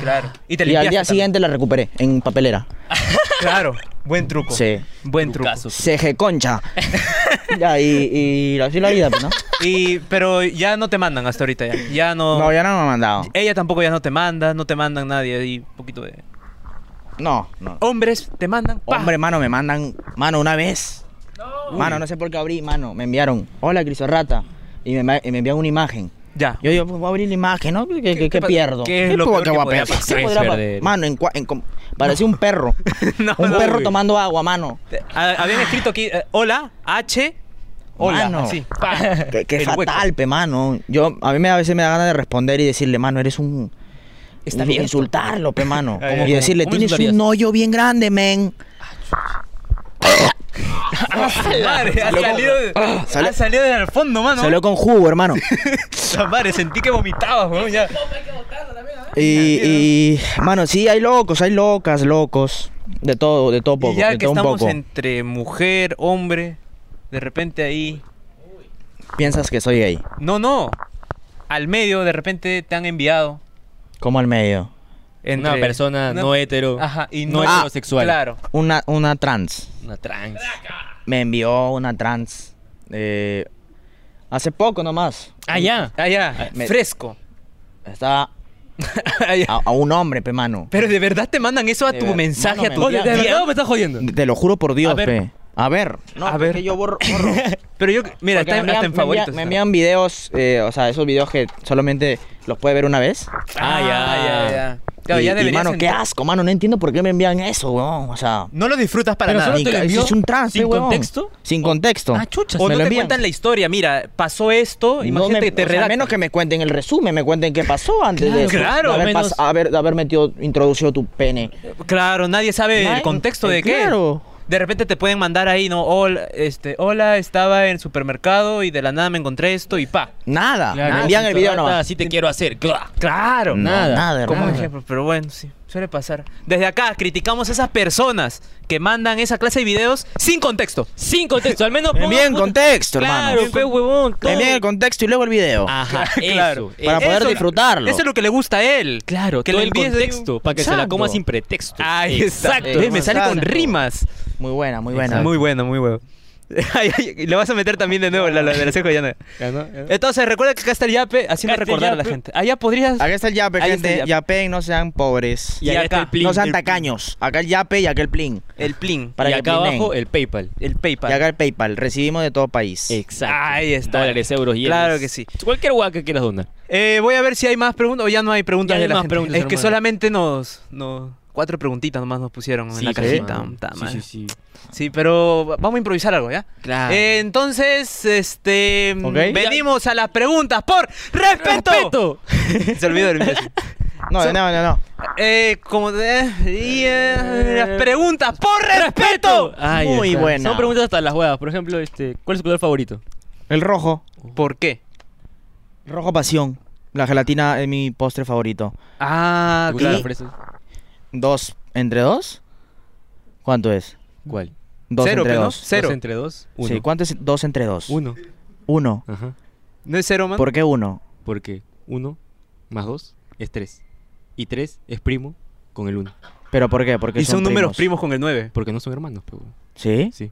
S3: Claro. Y te
S1: Ah. Y al
S3: limpiaste.
S1: día
S3: también.
S1: siguiente la recuperé en papelera.
S3: Claro. Buen truco.
S1: Sí.
S3: Buen truco.
S2: Trucazo.
S1: Seje concha. ya, y, y así la vida, pues, ¿no?
S3: Y, pero ya no te mandan hasta ahorita ya. Ya no.
S1: No, ya no me han mandado.
S3: Ella tampoco ya no te manda, no te mandan nadie. Y un poquito de.
S1: No, no.
S3: Hombres te mandan. pa.
S1: Hombre, mano, me mandan. Mano, una vez. Mano, no sé por qué abrí, mano. Me enviaron. Hola, Crisorrata. Y me, ma- y me envían una imagen.
S3: Ya.
S1: Yo digo, pues voy a abrir la imagen, ¿no? ¿Qué, qué- qué
S3: pasa?
S1: pierdo?
S3: ¿Qué es lo
S1: puedo-
S3: peor que
S1: voy a
S3: podría
S1: perder?
S2: pasar?
S1: ¿Qué podría
S2: Es
S1: pa-
S2: perder.
S1: Mano, en cua- en com- parecía un perro.
S3: No,
S1: un
S3: no,
S1: perro
S3: güey.
S1: tomando agua, mano.
S3: Ah, Habían escrito aquí. eh, hola, H. Hola.
S1: Mano.
S3: así.
S1: Qué, qué
S3: El hueco.
S1: fatal, pe, mano. Yo, a mí me, a veces me da ganas de responder y decirle, mano, eres un...
S3: Está
S1: un-
S3: bien.
S1: Insultarlo, pe, mano.
S3: Ay, ay,
S1: y
S3: ay.
S1: decirle,
S2: ¿Cómo
S1: tienes un
S2: insultarías?
S1: hoyo bien grande, men.
S3: Madre, ha salido, de-
S1: salió-
S3: ha salido desde el fondo, mano.
S1: Ah, Salió con jugo, hermano.
S3: Madre, sentí que vomitabas, weón. Ya.
S1: Y, y, mano, sí, hay locos, hay locas, locos. De todo, de todo poco.
S3: y ya
S1: de
S3: que
S1: todo un
S3: estamos
S1: poco.
S3: entre mujer, hombre, de repente ahí.
S1: Piensas que soy gay.
S3: No, no. Al medio, de repente te han enviado.
S1: Como al medio.
S3: Entre,
S2: Una persona
S3: una-
S2: no hetero.
S3: Ajá, y
S2: no
S3: no-
S1: Ah,
S2: heterosexual.
S3: Claro.
S1: Una, una trans.
S2: Una trans.
S1: Me envió una trans. eh, hace poco nomás.
S2: Ah, ya.
S3: Allá,
S1: Me-
S3: fresco.
S1: Estaba
S3: Allá.
S1: a, a un hombre, pe, mano.
S3: Pero de verdad te mandan eso a
S1: De
S3: tu
S1: ver-
S3: mensaje,
S1: mano,
S3: a
S1: me
S3: tu
S2: Oye, ¿de
S1: Bien.
S2: verdad o me estás jodiendo?
S1: Te lo juro por Dios,
S2: A ver.
S1: pe. A ver. No,
S3: A
S1: es
S3: ver.
S1: que yo borro. borro.
S3: Pero yo, mira,
S1: Porque
S3: está
S1: me
S3: en-
S1: envían-
S3: hasta en favoritos.
S1: Me envían, me
S3: está.
S1: envían videos, eh, o sea, esos videos que solamente los puede ver una vez.
S3: Ah, ya, ya, ya. Claro,
S1: y,
S3: ya
S1: y,
S3: deberías
S1: mano, qué
S3: entrar.
S1: asco, mano. No entiendo por qué me envían eso, weón. O sea,
S8: No lo disfrutas para
S2: Pero
S8: nada.
S2: solo te
S1: ni
S2: lo
S1: ca-
S2: envió
S1: es un trance,
S2: sin
S1: huevón.
S2: contexto?
S1: Sin contexto.
S2: Ah, chuchas.
S3: O
S1: Me
S3: no
S1: lo
S3: te
S1: envían.
S3: cuentan la historia, mira, pasó esto, imagínate
S1: No me-
S3: que te
S1: o sea,
S3: redactan.
S1: menos que me cuenten el resumen, me cuenten qué pasó antes de eso.
S3: claro,
S1: De haber,
S2: menos-
S1: pas- haber, de haber metido, introducido tu pene.
S3: Claro, nadie sabe
S1: Nadie-
S3: el contexto
S1: eh,
S3: de qué.
S1: claro.
S3: De repente te pueden mandar ahí, no, hola, este, hola, estaba en el supermercado y de la nada me encontré esto y pa.
S1: Nada.
S2: Claro,
S1: me envían el video
S2: rata,
S1: nomás.
S2: Así te quiero hacer. ¡Gla!
S3: Claro.
S1: No,
S2: nada.
S1: Nada,
S3: Como
S1: hermano.
S3: ejemplo, pero bueno, sí, suele pasar. Desde acá criticamos a esas personas que mandan esa clase de videos sin contexto.
S2: Sin contexto, al menos.
S1: Envíen
S2: pongan-
S1: contexto,
S2: Claro,
S1: hermano.
S2: pe huevón. todo.
S1: Envían el contexto y luego el video.
S3: Ah.
S2: Ajá,
S3: Claro,
S2: claro.
S1: para poder disfrutarlo.
S3: Eh, Eso es lo que le gusta a él.
S2: Claro,
S3: que
S2: todo el
S3: le envíes ahí un-
S2: contexto, para que se la coma
S3: Exacto.
S2: sin pretexto.
S3: Ahí está.
S2: Exacto.
S3: Ve, Eh, me sale con rimas.
S1: Muy buena, muy buena.
S3: Muy bueno, muy bueno. Ay, ay, y le vas a meter también de nuevo la, la de la ceja de Yana. Entonces, recuerda que acá está el yape, haciendo
S2: Acá está el
S3: recordar a la
S2: yape.
S3: gente. Allá podrías.
S1: Acá está el yape,
S3: Ahí está el
S1: gente.
S3: yape.
S1: Yapen, no sean pobres.
S2: Y acá está el plin.
S1: no sean
S2: el-
S1: tacaños. Acá el yape y acá el plin.
S3: El plin,
S1: Para
S2: y
S1: que
S2: acá
S1: opinen.
S2: abajo el PayPal.
S3: el PayPal.
S1: Y acá el PayPal. Recibimos de todo país.
S2: Exacto.
S3: Ahí está.
S2: Dólares, euros, yenes.
S3: Claro que sí.
S2: Cualquier hueá que quieras donar.
S3: Eh, voy a ver si hay más preguntas o ya no hay preguntas
S2: Ya hay
S3: de la
S2: más
S3: gente.
S2: preguntas,
S3: es que
S2: hermano.
S3: solamente nos, nos- Cuatro preguntitas nomás nos pusieron en la
S2: pues,
S3: cajita.
S2: mano.
S3: Ta
S2: Sí,
S3: madre.
S2: sí, sí.
S3: Sí, pero va- vamos a improvisar algo, ¿ya?
S2: Claro.
S3: Eh, entonces, este.
S1: Ok.
S3: Venimos a las preguntas por respeto.
S2: ¡Respeto!
S3: Se olvidó el imbécil.
S1: No, no, no, no.
S3: Eh, como de- y, eh, las preguntas por respeto.
S2: Ahí
S1: Muy
S2: está.
S1: buena.
S2: Son preguntas hasta las huevas. Por ejemplo, este, ¿cuál es tu color favorito?
S1: El rojo.
S3: ¿Por qué?
S1: Rojo pasión. La gelatina es mi postre favorito.
S3: Ah,
S2: ¿Te gustan las
S3: claro.
S2: fresas?
S1: Dos. ¿Entre dos? ¿Cuánto es?
S2: ¿Cuál?
S1: Dos
S3: Cero,
S1: entre
S3: pues, ¿no?
S1: dos.
S3: Cero.
S2: ¿Dos entre dos? Uno.
S1: Sí, ¿cuánto es dos entre dos?
S2: Uno.
S1: Uno.
S2: Ajá.
S3: ¿No es cero, man?
S1: ¿Por qué uno?
S2: Porque uno más dos es tres. Y tres es primo con el uno.
S1: ¿Pero por qué? Porque
S3: y son, números
S1: primos.
S3: primos con el 9.
S2: Porque no son hermanos, pero...
S1: ¿Sí?
S2: Sí.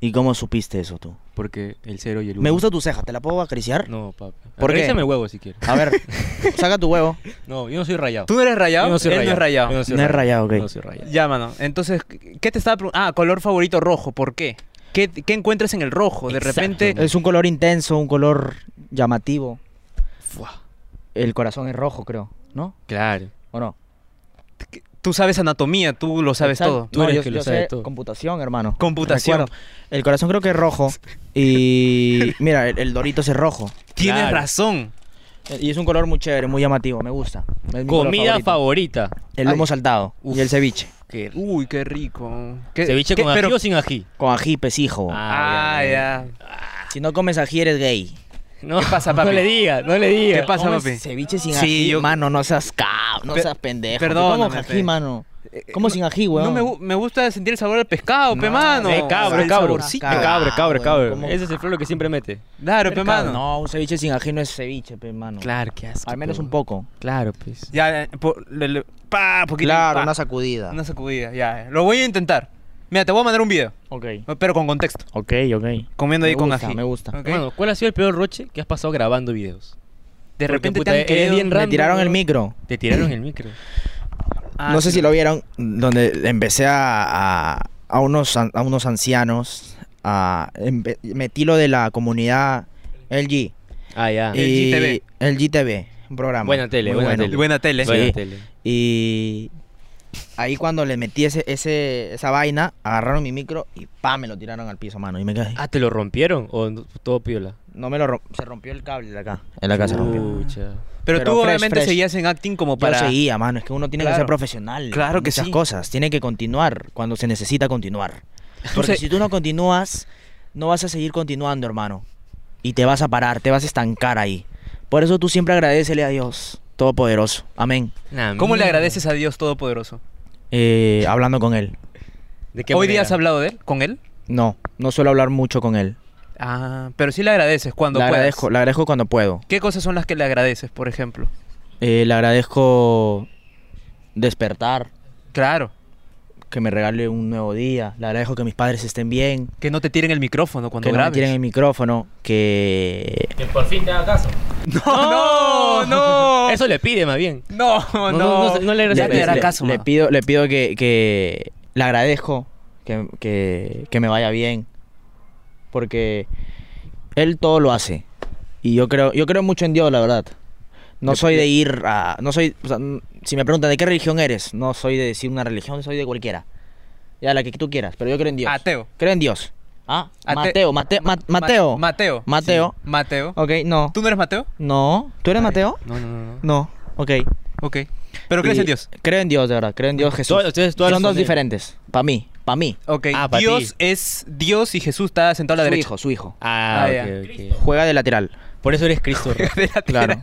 S1: ¿Y cómo supiste eso tú?
S2: Porque el cero y el uno...
S1: Me gusta tu ceja, ¿te la puedo acariciar?
S2: No, papá.
S1: ¿Por qué?
S2: Acaríciame el huevo si quieres.
S1: A ver, saca tu huevo.
S2: No, yo no soy rayado.
S3: ¿Tú no eres rayado?
S2: Yo no soy
S3: Él
S2: rayado.
S3: no es rayado.
S2: Yo soy
S1: No es rayado, ok.
S2: Yo No soy rayado.
S3: Ya, mano. Entonces, ¿qué te estaba preguntando? Ah, color favorito rojo. ¿Por qué? ¿Qué, qué encuentras en el rojo? De
S2: Exacto,
S3: repente...
S2: ¿no?
S1: Es un color intenso, un color llamativo.
S2: Fua.
S1: El corazón es rojo, creo, ¿no?
S2: Claro.
S1: ¿O no?
S3: Tú sabes anatomía, tú lo sabes
S1: Exacto.
S3: todo.
S2: Tú
S1: No,
S2: eres
S1: yo-
S2: que lo
S1: yo
S2: sabe
S1: sé
S2: todo.
S1: Computación, hermano.
S3: Computación.
S1: Recuerdo. El corazón creo que es rojo. Y mira, el, el dorito es rojo.
S3: Tienes
S2: Claro.
S3: razón.
S1: Y es un color muy chévere, muy llamativo, me gusta. Es mi color
S2: Comida
S1: favorito.
S2: favorita.
S1: El lomo saltado y el ceviche.
S2: Que
S3: Uy, qué rico. ¿Qué-
S2: ¿Ceviche
S3: qué-
S2: con ají
S3: pero-
S2: o sin ají?
S1: Con ají pesijo.
S3: Ah, ya.
S1: Si no comes ají eres gay.
S2: No,
S3: ¿Qué pasa, papi?
S2: No le diga, no le diga.
S3: ¿Qué pasa,
S1: ¿Comes
S3: papi?
S1: Ceviche sin
S3: Sí,
S1: ají,
S3: yo-
S1: mano, no seas cab, no
S3: Pe-
S1: seas pendejo.
S3: perdóname,
S1: ¿Cómo
S3: pe.
S1: ají, mano?
S3: eh,
S1: ¿Cómo
S3: no-
S1: sin ají,
S3: No
S1: weón?
S3: me, gu- me gusta sentir el sabor del pescado, pe
S1: No,
S3: mano.
S2: Eh, cabro,
S3: El
S2: cabro.
S3: saborcito.
S2: Eh, cabro, cabro,
S1: Bueno,
S2: cabro.
S1: ¿cómo?
S2: Ese es el flor que siempre mete.
S3: Claro, pe mano.
S1: No, un ceviche sin ají no es ceviche, pe, mano.
S2: Claro, qué asco.
S1: Al menos
S2: pero-
S1: un poco.
S2: Claro, pues.
S3: Ya, eh, po- le- le- pa, poquito.
S1: Claro,
S3: pa,
S1: una sacudida.
S3: una sacudida, ya. eh. Lo voy a intentar. Mira, te voy a mandar un video,
S1: Ok.
S3: pero con contexto.
S1: Ok, ok.
S3: Comiendo
S1: Me
S3: ahí con
S1: gusta,
S3: ají.
S1: me gusta.
S3: Ok.
S2: Hermano, ¿cuál ha sido el peor roche que has pasado grabando videos?
S3: de repente
S2: puta,
S3: te han
S2: eres
S3: querido-
S2: bien
S1: Me
S2: random,
S1: tiraron el
S2: weón.
S1: micro.
S2: Te tiraron el micro.
S3: Ah,
S1: no sé
S3: sí,
S1: si lo vieron, donde empecé a, a, a unos, an- a unos ancianos, a, empe- metí lo de la comunidad LG.
S2: Ah, ya.
S1: y-
S3: LGTV.
S1: LGTV, un programa.
S2: Buena tele,
S1: muy
S2: buena
S1: bueno.
S2: tele.
S3: Buena tele.
S2: Buena
S1: Sí.
S2: tele.
S1: Y ahí cuando le metí ese, ese, esa vaina, agarraron mi micro y pa, me lo tiraron al piso, mano. Y me quedé.
S2: Ah, ¿te lo rompieron? ¿O no- todo piola?
S1: No me lo rom- se rompió el cable de acá. El de acá se
S2: Uh.
S1: rompió.
S2: Pucha.
S3: Pero,
S1: Pero
S3: tú
S1: fresh,
S3: obviamente
S1: fresh.
S3: seguías en acting como
S1: Yo
S3: para...
S1: seguía, mano. Es que uno tiene que
S3: Claro.
S1: ser profesional.
S3: Claro que
S1: Muchas
S3: sí.
S1: cosas. Tiene que continuar cuando se necesita continuar.
S3: Tú
S1: Porque
S3: se-
S1: si tú no continúas, no vas a seguir continuando, hermano. Y te vas a parar, te vas a estancar ahí. Por eso tú siempre agradecele a Dios Todopoderoso. Amén.
S2: Nah,
S3: ¿Cómo le
S2: mierda.
S3: agradeces a Dios Todopoderoso?
S1: Eh, hablando con Él.
S2: ¿De qué
S3: ¿Hoy día has
S2: manera?
S3: hablado de él? ¿Con él?
S1: No, no suelo hablar mucho con Él.
S3: Ah, pero sí le agradeces cuando
S1: le,
S3: puedas.
S1: agradezco, le agradezco cuando puedo.
S3: ¿Qué cosas son las que le agradeces, por ejemplo?
S1: Eh, le agradezco despertar,
S3: Claro,
S1: que me regale un nuevo día. Le agradezco que mis padres estén bien,
S3: que no te tiren el micrófono cuando
S1: que no me
S3: grabes.
S1: tiren el micrófono, que
S4: Que por fin te haga caso.
S3: No, no.
S2: Eso le pide más bien.
S3: No, no,
S2: no, no, no le
S3: Ya
S2: agradeces.
S3: te hará caso,
S1: le
S3: ma.
S1: pido, le pido que, que- le agradezco que, que- que me vaya bien. Porque él todo lo hace. Y yo creo, yo creo mucho en Dios, la verdad. No soy de ir a. No soy. o sea, n- si me preguntan de qué religión eres, no soy de decir una religión, soy de cualquiera. Ya, la que tú quieras, pero yo creo en Dios.
S3: Ateo.
S1: Creo en Dios. Ah,
S3: Ate-
S1: Mateo, Mate- Ma- Mateo.
S3: Ma- Mateo.
S1: Mateo.
S3: Sí, Mateo.
S1: Ok, no.
S3: ¿Tú no eres Mateo?
S1: No. ¿Tú eres Mateo?
S9: No, no, no. no.
S1: No. Ok.
S3: Ok. Pero crees
S1: Y-
S3: en Dios.
S1: Creo en Dios, de verdad. Creo en Dios, Jesús.
S2: Todas- ustedes todas
S1: Son
S2: son
S1: dos
S2: de-
S1: diferentes. Para mí, para mí.
S3: Ok.
S2: Ah, pa'
S3: Dios
S2: ti.
S3: es Dios y Jesús está sentado a la
S1: su
S3: derecha.
S1: hijo, su hijo.
S2: Ah,
S3: Ah,
S2: ok,
S3: ya.
S2: ok.
S1: Juega de lateral.
S2: Por eso eres Cristo. Rey.
S1: Claro.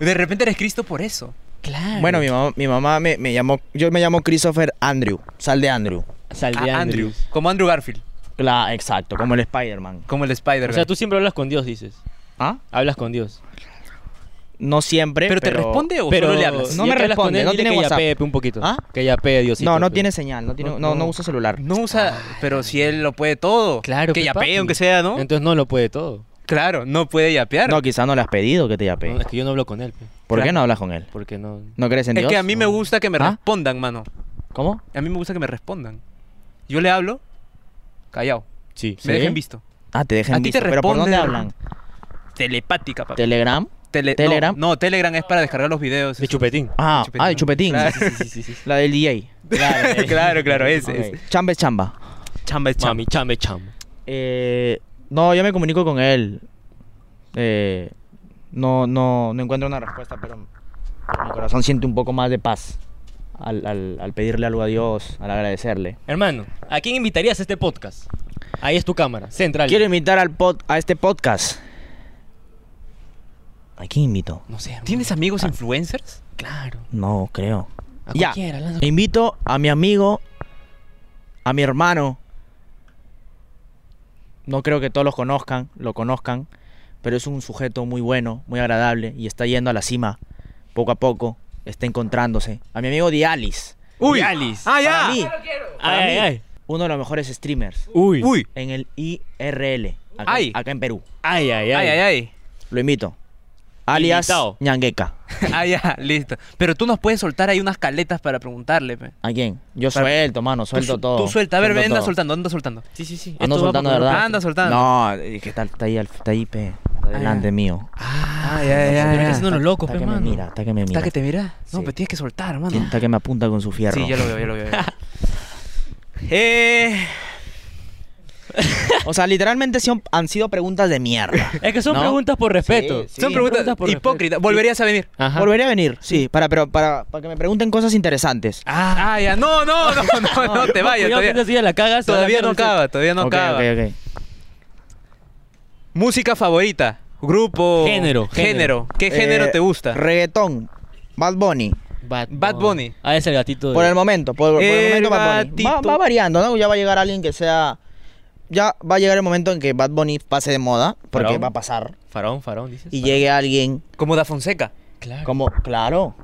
S3: De repente eres Cristo por eso.
S2: claro.
S1: Bueno, mi mamá, mi mamá me, me llamó. Yo me llamo Christopher Andrew. Sal de Andrew.
S2: Sal de
S3: Ah,
S2: Andrew.
S3: Andrew. Como Andrew Garfield.
S1: Claro, exacto. Como el Spider-Man.
S3: Como el Spider-Man.
S2: O sea, tú siempre hablas con Dios, dices.
S1: ¿Ah?
S2: Hablas con Dios.
S1: No siempre.
S3: ¿Pero
S1: Pero,
S3: te responde o
S2: Pero
S3: solo le hablas?
S1: No
S2: ya
S1: me
S2: que hablas con
S1: responde, no
S2: dile
S1: tiene
S2: que
S1: WhatsApp.
S2: yapee, pe, un poquito.
S1: ¿Ah?
S2: Que yapee, Diosito.
S1: No, no
S2: pe.
S1: tiene señal. No, tiene, no, no, usa celular.
S3: No usa. pero si él lo puede todo.
S2: Ah, Claro,
S3: Que
S2: pe,
S3: yapee,
S2: papi.
S3: aunque sea, ¿no?
S2: Entonces no lo puede todo.
S3: Claro, no puede yapear.
S1: No, quizás no le has pedido que te yapee.
S2: No, es que yo no hablo con él, pe,
S1: ¿Por
S3: claro.
S1: qué no hablas con él?
S2: porque no.
S1: ¿No crees en
S3: es
S1: Dios?
S3: que a mí me gusta que me
S1: ¿Ah?
S3: respondan, mano.
S1: ¿Cómo?
S3: A mí me gusta que me respondan. Yo le hablo, callado.
S2: Sí.
S3: Me dejen visto.
S1: Ah, te dejan
S3: A ti te
S1: visto. ¿Pero por dónde
S3: responde,
S1: hablan?
S3: Telepática, papá.
S1: ¿Telegram?
S3: Tele- no,
S1: ¿Telegram?
S3: No, Telegram es para descargar los videos.
S2: De chupetín.
S1: Ah,
S3: Chupetín,
S1: ah, de
S3: ¿no?
S1: Chupetín.
S3: Claro.
S2: Sí, sí, sí. sí.
S1: La del DJ.
S3: claro, claro, claro, ese.
S1: Ok.
S3: ese.
S1: Chamba es chamba.
S3: Chamba es chamba.
S2: Mami, chame, chamo.
S1: Eh, no, yo me comunico con él. Eh, no, no, no encuentro una respuesta, pero pero mi corazón siente un poco más de paz al, al- al pedirle algo a Dios, al agradecerle.
S2: Hermano, ¿a quién invitarías a este podcast? Ahí es tu cámara, central.
S1: Quiero invitar al pod, a este podcast. ¿A quién invito?
S2: No sé. hermano.
S3: ¿Tienes amigos influencers?
S2: Claro.
S1: No, creo.
S2: A
S1: Ya.
S2: cualquiera, lanza-
S1: Invito a mi amigo, a mi hermano. No creo que todos los conozcan, lo conozcan, pero es un sujeto muy bueno, muy agradable y está yendo a la cima poco a poco, está encontrándose. A mi amigo Dialis.
S3: Uy.
S2: Alice.
S3: Ah,
S1: Para
S3: ya.
S1: mí,
S2: Ay, ay, ay.
S1: uno de los mejores streamers
S2: Uy.
S3: Uy.
S1: en el IRL, acá,
S3: Ay.
S1: acá en Perú.
S2: Ay, ay,
S3: Ay,
S2: ay.
S3: ay, ay.
S1: Lo invito. Alias
S2: Invitado.
S1: Ñangueca.
S3: Ah, ya, listo. Pero tú nos puedes soltar ahí unas caletas para preguntarle. pe.
S1: ¿A quién? Yo
S3: Para-
S1: suelto, mano,
S3: Tú
S1: suelto
S3: su-
S1: todo.
S3: Tú suelta, a ver,
S1: suelto
S3: anda
S1: todo.
S3: soltando, anda soltando.
S2: Sí, sí, sí.
S1: Ando
S2: Esto va
S1: Ah, soltando,
S2: por-
S1: ¿verdad?
S3: Anda soltando.
S1: No, es que está, está ahí, al- está ahí, pe. Está delante mío.
S3: Ah, ya,
S2: Pero hay que hacernos los locos,
S1: está
S2: pe,
S1: que me
S2: mano.
S1: mira, está que me mira.
S3: ¿Está que te mira? No,
S1: Sí.
S3: pero tienes que soltar, hermano.
S1: Está que me apunta con su fierro.
S3: Sí, ya lo veo, ya lo veo. ya lo veo. eh.
S1: O sea, literalmente son- han sido preguntas de mierda.
S2: Es que son
S1: ¿No?
S2: preguntas por respeto.
S1: Sí,
S3: Son preguntas
S2: preguntas por
S3: hipócritas. ¿Volverías a venir?
S2: Ajá.
S1: Volveré a venir, sí, para, pero para, para que me pregunten cosas interesantes.
S3: Ah, ya. No, no, no, no, no, te
S2: Cuidado
S3: vayas.
S2: que
S3: Todavía,
S2: esta silla la cagas. se va a la
S3: todavía no
S2: mierda.
S3: acaba, todavía no
S1: ok,
S3: acaba.
S1: ok, ok.
S3: Música favorita. Grupo.
S2: Género, género.
S3: Género. ¿Qué género
S1: Eh,
S3: te gusta?
S1: Reggaetón. Bad Bunny.
S2: Bad,
S3: Bad Bunny.
S2: Ah, es el gatito. de-
S1: Por el momento, por, por el
S3: El
S1: momento Bad Bunny. Va,
S3: gatito.
S1: va variando, ¿no? Ya va a llegar alguien que sea... Ya va a llegar el momento en que Bad Bunny pase de moda, porque
S2: Pero-
S1: va a pasar.
S2: Faraón, faraón, dices.
S1: Y llegue alguien
S3: Como Da Fonseca.
S2: Claro.
S1: como, claro,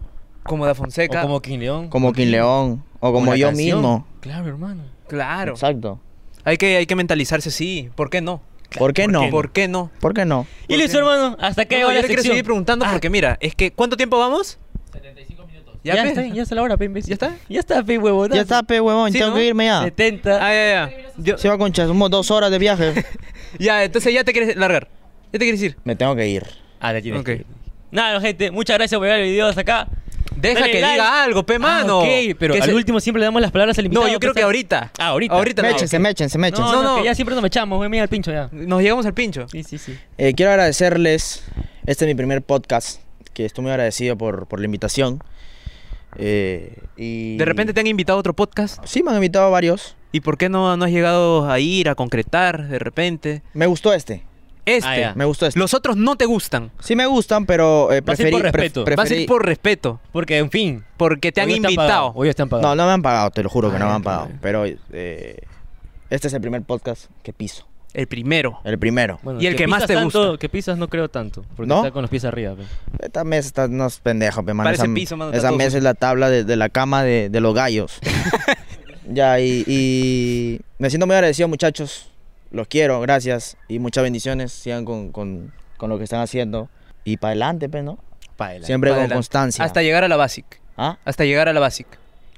S3: Como Da
S2: O
S3: Fonseca.
S2: como King León.
S1: como King León o como
S2: una
S1: yo
S2: canción.
S1: mismo.
S2: Claro, hermano.
S3: Claro.
S1: Exacto.
S3: Hay que, hay que mentalizarse así. ¿Por qué no?
S1: ¿Por qué no?
S3: ¿Por qué no?
S1: ¿Por qué no?
S2: Y listo, hermano. Hasta que
S3: No,
S2: va
S3: no, yo
S2: la
S3: le quiero
S2: sección.
S3: seguir preguntando
S2: Ah,
S3: porque mira, es que ¿cuánto tiempo vamos?
S10: 75 minutos.
S2: Ya,
S3: pe?
S2: está, ya está la hora, pe, imbécil.
S3: ¿Ya está?
S2: Ya está, pe, huevón.
S1: Ya está, pe, huevón,
S3: Sí,
S1: tengo
S3: ¿no?
S1: que irme ya.
S2: 70.
S3: Ah, ya, ya. Yo-
S1: Se va concha, somos dos horas de viaje.
S3: ya, entonces ya te quieres largar. Ya te quieres ir.
S1: Me tengo que ir.
S2: Ah, la tienes.
S3: Ok.
S2: que- Nada, gente. Muchas gracias por ver el video hasta acá.
S3: Deja
S2: Dale
S3: que
S2: like.
S3: diga algo, pe mano.
S2: Ah, ok, pero
S3: Que
S2: al
S3: se-
S2: último siempre le damos las palabras al invitado.
S3: No, yo creo
S2: pe,
S3: que
S2: ¿sabes?
S3: ahorita.
S2: Ah, ahorita.
S3: Ahorita no.
S1: Méchense, méchense, méchense.
S2: No, no,
S3: No, no.
S2: que ya siempre nos me echamos, güey. Mira el pincho ya.
S3: Nos llegamos al pincho.
S2: Sí, sí, sí.
S1: Eh, quiero agradecerles. Este es mi primer podcast. Que estoy muy agradecido por, por la invitación. Eh, y...
S3: De repente te han invitado a otro podcast.
S1: Sí, me han invitado varios.
S3: ¿Y por qué no, no has llegado a ir, a concretar de repente?
S1: Me gustó este.
S3: Este.
S2: Ah, ya.
S1: Me gustó este.
S3: Los otros no te gustan.
S1: Sí me gustan, pero eh,
S2: Vas a ir
S1: preferí...
S2: por
S1: pref-
S2: respeto. Vas
S3: Vas a
S1: preferí-
S3: ir por respeto.
S2: Porque, en fin.
S3: Porque te han
S2: hoy están
S3: invitado.
S2: pagados, Hoy están
S1: No,
S2: pagados.
S1: no me han pagado, te lo juro que
S3: Ah,
S1: no me
S3: ya,
S1: han pagado.
S3: claro.
S1: Pero eh, este es el primer podcast que piso.
S3: El primero.
S1: El primero.
S2: Bueno,
S3: Y el que más
S2: pisas
S3: te
S2: tanto-
S3: gusta.
S2: Que pisas no creo tanto. Porque
S1: ¿No?
S2: está con los pies arriba, pe.
S1: Esta mesa está unos pendejos, pe, mano.
S3: Parece
S1: esa,
S3: piso, mano, está
S1: Esa
S3: todo
S1: mesa
S3: sucio.
S1: es la tabla de, de la cama de, de los gallos. ya, y, y me siento muy agradecido, muchachos. Los quiero, gracias. Y muchas bendiciones. Sigan con, con- con lo que están haciendo. Y para adelante, pe, ¿no?
S2: Pa' adelante.
S1: Siempre con
S3: Adelante.
S1: constancia.
S3: Hasta llegar a la basic.
S1: ¿Ah?
S3: Hasta llegar a la basic.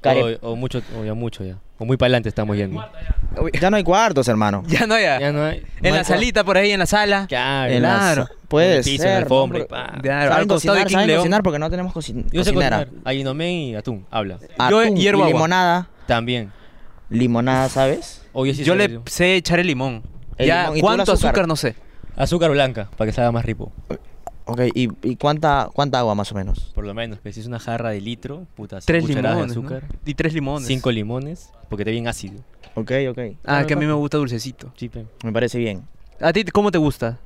S1: Care-
S2: O, o mucho, o ya mucho ya. O muy para adelante estamos yendo.
S1: Ya no hay cuartos, hermano.
S3: Ya no, ya.
S2: Ya no hay.
S3: En la
S1: hay-
S3: salita, por ahí, en la sala.
S2: Claro.
S1: En las-
S3: Claro.
S1: Puede
S2: En el piso, en
S1: ser,
S2: la alfombra.
S1: ¿no?
S2: y pa.
S3: Claro, al
S1: Saben
S3: costado de
S1: cocinar,
S3: King
S1: saben
S3: León.
S1: cocinar porque no tenemos cocin-
S2: Yo sé
S1: cocinera.
S2: cocinar. Aguinomen y atún. Habla.
S3: Yo
S1: Atún,
S3: hiervo agua.
S1: limonada.
S2: También.
S1: Limonada, ¿sabes?
S2: Oye, sí
S3: Yo
S2: sé-
S3: le sé echar el limón.
S1: El
S3: ya,
S1: limón, ¿y tú el
S3: ¿cuánto azúcar?
S1: azúcar?
S3: No sé.
S2: Azúcar blanca, para que salga más rico.
S1: Ok, ¿y, y cuánta, cuánta agua más o menos?
S2: Por lo menos, que si es una jarra de litro, puta,
S3: Tres
S2: cucharadas
S3: limones.
S2: de
S3: ¿no?
S2: azúcar.
S3: Y tres limones.
S2: Cinco limones, porque te bien ácido.
S1: Ok, ok.
S3: Ah, que a mí me gusta dulcecito.
S2: Sí, pe.
S1: Me parece bien.
S3: ¿A ti cómo te gusta?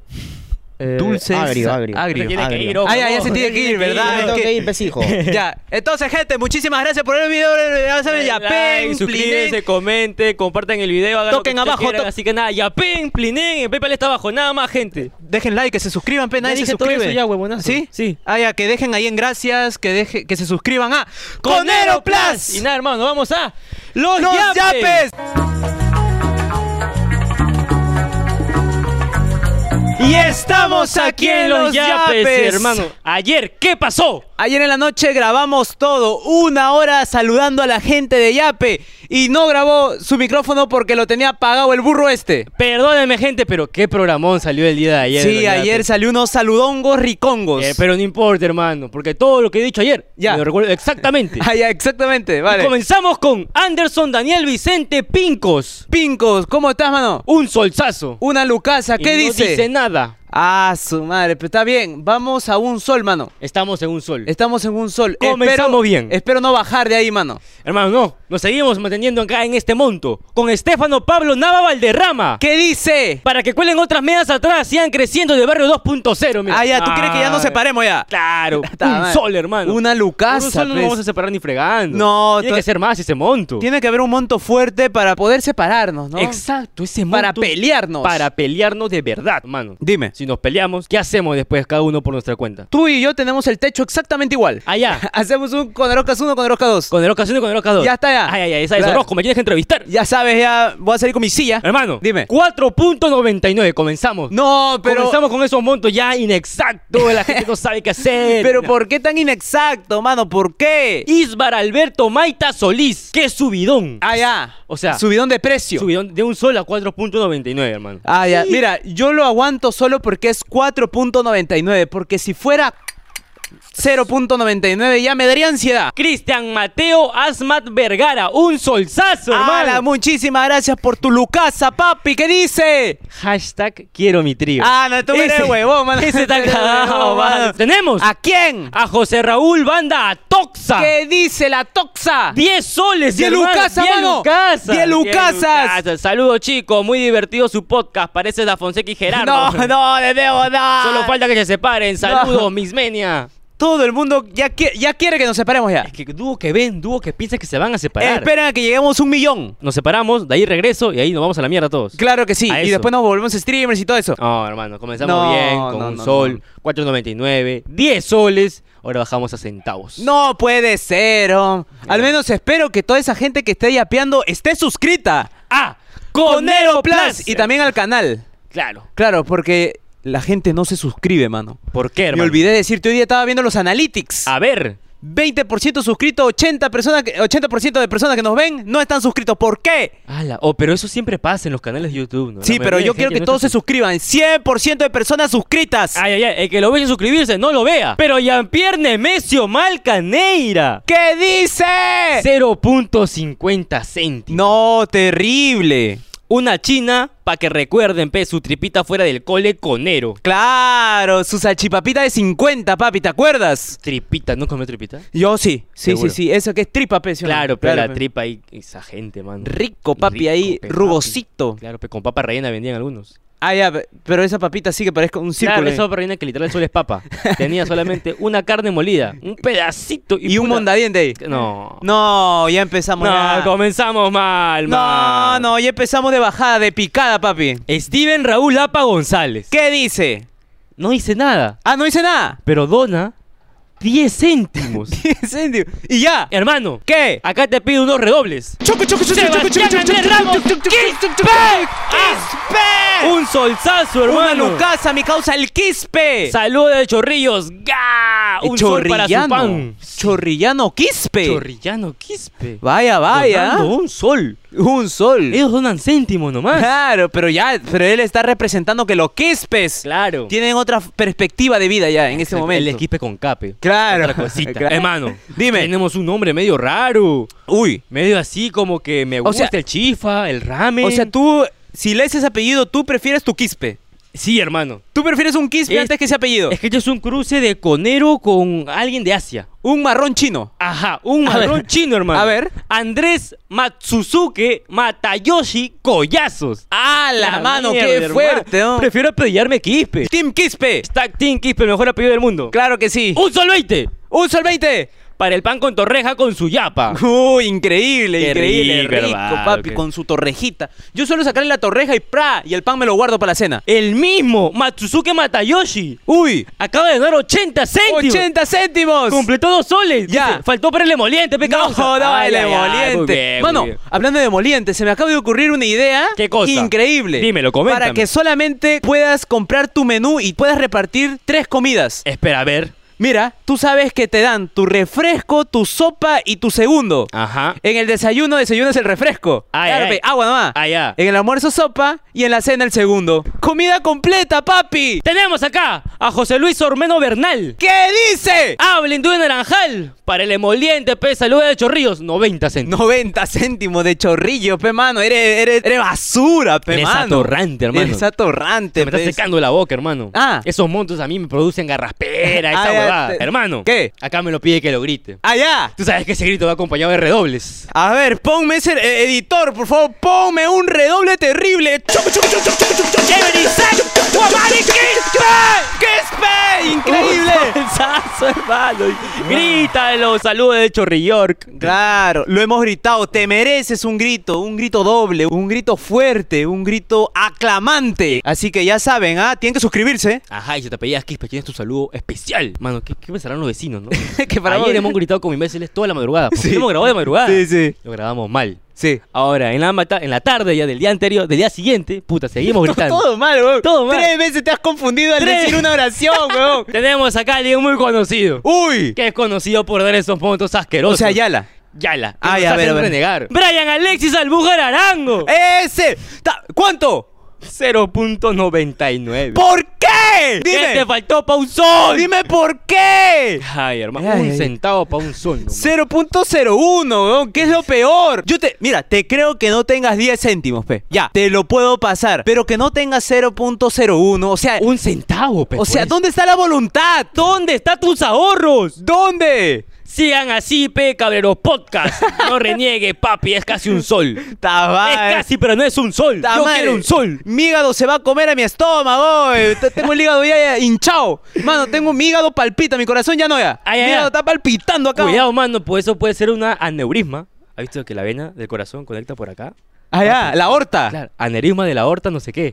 S1: Eh,
S3: Dulce.
S1: Agrio, agrio.
S3: Agrio.
S2: Tiene que
S1: agrio.
S2: ir, ojo,
S3: Ah, ya, ya
S2: ojo.
S3: se tiene que ir,
S1: Ah,
S3: ¿verdad?
S1: me
S3: Es
S1: tengo
S3: que-
S1: que ir, pesijo.
S3: Ya, entonces gente, muchísimas gracias por ver el video. Ya saben, ya,
S2: Like,
S3: pen,
S2: suscríbanse, comenten, compartan el video, hagan lo
S3: Toquen
S2: que ustedes
S3: abajo,
S2: quieran,
S3: to-
S2: así que nada, ya pen, plinen, el PayPal está abajo, nada más gente.
S3: dejen like, que se suscriban, pen, nadie
S2: Ya
S3: se
S2: dije todo
S3: suscribe.
S2: eso ya, huevonazo.
S3: ¿Sí?
S2: Sí.
S3: Ah, ya, que dejen ahí en gracias, que deje, que se suscriban a Conero Plus.
S2: Y nada, hermano, nos vamos a Los,
S3: ¡Los yapes! Y estamos
S2: Aquí en Los Yapes, hermano. Ayer, ¿qué pasó?
S3: Ayer en la noche grabamos todo, una hora saludando a la gente de Yape. Y no grabó su micrófono porque lo tenía apagado el burro este.
S2: Perdónenme, gente, pero qué programón salió el día de ayer. de
S3: Sí,
S2: Los
S3: ayer
S2: Yapes.
S3: salió unos saludongos ricongos.
S2: Eh, pero no importa, hermano, porque todo lo que he dicho ayer,
S3: Ya.
S2: me recuerdo exactamente.
S3: Ah, ya, exactamente,
S2: Y
S3: vale.
S2: Comenzamos con Anderson Daniel Vicente Pincos.
S3: Pincos, ¿cómo estás, mano?
S2: Un solsazo.
S3: Una Lucasa, ¿qué
S2: Y
S3: dice?
S2: No dice nada.
S3: Ah, su madre, pero está bien, vamos a un sol, mano.
S2: Estamos en un sol.
S3: Estamos en un sol.
S2: Comenzamos
S3: espero,
S2: bien.
S3: Espero no bajar de ahí, mano.
S2: Hermano, no. Nos seguimos manteniendo acá en este monto. Con Estefano Pablo Nava Valderrama.
S3: ¿Qué dice?
S2: Para que cuelen otras medias atrás, sigan creciendo de barrio 2.0. mira.
S3: Ah, ya, ¿tú
S2: Ah,
S3: crees que ya nos separemos ya?
S2: Claro.
S3: Está
S2: un
S3: mal.
S2: sol, hermano.
S3: Una
S2: Por
S3: Lucasa.
S2: Un sol no nos
S3: pues.
S2: vamos a separar ni fregando.
S3: No,
S2: Tiene
S3: to-
S2: que ser más ese monto.
S3: Tiene que haber un monto fuerte para poder separarnos, ¿no?
S2: Exacto, ese monto.
S3: Para pelearnos.
S2: Para pelearnos de verdad, hermano.
S3: Dime.
S2: Si nos peleamos, ¿qué hacemos después cada uno por nuestra cuenta?
S3: Tú y yo tenemos el techo exactamente igual.
S2: Allá.
S3: Hacemos un con Erocas 1, con Erocas 2.
S2: Ah. Con el ocasión y con el Orca 2.
S3: Ya está, ya.
S2: Ay, ay, ay, esa es
S3: Claro.
S2: Orozco, me tienes que entrevistar.
S3: Ya sabes, ya voy a salir con mi silla.
S2: Hermano,
S3: Dime.
S2: 4.99, comenzamos.
S3: No, pero.
S2: Comenzamos con esos montos ya inexactos, la gente no sabe qué hacer.
S3: Pero ¿por qué tan inexacto, mano? ¿Por qué?
S2: Isbar Alberto Maita Solís, qué subidón.
S3: Ah, ya.
S2: O sea,
S3: Subidón de precio.
S2: subidón de un sol a 4.99, hermano.
S3: Ah, ya. Mira, yo lo aguanto solo porque es 4.99. Porque si fuera 0.99 ya me daría ansiedad.
S2: Cristian Mateo Asmat Vergara, un solsazo,
S3: Ala,
S2: hermano.
S3: muchísimas gracias por tu Lucasa, papi. ¿Qué dice?
S2: Hashtag quiero mi trío.
S3: Ah, no, tú eres
S2: Ese-
S3: huevón, mano.
S2: Ese está
S3: Tú eres
S2: cagado,
S3: huevón,
S2: mano.
S3: mano. Ah,
S2: Tenemos
S3: ¿A quién?
S2: a José Raúl Banda Atoxa.
S3: ¿Qué dice la toxa?
S2: 10 soles,
S3: ¡Diez
S2: hermano!
S3: lucasas,
S2: ¡Diez
S3: mano!
S2: lucasas!
S3: ¡Diez lucasas!
S2: lucasas! Saludos, chicos. Muy divertido su podcast. Parece la Fonseca y Gerardo.
S3: No, no, de debo, no.
S2: Solo falta que se separen. Saludos,
S3: No.
S2: Mismenia.
S3: Todo el mundo ya, qui- ya quiere que nos separemos ya.
S2: Es que dúo que ven, dúo que piensa que se van a separar.
S3: Esperan a que lleguemos a un millón.
S2: Nos separamos, de ahí regreso y ahí nos vamos a la mierda todos.
S3: Claro que sí.
S2: A
S3: Y
S2: eso.
S3: después nos volvemos streamers y todo eso.
S2: No, hermano, comenzamos
S3: No,
S2: bien con
S3: no,
S2: un
S3: no,
S2: sol, 4.99, 10 soles. Ahora bajamos a centavos.
S3: No puede ser. oh. Al menos espero que toda esa gente que esté yapeando esté suscrita.
S2: ¡Ah!
S3: Conero Plus. Y también al canal.
S2: Claro.
S3: Claro, porque la gente no se suscribe, mano.
S2: ¿Por qué,
S3: Me
S2: hermano? Ah.
S3: olvidé decirte, hoy día estaba viendo los analytics.
S2: A ver.
S3: 20% suscrito, 80%, personas que- 80 de personas que nos ven no están suscritos. ¿Por qué?
S2: Ala, oh, pero eso siempre pasa en los canales de YouTube, ¿no?
S3: Sí,
S2: La
S3: pero
S2: mayoría
S3: yo
S2: de
S3: quiero
S2: gente
S3: que
S2: no
S3: todos se
S2: está
S3: suscriban. 100% de personas suscritas.
S2: Ay, ay, ay, el que lo ve sin suscribirse, no lo vea. Pero Jean-Pierre Nemesio Malcaneira,
S3: ¿Qué dice?
S2: 0.50 céntimos.
S3: Eh. No, terrible.
S2: Una china, para que recuerden, pe, su tripita fuera del cole conero.
S3: Claro, su salchipapita de 50, papi, ¿te acuerdas?
S2: Tripita, ¿no comió tripita?
S3: Yo sí, sí,
S2: Seguro.
S3: sí, sí. Eso que es tripa, pecio.
S2: Claro, pero la tripa ahí, esa gente, man.
S3: Rico, papi, ahí, rugosito.
S2: Claro, pero con papa rellena vendían algunos.
S3: Ah, ya, pe- pero esa papita sí que parece un círculo.
S2: Claro,
S3: ¿eh?
S2: esa papa rellena que literal solo es papa. Tenía solamente una carne molida, un pedacito y,
S3: Y un
S2: puta-
S3: mondadiente ahí.
S2: No.
S3: No, ya empezamos.
S2: No,
S3: ya.
S2: comenzamos mal,
S3: no,
S2: man.
S3: no, ya empezamos de bajada, de picada, papi.
S2: Steven Raúl Apa González.
S3: ¿Qué dice?
S2: No dice nada,
S3: Ah, no dice nada.
S2: pero dona 10 céntimos.
S3: Incendio. Y ya.
S2: Hermano,
S3: ¿Qué?
S2: acá te pido unos redobles.
S3: Choco, choco, choco, choco, choco,
S2: Sebastián
S3: choco, choco,
S2: Andrés Ramos,
S3: choco, choco,
S2: Kiss
S3: choco, choco,
S2: Back.
S3: ¡Quispe!
S2: Un solsazo,
S3: Una
S2: hermano.
S3: Lucasa, mi causa, el Quispe.
S2: Saludos de Chorrillos. ¡Ga! ¡Ah! Un sol para su pan.
S3: Chorrillano Quispe.
S2: Chorrillano Quispe.
S3: Vaya, vaya.
S2: Donando un sol.
S3: Un sol.
S2: Ellos donan céntimos nomás.
S3: Claro, pero ya, pero él está representando que los Quispes
S2: Claro.
S3: tienen otra f- perspectiva de vida ya en este
S2: El
S3: momento.
S2: Quispe con cape.
S3: Claro.
S2: Otra cosita.
S3: Claro.
S2: Hermano,
S3: Dime.
S2: Tenemos un nombre medio raro.
S3: Uy.
S2: Medio así como que me gusta
S3: sea-
S2: el chifa, el ramen.
S3: O sea, tú, si lees ese apellido, tú prefieres tu Quispe.
S2: Sí, hermano.
S3: Tú prefieres un Quispe
S2: Es-
S3: antes que ese apellido.
S2: Es que esto es un cruce de conero con alguien de Asia.
S3: Un marrón chino.
S2: Ajá, un
S3: A ver.
S2: marrón chino, hermano.
S3: A ver.
S2: Andrés Matsuzuke Matayoshi Collazos.
S3: ¡Ah, la, mano! ¡Qué
S2: mierda,
S3: fuerte!
S2: hermano.
S3: ¿no?
S2: Prefiero apellidarme Quispe.
S3: ¡Team Quispe!
S2: Stack Team Quispe, el mejor apellido del mundo.
S3: Claro que sí.
S2: ¡Un sol 20!
S3: ¡Un sol 20!
S2: Para el pan con torreja con su yapa.
S3: Uy, Uh, increíble,
S2: Qué
S3: increíble,
S2: rico,
S3: rico,
S2: hermano,
S3: papi,
S2: qué-
S3: con su torrejita. Yo suelo sacarle la torreja y ¡pra! Y el pan me lo guardo para la cena.
S2: El mismo Matsuzuke Matayoshi.
S3: ¡Uy!
S2: Acaba de ganar 80 céntimos.
S3: ¡80 céntimos!
S2: Completó dos soles.
S3: Ya.
S2: Dice, faltó para el emoliente, pecado.
S3: No joda, el emoliente. Mano, hablando de emoliente, se me acaba de ocurrir una idea
S2: ¿Qué cosa?
S3: increíble.
S2: Dímelo, coméntame.
S3: Para que solamente puedas comprar tu menú y puedas repartir tres comidas.
S2: Espera, a ver.
S3: Mira, tú sabes que te dan tu refresco, tu sopa y tu segundo.
S2: Ajá.
S3: En el desayuno, desayuno es el refresco.
S2: Ah. Ay,
S3: Claro,
S2: ay,
S3: pe,
S2: ay.
S3: agua nomás.
S2: Ah, ya.
S3: En el almuerzo sopa y en la cena el segundo. Comida completa, papi.
S2: Tenemos acá a José Luis Ormeno Bernal.
S3: ¿Qué dice? Ah,
S2: Hablen de naranjal. Para el emoliente, pe, saluda de chorrillos. 90 céntimos.
S3: 90 céntimos de chorrillo, pe mano. Eres, eres, eres basura, pe
S2: Eres
S3: mano.
S2: atorrante, hermano.
S3: Eres atorrante,
S2: Te me está
S3: pe.
S2: secando la boca, hermano.
S3: Ah.
S2: Esos montos a mí me producen garraspera, esa
S3: Ah, ya,
S2: huevada.
S3: te-
S2: Hermano.
S3: ¿Qué?
S2: Acá me lo pide que lo grite.
S3: Allá.
S2: Tú sabes que ese grito va acompañado de redobles.
S3: A ver, ponme ese eh, editor, por favor, ponme un redoble terrible. Chuc, chuc, chuc, chuc, chuc, chuc, chuc. ¡Quispe! ¡Increíble!
S2: ¡Pensazo, hermano! Grítalo, saludos de Chorriyork.
S3: Claro, lo hemos gritado, te mereces un grito, un grito doble, un grito fuerte, un grito aclamante. Así que ya saben, ¿ah? Tienen que suscribirse.
S2: Ajá, y si te pedías Quispe, tienes tu saludo especial. Mano, ¿qué, qué pensarán los vecinos, no?
S3: Que para
S2: Ayer
S3: hoy-
S2: hemos gritado como imbéciles toda la madrugada. Porque hemos grabado de madrugada.
S3: Sí, sí,
S2: Lo grabamos mal.
S3: sí.
S2: Ahora, en la, mata- en la tarde ya del día anterior, del día siguiente, puta, seguimos gritando.
S3: Todo mal, weón.
S2: Todo mal.
S3: Tres veces te has confundido al
S2: Tres.
S3: decir una oración, weón.
S2: Tenemos acá a alguien muy conocido.
S3: Uy.
S2: Que es conocido por dar esos puntos
S3: O
S2: asquerosos.
S3: sea, Yala.
S2: Yala. que
S3: Ah,
S2: nos
S3: ya, a
S2: hacen
S3: ver, a ver. Eh.
S2: renegar. Brian Alexis Albujar Arango.
S3: Ese. Ta- ¿Cuánto?
S2: 0.99.
S3: ¿Por qué?
S2: ¿Qué te
S3: Dime.
S2: faltó pa' un sol?
S3: Dime por qué.
S2: Ay, hermano,
S3: Ay,
S2: un
S3: ay.
S2: centavo pa' un sol. nomás.
S3: 0.01, weón, que es lo peor. Yo te, mira, te creo que no tengas 10 céntimos, pe. Ya, te lo puedo pasar, pero que no tengas 0.01, o sea,
S2: Un centavo, pe,
S3: o sea,
S2: pues.
S3: ¿dónde está la voluntad?
S2: ¿dónde están tus ahorros?
S3: ¿Dónde?
S2: Sigan así, pe, cabreros podcast. No reniegue, papi, es casi un sol. Es
S3: Tabá, eh.
S2: casi, pero no es un sol.
S3: Ta
S2: Yo
S3: madre.
S2: quiero un sol.
S3: Mi hígado se va a comer a mi estómago. eh. Te- Tengo el hígado ya, ya hinchado. Mano, tengo mi hígado palpita, mi corazón ya no ya.
S2: Ay, ay,
S3: mi
S2: ay.
S3: hígado está palpitando acá.
S2: Cuidado, mano, pues eso puede ser una aneurisma. ¿Has visto que la vena del corazón conecta por acá?
S3: Allá, Ah, la horta.
S2: Claro, aneurisma de la aorta, no sé qué.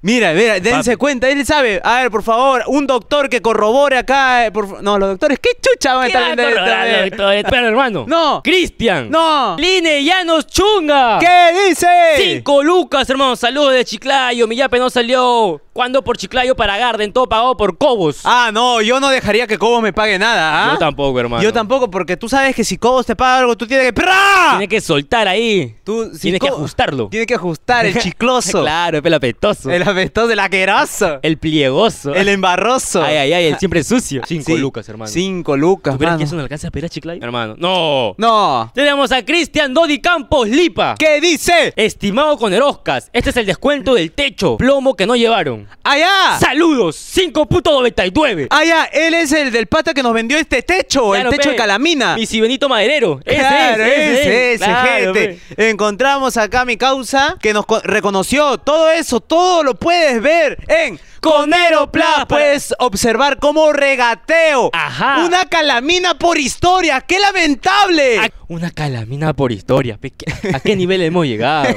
S3: Mira, mira, dense
S2: Papi.
S3: cuenta, él sabe. A ver, por favor, un doctor que corrobore acá. eh, por fa- No, los doctores, ¿qué chucha van a
S2: ¿Qué va
S3: estar
S2: a
S3: viendo esto,
S2: corroborar,
S3: eh?
S2: doctor? Espera, hermano.
S3: No.
S2: Cristian.
S3: No.
S2: Line Llanos Chunga.
S3: ¿Qué dice?
S2: Cinco lucas, hermano. Saludos de Chiclayo. Mi yape no salió. Cuando por Chiclayo para Garden, todo pagado por Cobos.
S3: Ah, no, yo no dejaría que Cobos me pague nada, ¿ah?
S2: Yo tampoco, hermano.
S3: Yo tampoco, Ah. porque tú sabes que si Cobos te paga algo, tú tienes que. ¡Pra!
S2: Tiene que soltar ahí.
S3: Tú, si
S2: Tienes que
S3: Cobos-
S2: ajustarlo.
S3: Tiene que ajustar el chicloso.
S2: claro, el pelapetoso.
S3: El
S2: El,
S3: apestoso, el aqueroso.
S2: pliegoso.
S3: El embarroso.
S2: Ay, ay, ay, el siempre sucio. Cinco
S3: Sí,
S2: lucas, hermano.
S3: Cinco lucas,
S2: ¿Tú crees que
S3: mano.
S2: eso no alcanza a pedir a Chiclayo? Hermano, no.
S3: No.
S2: Tenemos a Cristian Dodi Campos Lipa.
S3: ¿Qué dice?
S2: Eh, Estimado con Eroscas, este es el descuento del techo. Plomo que no llevaron.
S3: Allá.
S2: Saludos, 5.99.
S3: Ah, ya, él es el del pata que nos vendió este techo,
S2: Claro,
S3: el techo
S2: pe.
S3: de Calamina.
S2: Mi si Benito Maderero. Ese,
S3: claro,
S2: ese, ese,
S3: ese,
S2: claro,
S3: gente.
S2: pe.
S3: Encontramos acá a mi causa que nos co- reconoció todo eso, todo lo puedes ver en Conero Plus.
S2: Para-
S3: Puedes observar cómo regateo.
S2: pues. Ajá.
S3: Una calamina por historia, qué lamentable.
S2: A- Ah, Una calamina por historia. pe. ¿Qué- ¿A qué nivel hemos llegado?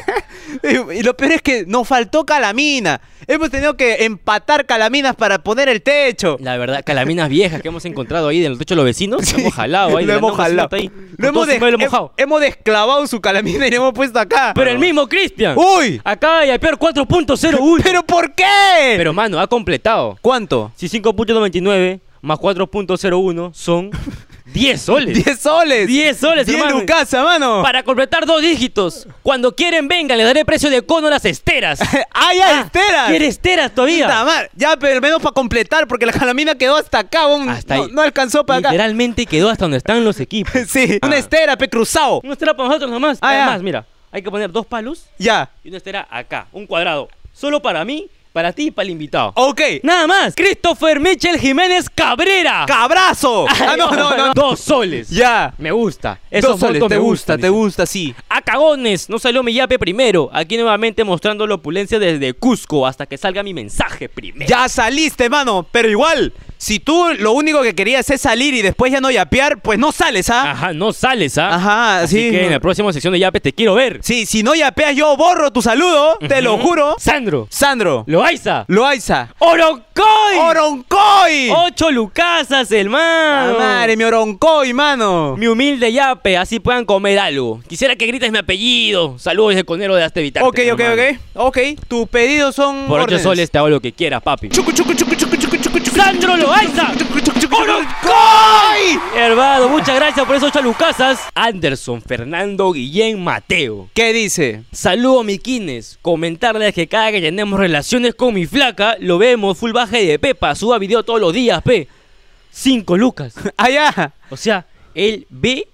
S3: Y y lo peor es que nos faltó calamina. Hemos tenido que empatar calaminas para poner el techo.
S2: La verdad, calaminas viejas que hemos encontrado ahí en el techo de los vecinos. Lo hemos jalado ahí.
S3: lo
S2: le
S3: hemos
S2: andamos haciendo
S3: jalado.
S2: ahí.
S3: Lo
S2: Con todo
S3: hemos,
S2: su
S3: des-
S2: pelo
S3: hem-
S2: mojado.
S3: hemos desclavado su calamina y le hemos puesto acá.
S2: Pero el mismo Cristian.
S3: eh, ¡Uy!
S2: Acá y al peor 4.01.
S3: ¿Pero por qué?
S2: Pero mano, ha completado.
S3: ¿Cuánto?
S2: Si 5.99 más 4.01 son 10 soles.
S3: 10 soles.
S2: 10 soles,
S3: 10
S2: hermano.
S3: lucas, mano.
S2: Para completar dos dígitos. Cuando quieren, vengan, les daré precio de cono a las esteras.
S3: ¡Ay, ay, esteras!
S2: ¿Quieres esteras
S3: Puta
S2: todavía?
S3: madre. Ya, pero al menos para completar, porque la calamina quedó hasta acá, weón.
S2: Hasta
S3: no,
S2: ahí.
S3: no alcanzó para acá.
S2: Literalmente quedó hasta donde están los equipos.
S3: Sí, una estera, pe, cruzado.
S2: Una estera para nosotros nomás.
S3: Ah, ya.
S2: Además, mira, hay que poner dos palos
S3: Ya.
S2: y una estera acá, un cuadrado. Solo para mí, para ti y para el invitado.
S3: Ok.
S2: Nada más. Christopher Michel Jiménez Cabrera.
S3: ¡Cabrazo! Ah, no, no, no.
S2: Dos soles.
S3: Ya.
S2: Me gusta. Esos
S3: Dos soles,
S2: montos
S3: te
S2: me
S3: gusta,
S2: gustan,
S3: te
S2: dice.
S3: gusta, sí.
S2: A cagones, no salió mi yape primero. Aquí nuevamente mostrando la opulencia desde Cusco hasta que salga mi mensaje primero.
S3: Ya saliste, mano. Pero igual, si tú lo único que querías es salir y después ya no yapear, pues no sales, ¿ah?
S2: Ajá, no sales, ¿ah?
S3: Ajá,
S2: Así
S3: sí,
S2: que
S3: no.
S2: en la próxima sección de yape te quiero ver.
S3: Sí, si no yapeas, yo borro tu saludo, te lo juro.
S2: Sandro,
S3: Sandro,
S2: Loaiza,
S3: Loaiza,
S2: Oroncoy.
S3: Oroncoy.
S2: Ocho lucasas,
S3: Ah,
S2: hermano.
S3: madre, mi Oroncoy, mano.
S2: Mi humilde yape, así puedan comer algo. Quisiera que grites mi apellido. Saludos de Conero de Astevitarte.
S3: Ok, ok, ok. Ok, tus pedidos son.
S2: Por ocho
S3: órdenes.
S2: soles te hago lo que quieras, papi.
S3: Chucu, chucu, chucu, chucu, chucu, chucu, chucu.
S2: ¡Sandro Loaiza!
S3: ¡Oroncoy!
S2: Hermano, muchas gracias por esos ocho lucasas. Anderson, Fernando, Guillén, Mateo.
S3: ¿Qué dice?
S2: Saludo miquines, comentarles que cada que tenemos relaciones con mi flaca, lo vemos full baje de Pepa, suba video todos los días, pe. Cinco lucas.
S3: Allá.
S2: O sea, él ve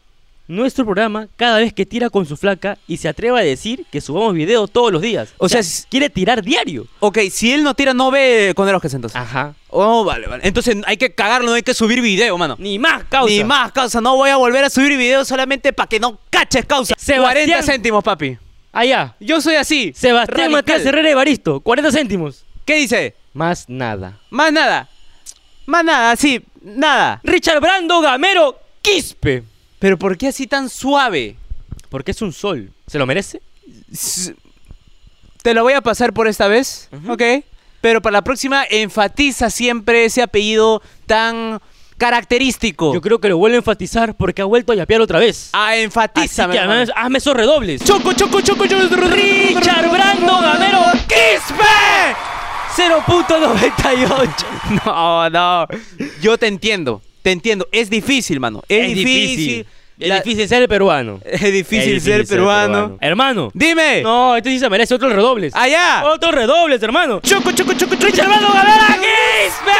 S2: nuestro programa cada vez que tira con su flaca y se atreve a decir que subamos video todos los días.
S3: O
S2: O
S3: sea,
S2: sea,
S3: es-
S2: quiere tirar diario.
S3: Ok, si él no tira, no ve con los que entonces.
S2: Ajá.
S3: Oh, vale, vale. Entonces hay que cagarlo, no hay que subir video, mano.
S2: Ni más causa.
S3: Ni más, causa. No voy a volver a subir video solamente para que no caches, causa.
S2: Sebastián.
S3: 40 céntimos, papi.
S2: Allá.
S3: Yo soy así.
S2: Sebastián
S3: radical.
S2: Matías Herrera Evaristo, 40 céntimos.
S3: ¿Qué dice?
S2: Más nada.
S3: Más nada. Más nada, sí, nada.
S2: Richard Brando Gamero Quispe.
S3: Pero ¿por qué así tan suave?
S2: Porque es un sol. ¿Se lo merece?
S3: S- Te lo voy a pasar por esta vez,
S2: Ujú.
S3: ¿ok? Pero para la próxima enfatiza siempre ese apellido tan característico.
S2: Yo creo que lo vuelvo a enfatizar porque ha vuelto a yapear otra vez.
S3: Oh. Ah,
S2: Así
S3: enfatízame.
S2: que
S3: hermano.
S2: además, hazme esos redobles.
S3: Choco, choco, choco, choco.
S2: Richard Brando Gamero
S3: Quispe.
S2: 0.98.
S3: No, no. Yo te entiendo. Te entiendo. Es difícil, mano. Es, difícil.
S2: Es
S3: La-
S2: difícil ser peruano.
S3: Es difícil ser peruano.
S2: Hermano.
S3: Dime.
S2: No, Oh, este sí se merece otros redobles.
S3: Allá.
S2: Otros redobles, hermano.
S3: Choco, choco, choco, choco.
S2: Richard Brando Gamero Quispe.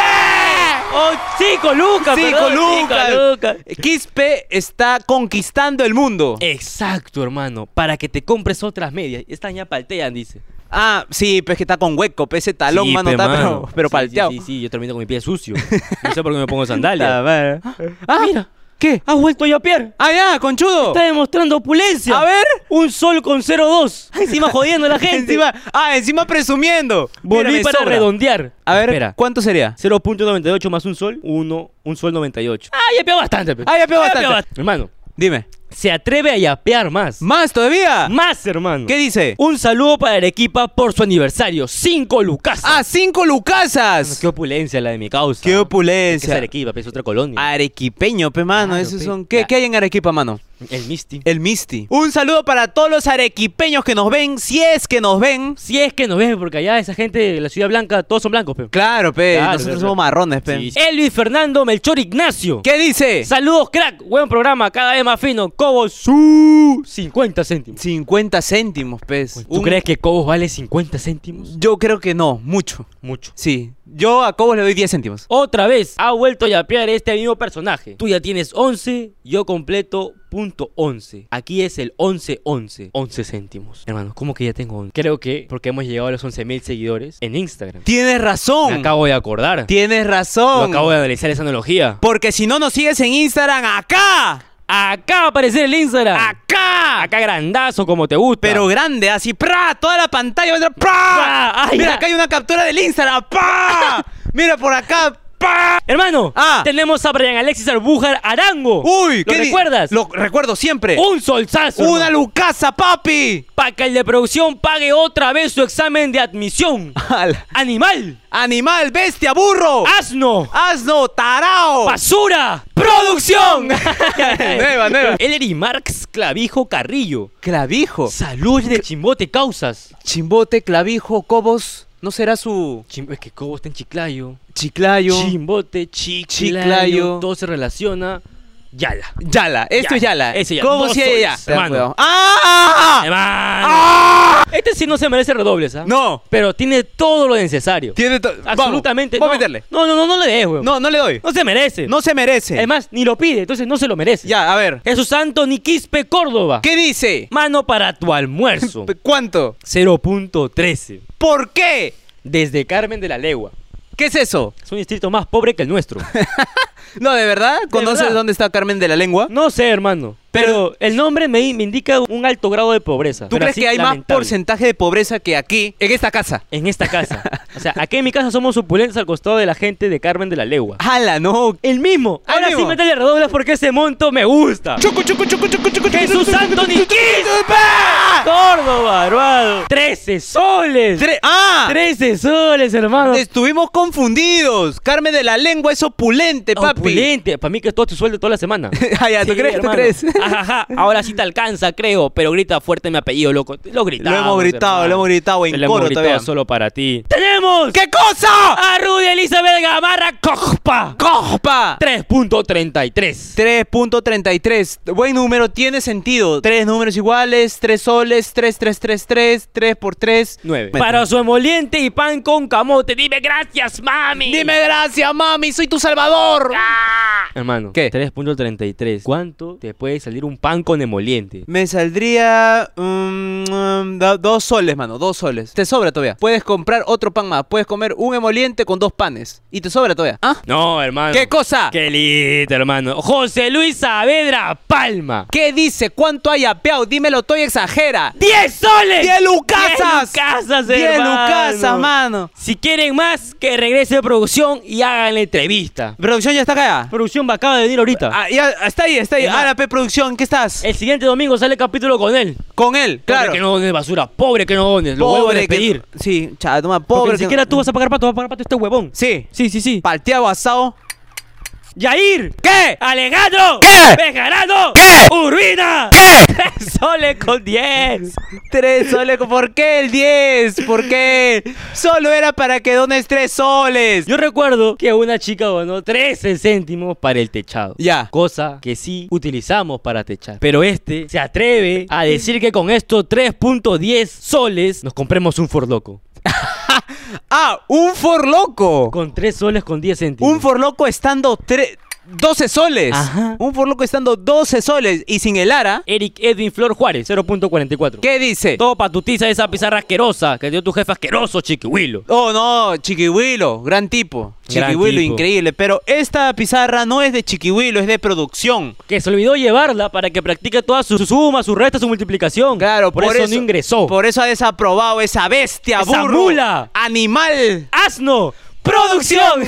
S2: Oh, cinco lucas,
S3: Cinco
S2: perdón,
S3: lucas.
S2: Cinco lucas. Eh.
S3: Quispe está conquistando el mundo.
S2: Exacto, hermano. Para que te compres otras medias. Estas ya paltean, dice.
S3: Ah, sí, pues que está con hueco, pues ese talón,
S2: Sí,
S3: mano,
S2: pe,
S3: está pero,
S2: mano.
S3: pero
S2: Sí,
S3: palteado.
S2: Sí, sí, sí, yo termino con mi pie sucio. No sé por qué me pongo sandalias.
S3: Ah,
S2: mira.
S3: ¿Qué?
S2: Has vuelto a yapear.
S3: Ah, ya, conchudo.
S2: Está demostrando opulencia.
S3: A ver.
S2: Un sol con 0,2. Encima jodiendo a la gente.
S3: Encima, ah, encima presumiendo.
S2: Volví
S3: Mira, me
S2: para
S3: sobra.
S2: redondear.
S3: A ver,
S2: Espera.
S3: ¿cuánto sería?
S2: 0.98 más un sol, 1, un sol 98. Ah, yapeó bastante. pe.
S3: Ah, yapeó bastante.
S2: bast- Hermano,
S3: Dime.
S2: se atreve a yapear más.
S3: ¿Más todavía?
S2: Más, hermano.
S3: ¿Qué dice?
S2: Un saludo para Arequipa por su aniversario. 5 lucas.
S3: ¡Ah, cinco lucasas!
S2: Qué opulencia la de mi causa.
S3: ¡Qué
S2: Es que es
S3: opulencia! Ah.
S2: Arequipa, pe, es otra colonia.
S3: Arequipeño, pe, mano.
S2: Claro,
S3: Esos
S2: pe.
S3: son... ¿Qué,
S2: Ya.
S3: ¿Qué hay en Arequipa, mano?
S2: El Misti.
S3: El Misti. Un saludo para todos los arequipeños que nos ven, si es que nos ven.
S2: Si es que nos ves, porque allá esa gente de la ciudad blanca, todos son blancos, pe.
S3: Claro, pe.
S2: Claro,
S3: nosotros
S2: claro.
S3: somos marrones, pe. Eh,
S2: Sí, sí. Elvis Fernando Melchor Ignacio.
S3: ¿Qué dice?
S2: Saludos, crack. Buen programa, cada vez más fino. Cobos su 50 céntimos.
S3: 50 céntimos, pez.
S2: ¿Tú crees que Cobos vale 50 céntimos?
S3: Yo creo Pues, que no, mucho.
S2: Mucho.
S3: Sí. Yo a Cobos le doy 10 céntimos.
S2: Otra vez ha vuelto a yapear este mismo personaje. Tú ya tienes 11, yo completo punto 11. Aquí es el 11 11, 11 céntimos. Hermano, ¿cómo que ya tengo 11? Creo que porque hemos llegado a los 11 mil seguidores en Instagram.
S3: Tienes razón.
S2: Me acabo de acordar.
S3: Tienes
S2: Lo
S3: razón.
S2: acabo de analizar esa analogía.
S3: Porque si no nos sigues en Instagram, acá.
S2: Acá va a aparecer el Instagram. Acá. Acá grandazo como te gusta.
S3: Pero grande, así, ¡pra! Toda la pantalla. ¡pra! ¡Pra!
S2: Ah,
S3: Mira,
S2: ya.
S3: acá hay una captura del Instagram. ¡pra! Mira por acá. ¡pra!
S2: Hermano,
S3: Ah.
S2: tenemos a Brian Alexis Arbújar Arango.
S3: ¡Uy!
S2: ¿Lo
S3: qué di-
S2: recuerdas?
S3: Lo recuerdo siempre.
S2: Un solsazo.
S3: ¡Una
S2: hermano.
S3: lucasa, papi!
S2: Pa' que el de producción pague otra vez su examen de admisión.
S3: Al-
S2: Animal.
S3: Animal, bestia, burro.
S2: Asno.
S3: Asno, tarao.
S2: Basura.
S3: ¡Producción! nueva, nueva.
S2: Ellery Marx Clavijo Carrillo.
S3: Clavijo.
S2: Salud de Chimbote Causas.
S3: Chimbote, clavijo, cobos. ¿No será su
S2: Chim- es que Cobo está en Chiclayo.
S3: Chiclayo?
S2: Chimbote, Chiclayo,
S3: Chiclayo.
S2: Todo se relaciona. Yala.
S3: Yala, esto es Yala.
S2: Ese Yala.
S3: ¿Cómo
S2: Dos
S3: si hay Yala?
S2: soles, hermano.
S3: Te has cuidado. ¡Ah!
S2: Hermano. Este sí no se merece redobles, ¿ah?
S3: No,
S2: Pero tiene todo lo necesario.
S3: tiene to- vamos,
S2: Absolutamente.
S3: Vamos
S2: no.
S3: a meterle.
S2: No, no, no, no le des, weón.
S3: No, no le doy.
S2: No se merece.
S3: No se merece.
S2: Además, ni lo pide, entonces no se lo merece.
S3: Ya, a ver.
S2: Jesús Anthony Quispe Córdoba.
S3: ¿Qué dice?
S2: Mano para tu almuerzo.
S3: ¿Cuánto?
S2: 0.13.
S3: ¿Por qué?
S2: Desde Carmen de la Legua.
S3: ¿Qué es eso?
S2: Es un distrito más pobre que el nuestro.
S3: No, ¿de verdad? ¿Conoces
S2: verdad.
S3: dónde está Carmen de la Lengua?
S2: No sé, hermano. Pero el nombre me, me indica un alto grado de pobreza.
S3: ¿Tú
S2: pero
S3: crees
S2: así
S3: que hay más
S2: lamentable.
S3: porcentaje de pobreza que aquí, en esta casa?
S2: En esta casa. O sea, aquí en mi casa somos supulentos al costado de la gente de Carmen de la Legua.
S3: ¡Hala, no!
S2: El mismo.
S3: Ah, el
S2: Ahora sí
S3: mismo.
S2: métele redoblas porque ese monto me gusta.
S3: ¡Chucu, chucu, chucu, chucu, chucu, chucu,
S2: Jesús
S3: chucu,
S2: Anthony
S3: chucu, chucu,
S2: Quispe.
S3: chucu, pa!
S2: Córdoba, hermano. 13 soles.
S3: Tre- ¡Ah! Este,
S2: 13 soles, hermano.
S3: Estuvimos confundidos. Carmen de la Lengua es opulente, papi.
S2: Opulente. Para mí que es todo tu sueldo toda la semana.
S3: ah, ya, ¿tú
S2: Sí,
S3: crees?
S2: hermano. Ah,
S3: ¿Tú crees?
S2: Ajaja. Ahora sí te alcanza, creo. Pero grita fuerte mi apellido, loco. Lo gritamos.
S3: Lo hemos gritado,
S2: hermano.
S3: lo hemos gritado en
S2: Te lo hemos
S3: coro
S2: gritado
S3: todavía.
S2: solo para ti. ¡Tenemos!
S3: ¿Qué cosa?
S2: A Rudy Elizabeth Gamarra Cospa.
S3: ¡Cospa!
S2: 3.33.
S3: 3.33. Buen número, tiene sentido. Tres números iguales, tres soles, tres, tres, tres, tres, tres por tres.
S2: 9. Para su emoliente y pan con camote. Dime gracias, mami.
S3: Dime gracias, mami, soy tu salvador.
S2: Hermano,
S3: ¿Qué?
S2: 3.33. ¿Cuánto te puede salir un pan con emoliente?
S3: Me saldría mm, mm, do- dos soles, mano, dos soles. Te sobra todavía. Puedes comprar otro pan más. Puedes comer un emoliente con dos panes. Y te sobra todavía. ¿Ah?
S2: No, hermano.
S3: ¿Qué cosa?
S2: Qué lindo, hermano. José Luis Saavedra Palma.
S3: ¿Qué dice? ¿Cuánto hay apeado? Dímelo, estoy exagera.
S2: ¡10 soles!
S3: ¡Diez lucasas!
S2: ¡10 lucasas,
S3: Diez
S2: hermano!
S3: lucasas, mano.
S2: Si quieren más, que regrese de producción y hagan la entrevista.
S3: ¿Producción ya está acá?
S2: Producción va acaba de venir ahorita.
S3: Ah, ya, está ahí, está ahí.
S2: Es más-
S3: Ahora, P, producción, ¿qué estás?
S2: El siguiente domingo sale el capítulo con él.
S3: Con él, claro.
S2: Pobre que Eh, no dones basura. Pobre que no dones. Lo vuelvo a
S3: Pobre que-
S2: despedir.
S3: Sí, chata, toma,
S2: Pobre
S3: pobre.
S2: ni
S3: que-
S2: siquiera tú vas a pagar pato. Vas a pagar pato este huevón.
S3: Sí,
S2: Sí, sí, sí.
S3: palteado asado.
S2: Yair.
S3: ¿Qué?
S2: Alejandro.
S3: ¿Qué?
S2: Bejarano.
S3: ¿Qué?
S2: Urbina. ¿Qué? Tres soles con diez.
S3: Tres soles. ¿Por qué el 10? ¿Por qué? Solo era para que dones tres soles.
S2: Yo recuerdo que una chica donó 13 céntimos para el techado.
S3: Ya.
S2: Cosa que sí utilizamos para techar. Pero este se atreve a decir que con estos 3.10 soles nos compremos un forloco.
S3: Ah, un forloco.
S2: Con 3 soles con 10 céntimos.
S3: Un forloco estando tre- 12 soles.
S2: Ajá.
S3: Un forloco estando 12 soles y sin el ara.
S2: Eric Edwin Flor Juárez, 0.44.
S3: ¿Qué dice?
S2: Todo patutiza esa pizarra asquerosa que dio tu jefe asqueroso, chiquihuilo.
S3: Oh, no, Chiquihuilo, gran tipo.
S2: Gran
S3: Chiquihuilo,
S2: tipo.
S3: increíble. Pero esta pizarra no es de Chiquihuilo, es de producción.
S2: Que se olvidó llevarla para que practique toda su, su suma, su resta, su multiplicación.
S3: Claro,
S2: por, eso, no ingresó.
S3: Por eso ha desaprobado esa bestia,
S2: Esa
S3: burro,
S2: mula.
S3: animal.
S2: ¡Asno! ¡Producción!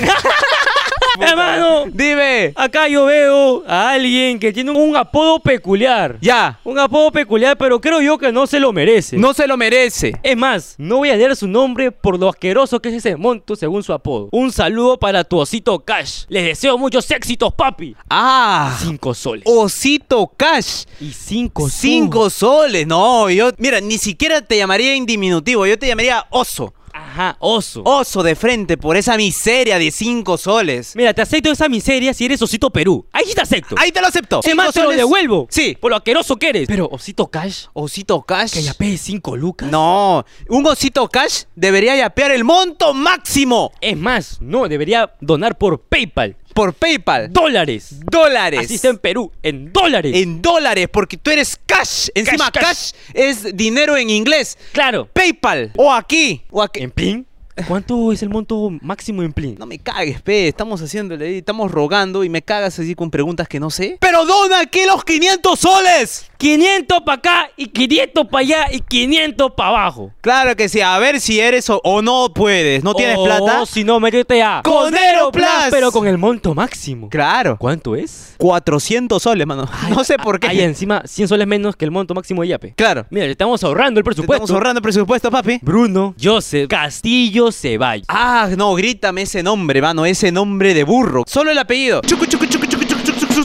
S2: Hermano,
S3: Dime.
S2: acá yo veo a alguien que tiene un apodo peculiar.
S3: Ya.
S2: Un apodo peculiar, pero creo yo que no se lo merece.
S3: No se lo merece.
S2: Es más, no voy a leer su nombre por lo asqueroso que es ese monto según su apodo. Un saludo para tu osito Cash. Les deseo muchos éxitos, papi.
S3: Ah.
S2: Cinco soles.
S3: Osito Cash.
S2: Y cinco soles.
S3: Cinco soles. No, yo. Mira, ni siquiera te llamaría en diminutivo. Yo te llamaría oso.
S2: Ajá, oso.
S3: Oso de frente por esa miseria de cinco soles.
S2: Mira, te acepto esa miseria si eres Osito Perú. Ahí sí te acepto.
S3: Ahí te lo acepto.
S2: Es más,
S3: Cinco
S2: te lo
S3: soles.
S2: devuelvo.
S3: Sí.
S2: Por lo asqueroso que eres. Pero Osito Cash,
S3: Osito Cash.
S2: que ya pegue cinco lucas.
S3: No, un osito cash debería yapear el monto máximo
S2: Es más, no, debería donar por PayPal.
S3: por PayPal.
S2: Dólares.
S3: dólares.
S2: Así está en Perú, en dólares.
S3: En dólares, porque tú eres cash. Encima
S2: cash.
S3: cash, es dinero en inglés.
S2: Claro.
S3: PayPal. O aquí. O aquí.
S2: ¿En PIN? ¿Cuánto es el monto máximo en PIN?
S3: No me cagues, pe. Estamos haciéndole, ahí, estamos rogando y me cagas así con preguntas que no sé. Pero dona aquí los 500 soles.
S2: 500 para acá y 500 para allá y 500 para abajo.
S3: Claro que sí. A ver si eres o, o no puedes. ¿No tienes
S2: O
S3: plata?
S2: Oh, si no, métete a
S3: Conero Plus.
S2: pero con el monto máximo.
S3: Claro.
S2: ¿Cuánto es?
S3: 400 soles, mano. no sé por qué.
S2: Ahí encima 100 soles menos que el monto máximo de Yape.
S3: Claro.
S2: Mira, le estamos ahorrando el
S3: Te
S2: presupuesto.
S3: Estamos ahorrando presupuesto, papi.
S2: Bruno Joseph Castillo Ceballos.
S3: Ah, no, grítame ese nombre, mano, ese nombre de burro. Solo el apellido. Chucu, chucu, chucu, chucu, chucu, chucu, chucu,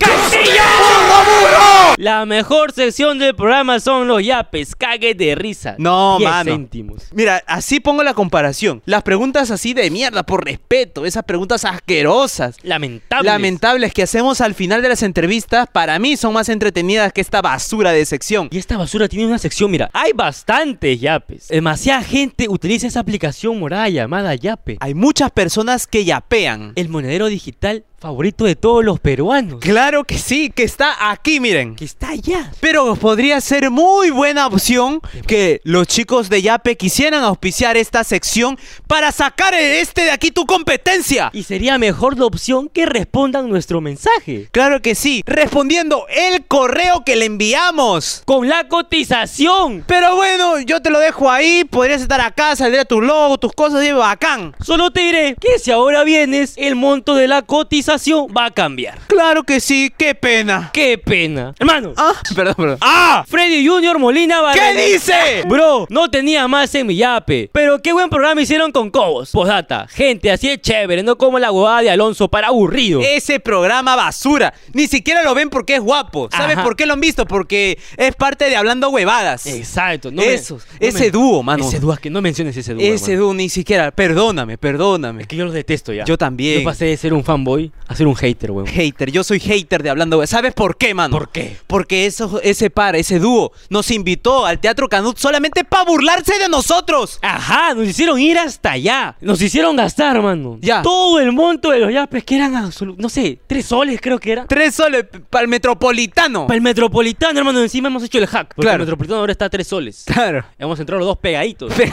S3: ¡Ah!
S2: La mejor sección del programa son los yapes, cague de risa.
S3: No,
S2: 10
S3: mano.
S2: céntimos.
S3: Mira, así pongo la comparación. Las preguntas así de mierda, por respeto, esas preguntas asquerosas,
S2: Lamentable.
S3: lamentables que hacemos al final de las entrevistas, para mí son más entretenidas que esta basura de sección.
S2: Y esta basura tiene una sección, mira, hay bastantes yapes. Demasiada gente utiliza esa aplicación morada llamada yape.
S3: Hay muchas personas que yapean.
S2: El monedero digital favorito de todos los peruanos.
S3: Claro que sí, que está aquí, miren.
S2: Que está allá.
S3: Pero podría ser muy buena opción que los chicos de Yape quisieran auspiciar esta sección para sacar de este de aquí tu competencia.
S2: Y sería mejor la opción que respondan nuestro mensaje.
S3: Claro que sí, respondiendo el correo que le enviamos.
S2: Con la cotización.
S3: Pero bueno, yo te lo dejo ahí, podrías estar acá, saldría tu logo, tus cosas y bacán.
S2: Solo te diré que si ahora vienes, el monto de la cotización va a cambiar.
S3: Claro que sí, qué pena.
S2: ¡Qué pena! Hermano,
S3: Ah, perdón, perdón.
S2: ¡Ah! Freddy Junior Molina
S3: ¿Qué
S2: Barrera.
S3: dice?
S2: Bro, no tenía más en mi yape. Pero qué buen programa hicieron con Cobos. Posdata, gente, así es chévere, no como la huevada de Alonso para aburrido.
S3: Ese programa basura. Ni siquiera lo ven porque es guapo. ¿Sabes
S2: Ajá.
S3: por qué lo han visto? Porque es parte de Hablando Huevadas.
S2: Exacto, no.
S3: Esos, ese dúo, mano.
S2: Ese dúo, que no menciones ese dúo.
S3: Ese
S2: hermano.
S3: dúo ni siquiera. Perdóname, perdóname.
S2: Es que yo los detesto ya.
S3: Yo también.
S2: Yo pasé de ser un fanboy a ser un hater, weón.
S3: Hater, yo soy hater de Hablando Huevadas. ¿Sabes por qué, mano?
S2: ¿Por qué?
S3: Porque eso, ese par, ese dúo, nos invitó al Teatro Canut solamente para burlarse de nosotros.
S2: Ajá, nos hicieron ir hasta allá. Nos hicieron gastar, mano.
S3: Ya.
S2: Todo el monto de los yapes que eran absolu- No sé, tres soles creo que era.
S3: Tres soles para el Metropolitano.
S2: Para el metropolitano, hermano, encima hemos hecho el hack. Porque
S3: Claro.
S2: el metropolitano ahora está a tres soles.
S3: Claro.
S2: Hemos entrado los dos pegaditos. Hemos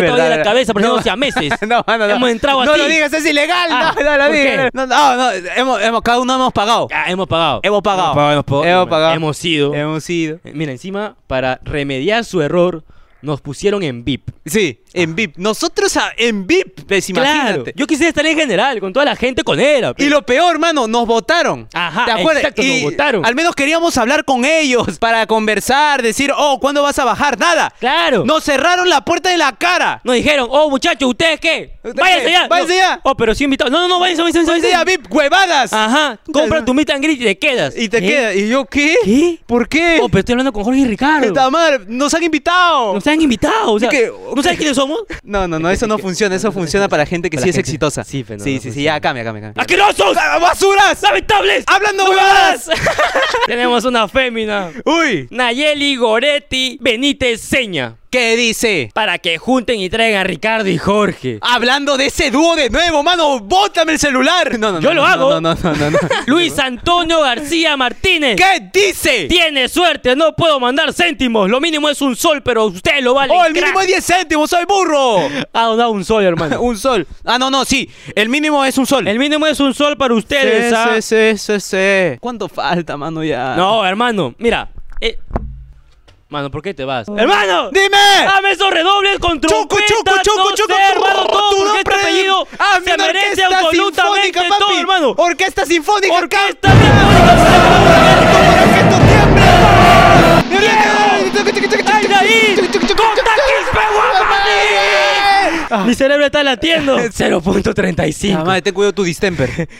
S2: entrado
S3: Verdad,
S2: de la
S3: verdad.
S2: cabeza,
S3: No.
S2: pareciendo a meses.
S3: No, mano, no.
S2: Hemos entrado
S3: No
S2: así.
S3: lo digas, es ilegal.
S2: Ah,
S3: no, no lo
S2: ¿por
S3: digas.
S2: qué?
S3: No, no, no, Hemos, hemos- cada uno hemos pagado.
S2: Ah, hemos pagado.
S3: Hemos pagado.
S2: Hemos pagado.
S3: Hemos pagado.
S2: Hemos ido.
S3: Hemos ido.
S2: Eh, Mira, encima, para remediar su error, nos pusieron en VIP.
S3: Sí,
S2: Ah.
S3: en VIP. Nosotros a- en VIP, pues, imagínate.
S2: Yo quisiera estar en general, con toda la gente con era. pe.
S3: Y lo peor, mano, nos votaron.
S2: Ajá,
S3: ¿Te acuerdas?
S2: exacto, nos
S3: Y
S2: votaron.
S3: Al menos queríamos hablar con ellos para conversar, decir, oh, ¿cuándo vas a bajar? Nada.
S2: Claro.
S3: Nos cerraron la puerta de la cara.
S2: Nos dijeron, oh, muchachos, ¿ustedes qué?
S3: ¿Ustedes
S2: ¡Váyanse
S3: qué?
S2: ya!
S3: ¡Váyanse
S2: No.
S3: ya! Pues
S2: Oh, pero sí invitados. No, no, no, váyanse, váyanse, váyanse.
S3: Ese día, VIP, huevadas.
S2: Ajá, compra tu meet and greet y te quedas.
S3: Y te
S2: ¿Eh?
S3: queda. ¿Y yo qué?
S2: ¿Qué?
S3: ¿Por qué?
S2: Oh, pero estoy hablando con Jorge y Ricardo.
S3: Puta madre, nos han invitado.
S2: Nos han invitado, o sea,
S3: que-
S2: ¿no sabes quiénes somos?
S3: No, no, no, eso no funciona. Eso funciona para gente que
S2: Para
S3: sí es
S2: gente-
S3: exitosa.
S2: sí, pero no,
S3: sí,
S2: no
S3: sí, sí,
S2: funciona.
S3: ya, cambia, cambia, cambia.
S2: ¡Asquerosos!
S3: ¡Ah, ¡Basuras!
S2: ¡Lamentables!
S3: ¡Hablando
S2: ¡No
S3: huevadas!
S2: Tenemos una fémina.
S3: ¡Uy!
S2: Nayeli Goretti Benítez Seña.
S3: ¿Qué dice?
S2: Para que junten y traigan a Ricardo y Jorge.
S3: Ah, Hablando de ese dúo de nuevo, mano, bótame el celular. No, no, no.
S2: Yo lo
S3: no,
S2: hago.
S3: No, no, no, no. no.
S2: Luis Antonio García Martínez.
S3: ¿Qué dice?
S2: Tiene suerte, no puedo mandar céntimos. Lo mínimo es un sol, pero ustedes lo valen.
S3: Oh, el
S2: crack.
S3: mínimo es 10 céntimos, soy burro.
S2: Ha donado un sol, hermano.
S3: un sol. Ah, no, no, sí. El mínimo es un sol.
S2: el mínimo es un sol para ustedes, ¿ah?
S3: sí, sí, sí, sí. ¿Cuánto falta, mano, ya?
S2: No, hermano, mira. eh, Mano, ¿por qué te vas? ¡Hermano!
S3: ¡Dime!
S2: Dame esos redobles con
S3: Mm. Choco,
S2: Ah, trompeta,
S3: choco, choco,
S2: no
S3: choco,
S2: sé, hermano,
S3: tu-
S2: todo,
S3: tu
S2: porque este
S3: nombre de-
S2: apellido
S3: Ah,
S2: se
S3: mira,
S2: merece
S3: orquesta
S2: absolutamente
S3: sinfónica,
S2: todo,
S3: papi.
S2: hermano.
S3: Orquesta sinfónica,
S2: Orquesta
S3: acá.
S2: ¡Ay, David! ¡Conta Quispe, Guapani! Mi cerebro está latiendo. 0.35.
S3: Mamá, te cuido tu distemper.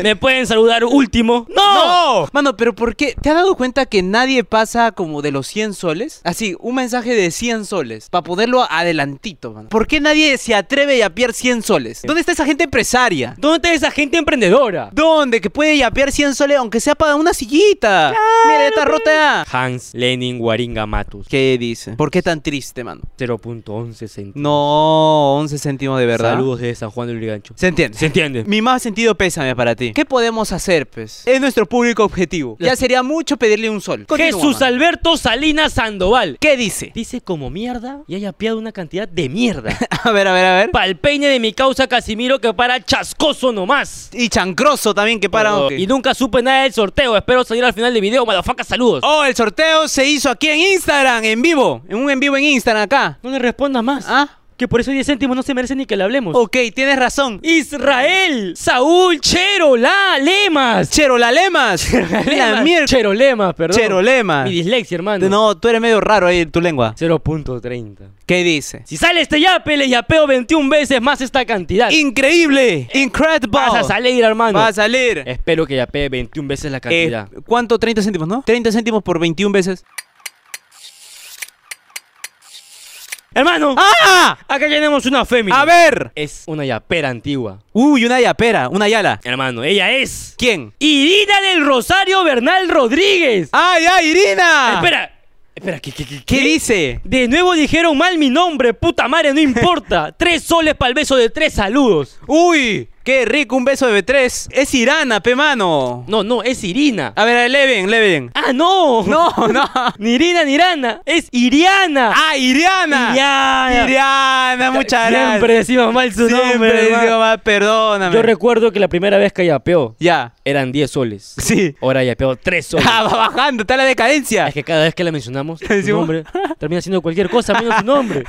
S2: ¿Me pueden saludar último? ¡No!
S3: Mano, pero ¿por qué? ¿Te has dado cuenta que nadie pasa como de los 100 soles? Así, un mensaje de 100 soles, para ponerlo adelantito, mano. ¿Por qué nadie se atreve a yapear 100 soles? ¿Dónde está esa gente empresaria?
S2: ¿Dónde está esa gente emprendedora?
S3: ¿Dónde? Que puede yapear 100 soles, aunque sea para una sillita. Mira, esta rota.
S2: Hans Lenin Guaringa Matus.
S3: ¿Qué dice? ¿Por qué tan triste, mano?
S2: 0.11 centavos.
S3: No, 11 céntimos de verdad.
S2: Saludos desde San Juan del Urigancho.
S3: ¿Se entiende?
S2: ¿Se entiende?
S3: Mi más sentido pésame para ti. ¿Qué podemos hacer, pues? Es nuestro público objetivo. Ya sería mucho pedirle un sol. Continúa,
S2: Jesús
S3: mano.
S2: Alberto Salinas Sandoval.
S3: ¿Qué dice?
S2: Dice como mierda y haya apiado una cantidad de mierda.
S3: A ver, a ver, a ver.
S2: Pa'l peine de mi causa Casimiro que para chascoso nomás.
S3: Y chancroso también que para.
S2: Oh, Y nunca supe nada del sorteo. Espero salir al final del video. Madafaca, saludos.
S3: Oh, el sorteo se hizo aquí en Instagram, en vivo. En un en vivo en Instagram acá.
S2: No le respondas más.
S3: ¿Ah?
S2: que por esos 10 céntimos no se merece ni que le hablemos.
S3: Ok, tienes razón.
S2: Israel, Saúl, Cherola, Lemas.
S3: ¡Cherolalemas! La mier-
S2: Cherolemas, perdón.
S3: ¡Cherolema!
S2: Mi dislexia, hermano.
S3: No, tú eres medio raro ahí tu lengua.
S2: 0.30.
S3: ¿Qué dice?
S2: Si sale este yape, le yapeo 21 veces más esta cantidad.
S3: ¡Increíble! ¡Incredible!
S2: Vas a salir, hermano.
S3: Va a salir.
S2: Espero que yapee 21 veces la
S3: Eh,
S2: cantidad.
S3: ¿Cuánto? 30 céntimos, ¿no? 30 céntimos por 21 veces.
S2: Hermano,
S3: ¡Ah!
S2: acá tenemos una fémina.
S3: A ver.
S2: Es una yapera antigua.
S3: Uy, una yapera, una yala.
S2: Hermano, ella es.
S3: ¿Quién?
S2: Irina del Rosario Bernal Rodríguez.
S3: ¡Ay, ay, Irina!
S2: Espera, espera, ¿qué, qué, Ah. qué,
S3: ¿Qué
S2: qué?
S3: dice?
S2: De nuevo dijeron mal mi nombre, puta madre, no importa. tres soles para el beso de tres saludos.
S3: ¡Uy! ¡Qué rico! Un beso de B3. Es Irana, pe mano.
S2: No, no, es Irina.
S3: A ver, lee bien, lee bien.
S2: Ah, no.
S3: No, no.
S2: Ni Irina, ni Irana. Es Iriana.
S3: ¡Ah, Iriana!
S2: Iriana.
S3: Iriana, muchas gracias.
S2: Siempre decimos mal su
S3: Siempre
S2: nombre. hermano.
S3: digo, "Ma, perdóname.
S2: Yo recuerdo que la primera vez que yapeó
S3: ya.
S2: eran 10 soles.
S3: Sí.
S2: Ahora yapeo 3 soles.
S3: Ah, va bajando, está la decadencia.
S2: Es que cada vez que la mencionamos, su
S3: Decimos-
S2: nombre termina siendo cualquier cosa menos su nombre.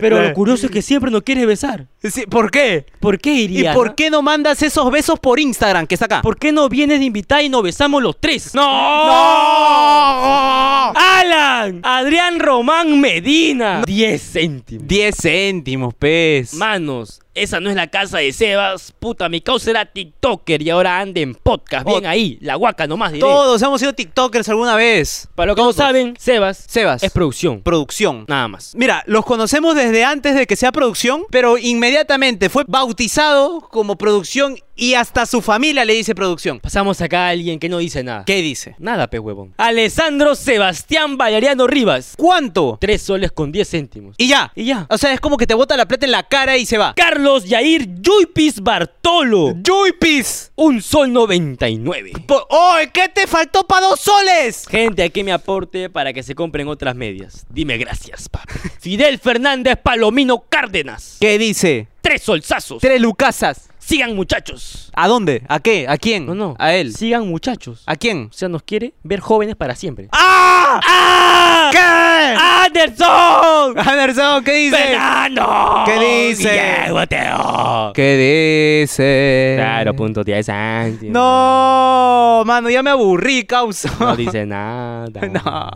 S2: Pero lo curioso es que siempre nos quiere besar.
S3: Sí, ¿Por qué?
S2: ¿Por qué
S3: ¿Y
S2: iría?
S3: por qué no mandas esos besos por Instagram que está acá?
S2: ¿Por qué no vienes de invitar y nos besamos los tres?
S3: ¡No!
S2: ¡Alan! Adrián Román Medina. 10 céntimos.
S3: 10 céntimos, pez.
S2: Manos, esa no es la casa de Sebas. Puta, mi causa era TikToker y ahora anda en podcast. Bien
S3: Ot-
S2: ahí, la guaca nomás diré.
S3: Todos hemos sido TikTokers alguna vez.
S2: Para lo que no saben, Sebas,
S3: Sebas.
S2: es producción.
S3: producción.
S2: Nada más.
S3: Mira, los conocemos desde antes de que sea producción, pero inmediatamente fue bautizado como producción y hasta su familia le dice producción.
S2: Pasamos acá a alguien que no dice nada.
S3: ¿Qué dice?
S2: Nada, pe huevón. Alessandro Sebastián Valeriano Rivas.
S3: ¿Cuánto?
S2: Tres soles con 10 céntimos.
S3: Y ya.
S2: Y ya.
S3: O sea, es como que te bota la plata en la cara y se va.
S2: Carlos Yair Yuipis Bartolo.
S3: ¡Yuipis!
S2: Un sol 99.
S3: Po- ¡Oh! ¿Qué te faltó para dos soles?
S2: Gente, aquí me aporte para que se compren otras medias. Dime gracias, papi. Fidel Fernández Palomino Cárdenas.
S3: ¿Qué dice?
S2: Tres solsazos.
S3: Tres lucasas.
S2: Sigan, muchachos.
S3: ¿A dónde? ¿A qué? ¿A quién?
S2: No, no.
S3: ¿A él?
S2: Sigan, muchachos.
S3: ¿A quién?
S2: O sea, nos quiere ver jóvenes para siempre.
S3: ¡Ah!
S2: ¡Ah!
S3: ¿Qué?
S2: ¡Anderson!
S3: Anderson, ¿qué dice?
S2: ¡Fernando!
S3: ¿Qué dice?
S2: Diego, te odio.
S3: ¿Qué dice?
S2: Claro, pues, punto 10 céntimos.
S3: No, mano, ya me aburrí, causa.
S2: No dice nada.
S3: No.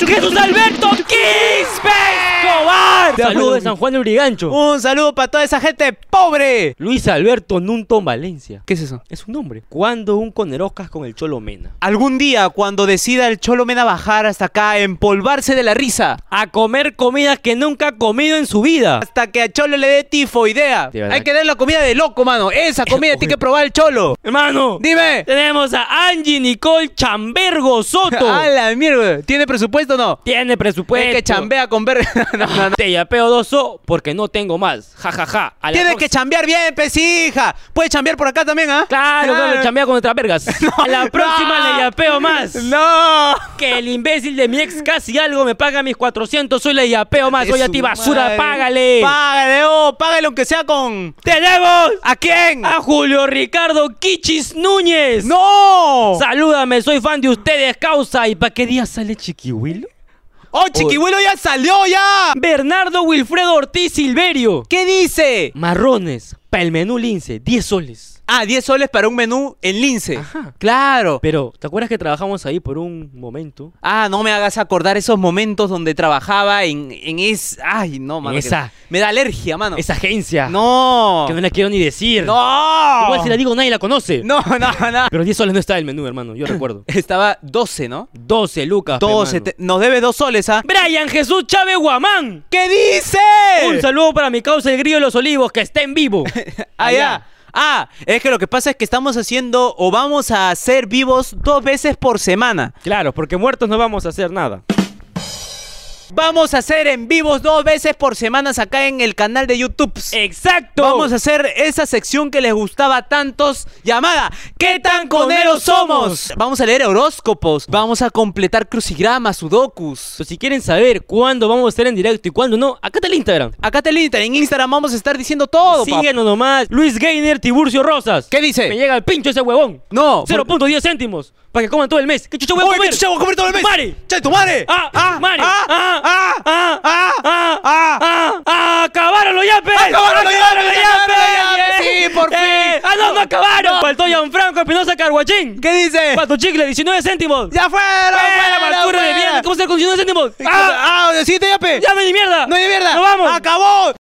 S2: ¡Jesús Alberto Quispe Escobar!
S3: Te
S2: Saludos
S3: amo.
S2: de San Juan de Urigancho.
S3: Un saludo para toda esa gente pobre.
S2: Luis Alberto Nunton Valencia.
S3: ¿Qué es eso?
S2: Es un nombre. ¿Cuándo un coneroscas con el Cholo Mena?
S3: Algún día, cuando decida el Cholo Mena bajar hasta acá, empolvarse de la risa.
S2: A comer comidas que nunca ha comido en su vida.
S3: Hasta que a Cholo le dé tifoidea.
S2: De verdad.
S3: Hay que darle la comida de loco, mano. Esa comida tiene que probar el Cholo.
S2: Hermano,
S3: Dime.
S2: tenemos a Angie Nicole Chambergo Soto.
S3: A la mierda. ¿Tiene presupuesto o no?
S2: Tiene presupuesto.
S3: Es que chambea con ver. No, no, no.
S2: Te yapeo doso porque no tengo más. Ja, ja, ja. A la
S3: Tiene
S2: próxima.
S3: que chambear bien, pues, hija. Puede chambear por acá también, ¿ah?
S2: Claro, no me chambea con otras vergas. A la próxima
S3: No.
S2: le yapeo más.
S3: No.
S2: Que el imbécil de mi ex casi algo me paga mis 400. Soy le yapeo más. Soy a
S3: su
S2: ti basura.
S3: madre.
S2: Págale.
S3: Págale, oh, págale aunque sea con.
S2: ¡Tenemos!
S3: ¿A quién?
S2: A Julio Ricardo Kichis Núñez.
S3: ¡No!
S2: Salúdame, soy fan de ustedes, causa. ¿Y para qué día sale Chiquihuilo?
S3: ¡Oh, Chiquihuilo ya salió ya!
S2: Bernardo Wilfredo Ortiz Silverio.
S3: ¿Qué dice?
S2: Marrones, para el menú lince, 10 soles.
S3: Ah, 10 soles para un menú en lince.
S2: Ajá.
S3: Claro.
S2: Pero, ¿te acuerdas que trabajamos ahí por un momento?
S3: Ah, no me hagas acordar esos momentos donde trabajaba en, en es. Ay, no, mano. que-
S2: Esa.
S3: Me da alergia, mano.
S2: Esa agencia.
S3: No.
S2: Que no la quiero ni decir.
S3: No.
S2: Igual si la digo nadie la conoce.
S3: No, no, no.
S2: Pero 10 soles no está el menú, hermano, yo recuerdo.
S3: Estaba 12, ¿no?
S2: 12 lucas. pe,
S3: 12.
S2: mano.
S3: te- Nos debe dos soles, ¿ah?
S2: Brian Jesús Chávez Guamán.
S3: ¿Qué dice?
S2: Un saludo para mi causa el grillo de los olivos, que está en vivo.
S3: Ah, ya. Ah, es que lo que pasa es que estamos haciendo o vamos a hacer vivos dos veces por semana.
S2: Claro, porque muertos no vamos a hacer nada.
S3: Vamos a hacer en vivos dos veces por semana acá en el canal de YouTube.
S2: Eh, ¡Exacto!
S3: Vamos a hacer esa sección que les gustaba a tantos llamada ¿Qué tan coneros somos? Vamos a leer horóscopos, vamos a completar crucigramas, sudokus.
S2: So, si quieren saber cuándo vamos a estar en directo y cuándo no, acá está el Instagram.
S3: Acá te linda, en Instagram vamos a estar diciendo todo. papá.
S2: Síguenos nomás. Luis Gainer, Tiburcio Rosas.
S3: ¿Qué
S2: Me
S3: dice?
S2: llega el pincho ese huevón.
S3: No.
S2: 0.10 céntimos. Para que coman todo el mes. ¿Qué chucha voy a
S3: Oye,
S2: comer?
S3: chucha, voy a comer todo el mes.
S2: Mari.
S3: Che, tu madre.
S2: Ah, ah, Mari. Ah, ah, ah, ah, ah, ah, ah, ah, acabaron los yapes.
S3: ¡Acabaron los yapes! ¡Acabaron los yapes!
S2: ¡Eh!
S3: ¡Sí, por
S2: ¡Eh!
S3: fin!
S2: Ah, no, no acabaron. Faltó Gianfranco Espinosa Carguachín.
S3: ¿Qué dice?
S2: Pato chicle, 19 céntimos.
S3: ¡Ya fuera!
S2: ¡Fuera,
S3: fuera,
S2: basura
S3: fuera!
S2: de mierda! ¿Cómo se con 19 céntimos?
S3: ¡Ah! ¡Ah! ¡Sí, te yape!
S2: ¡Ya me di mierda!
S3: ¡No hay mierda!
S2: ¡Nos vamos!
S3: ¡Acabó!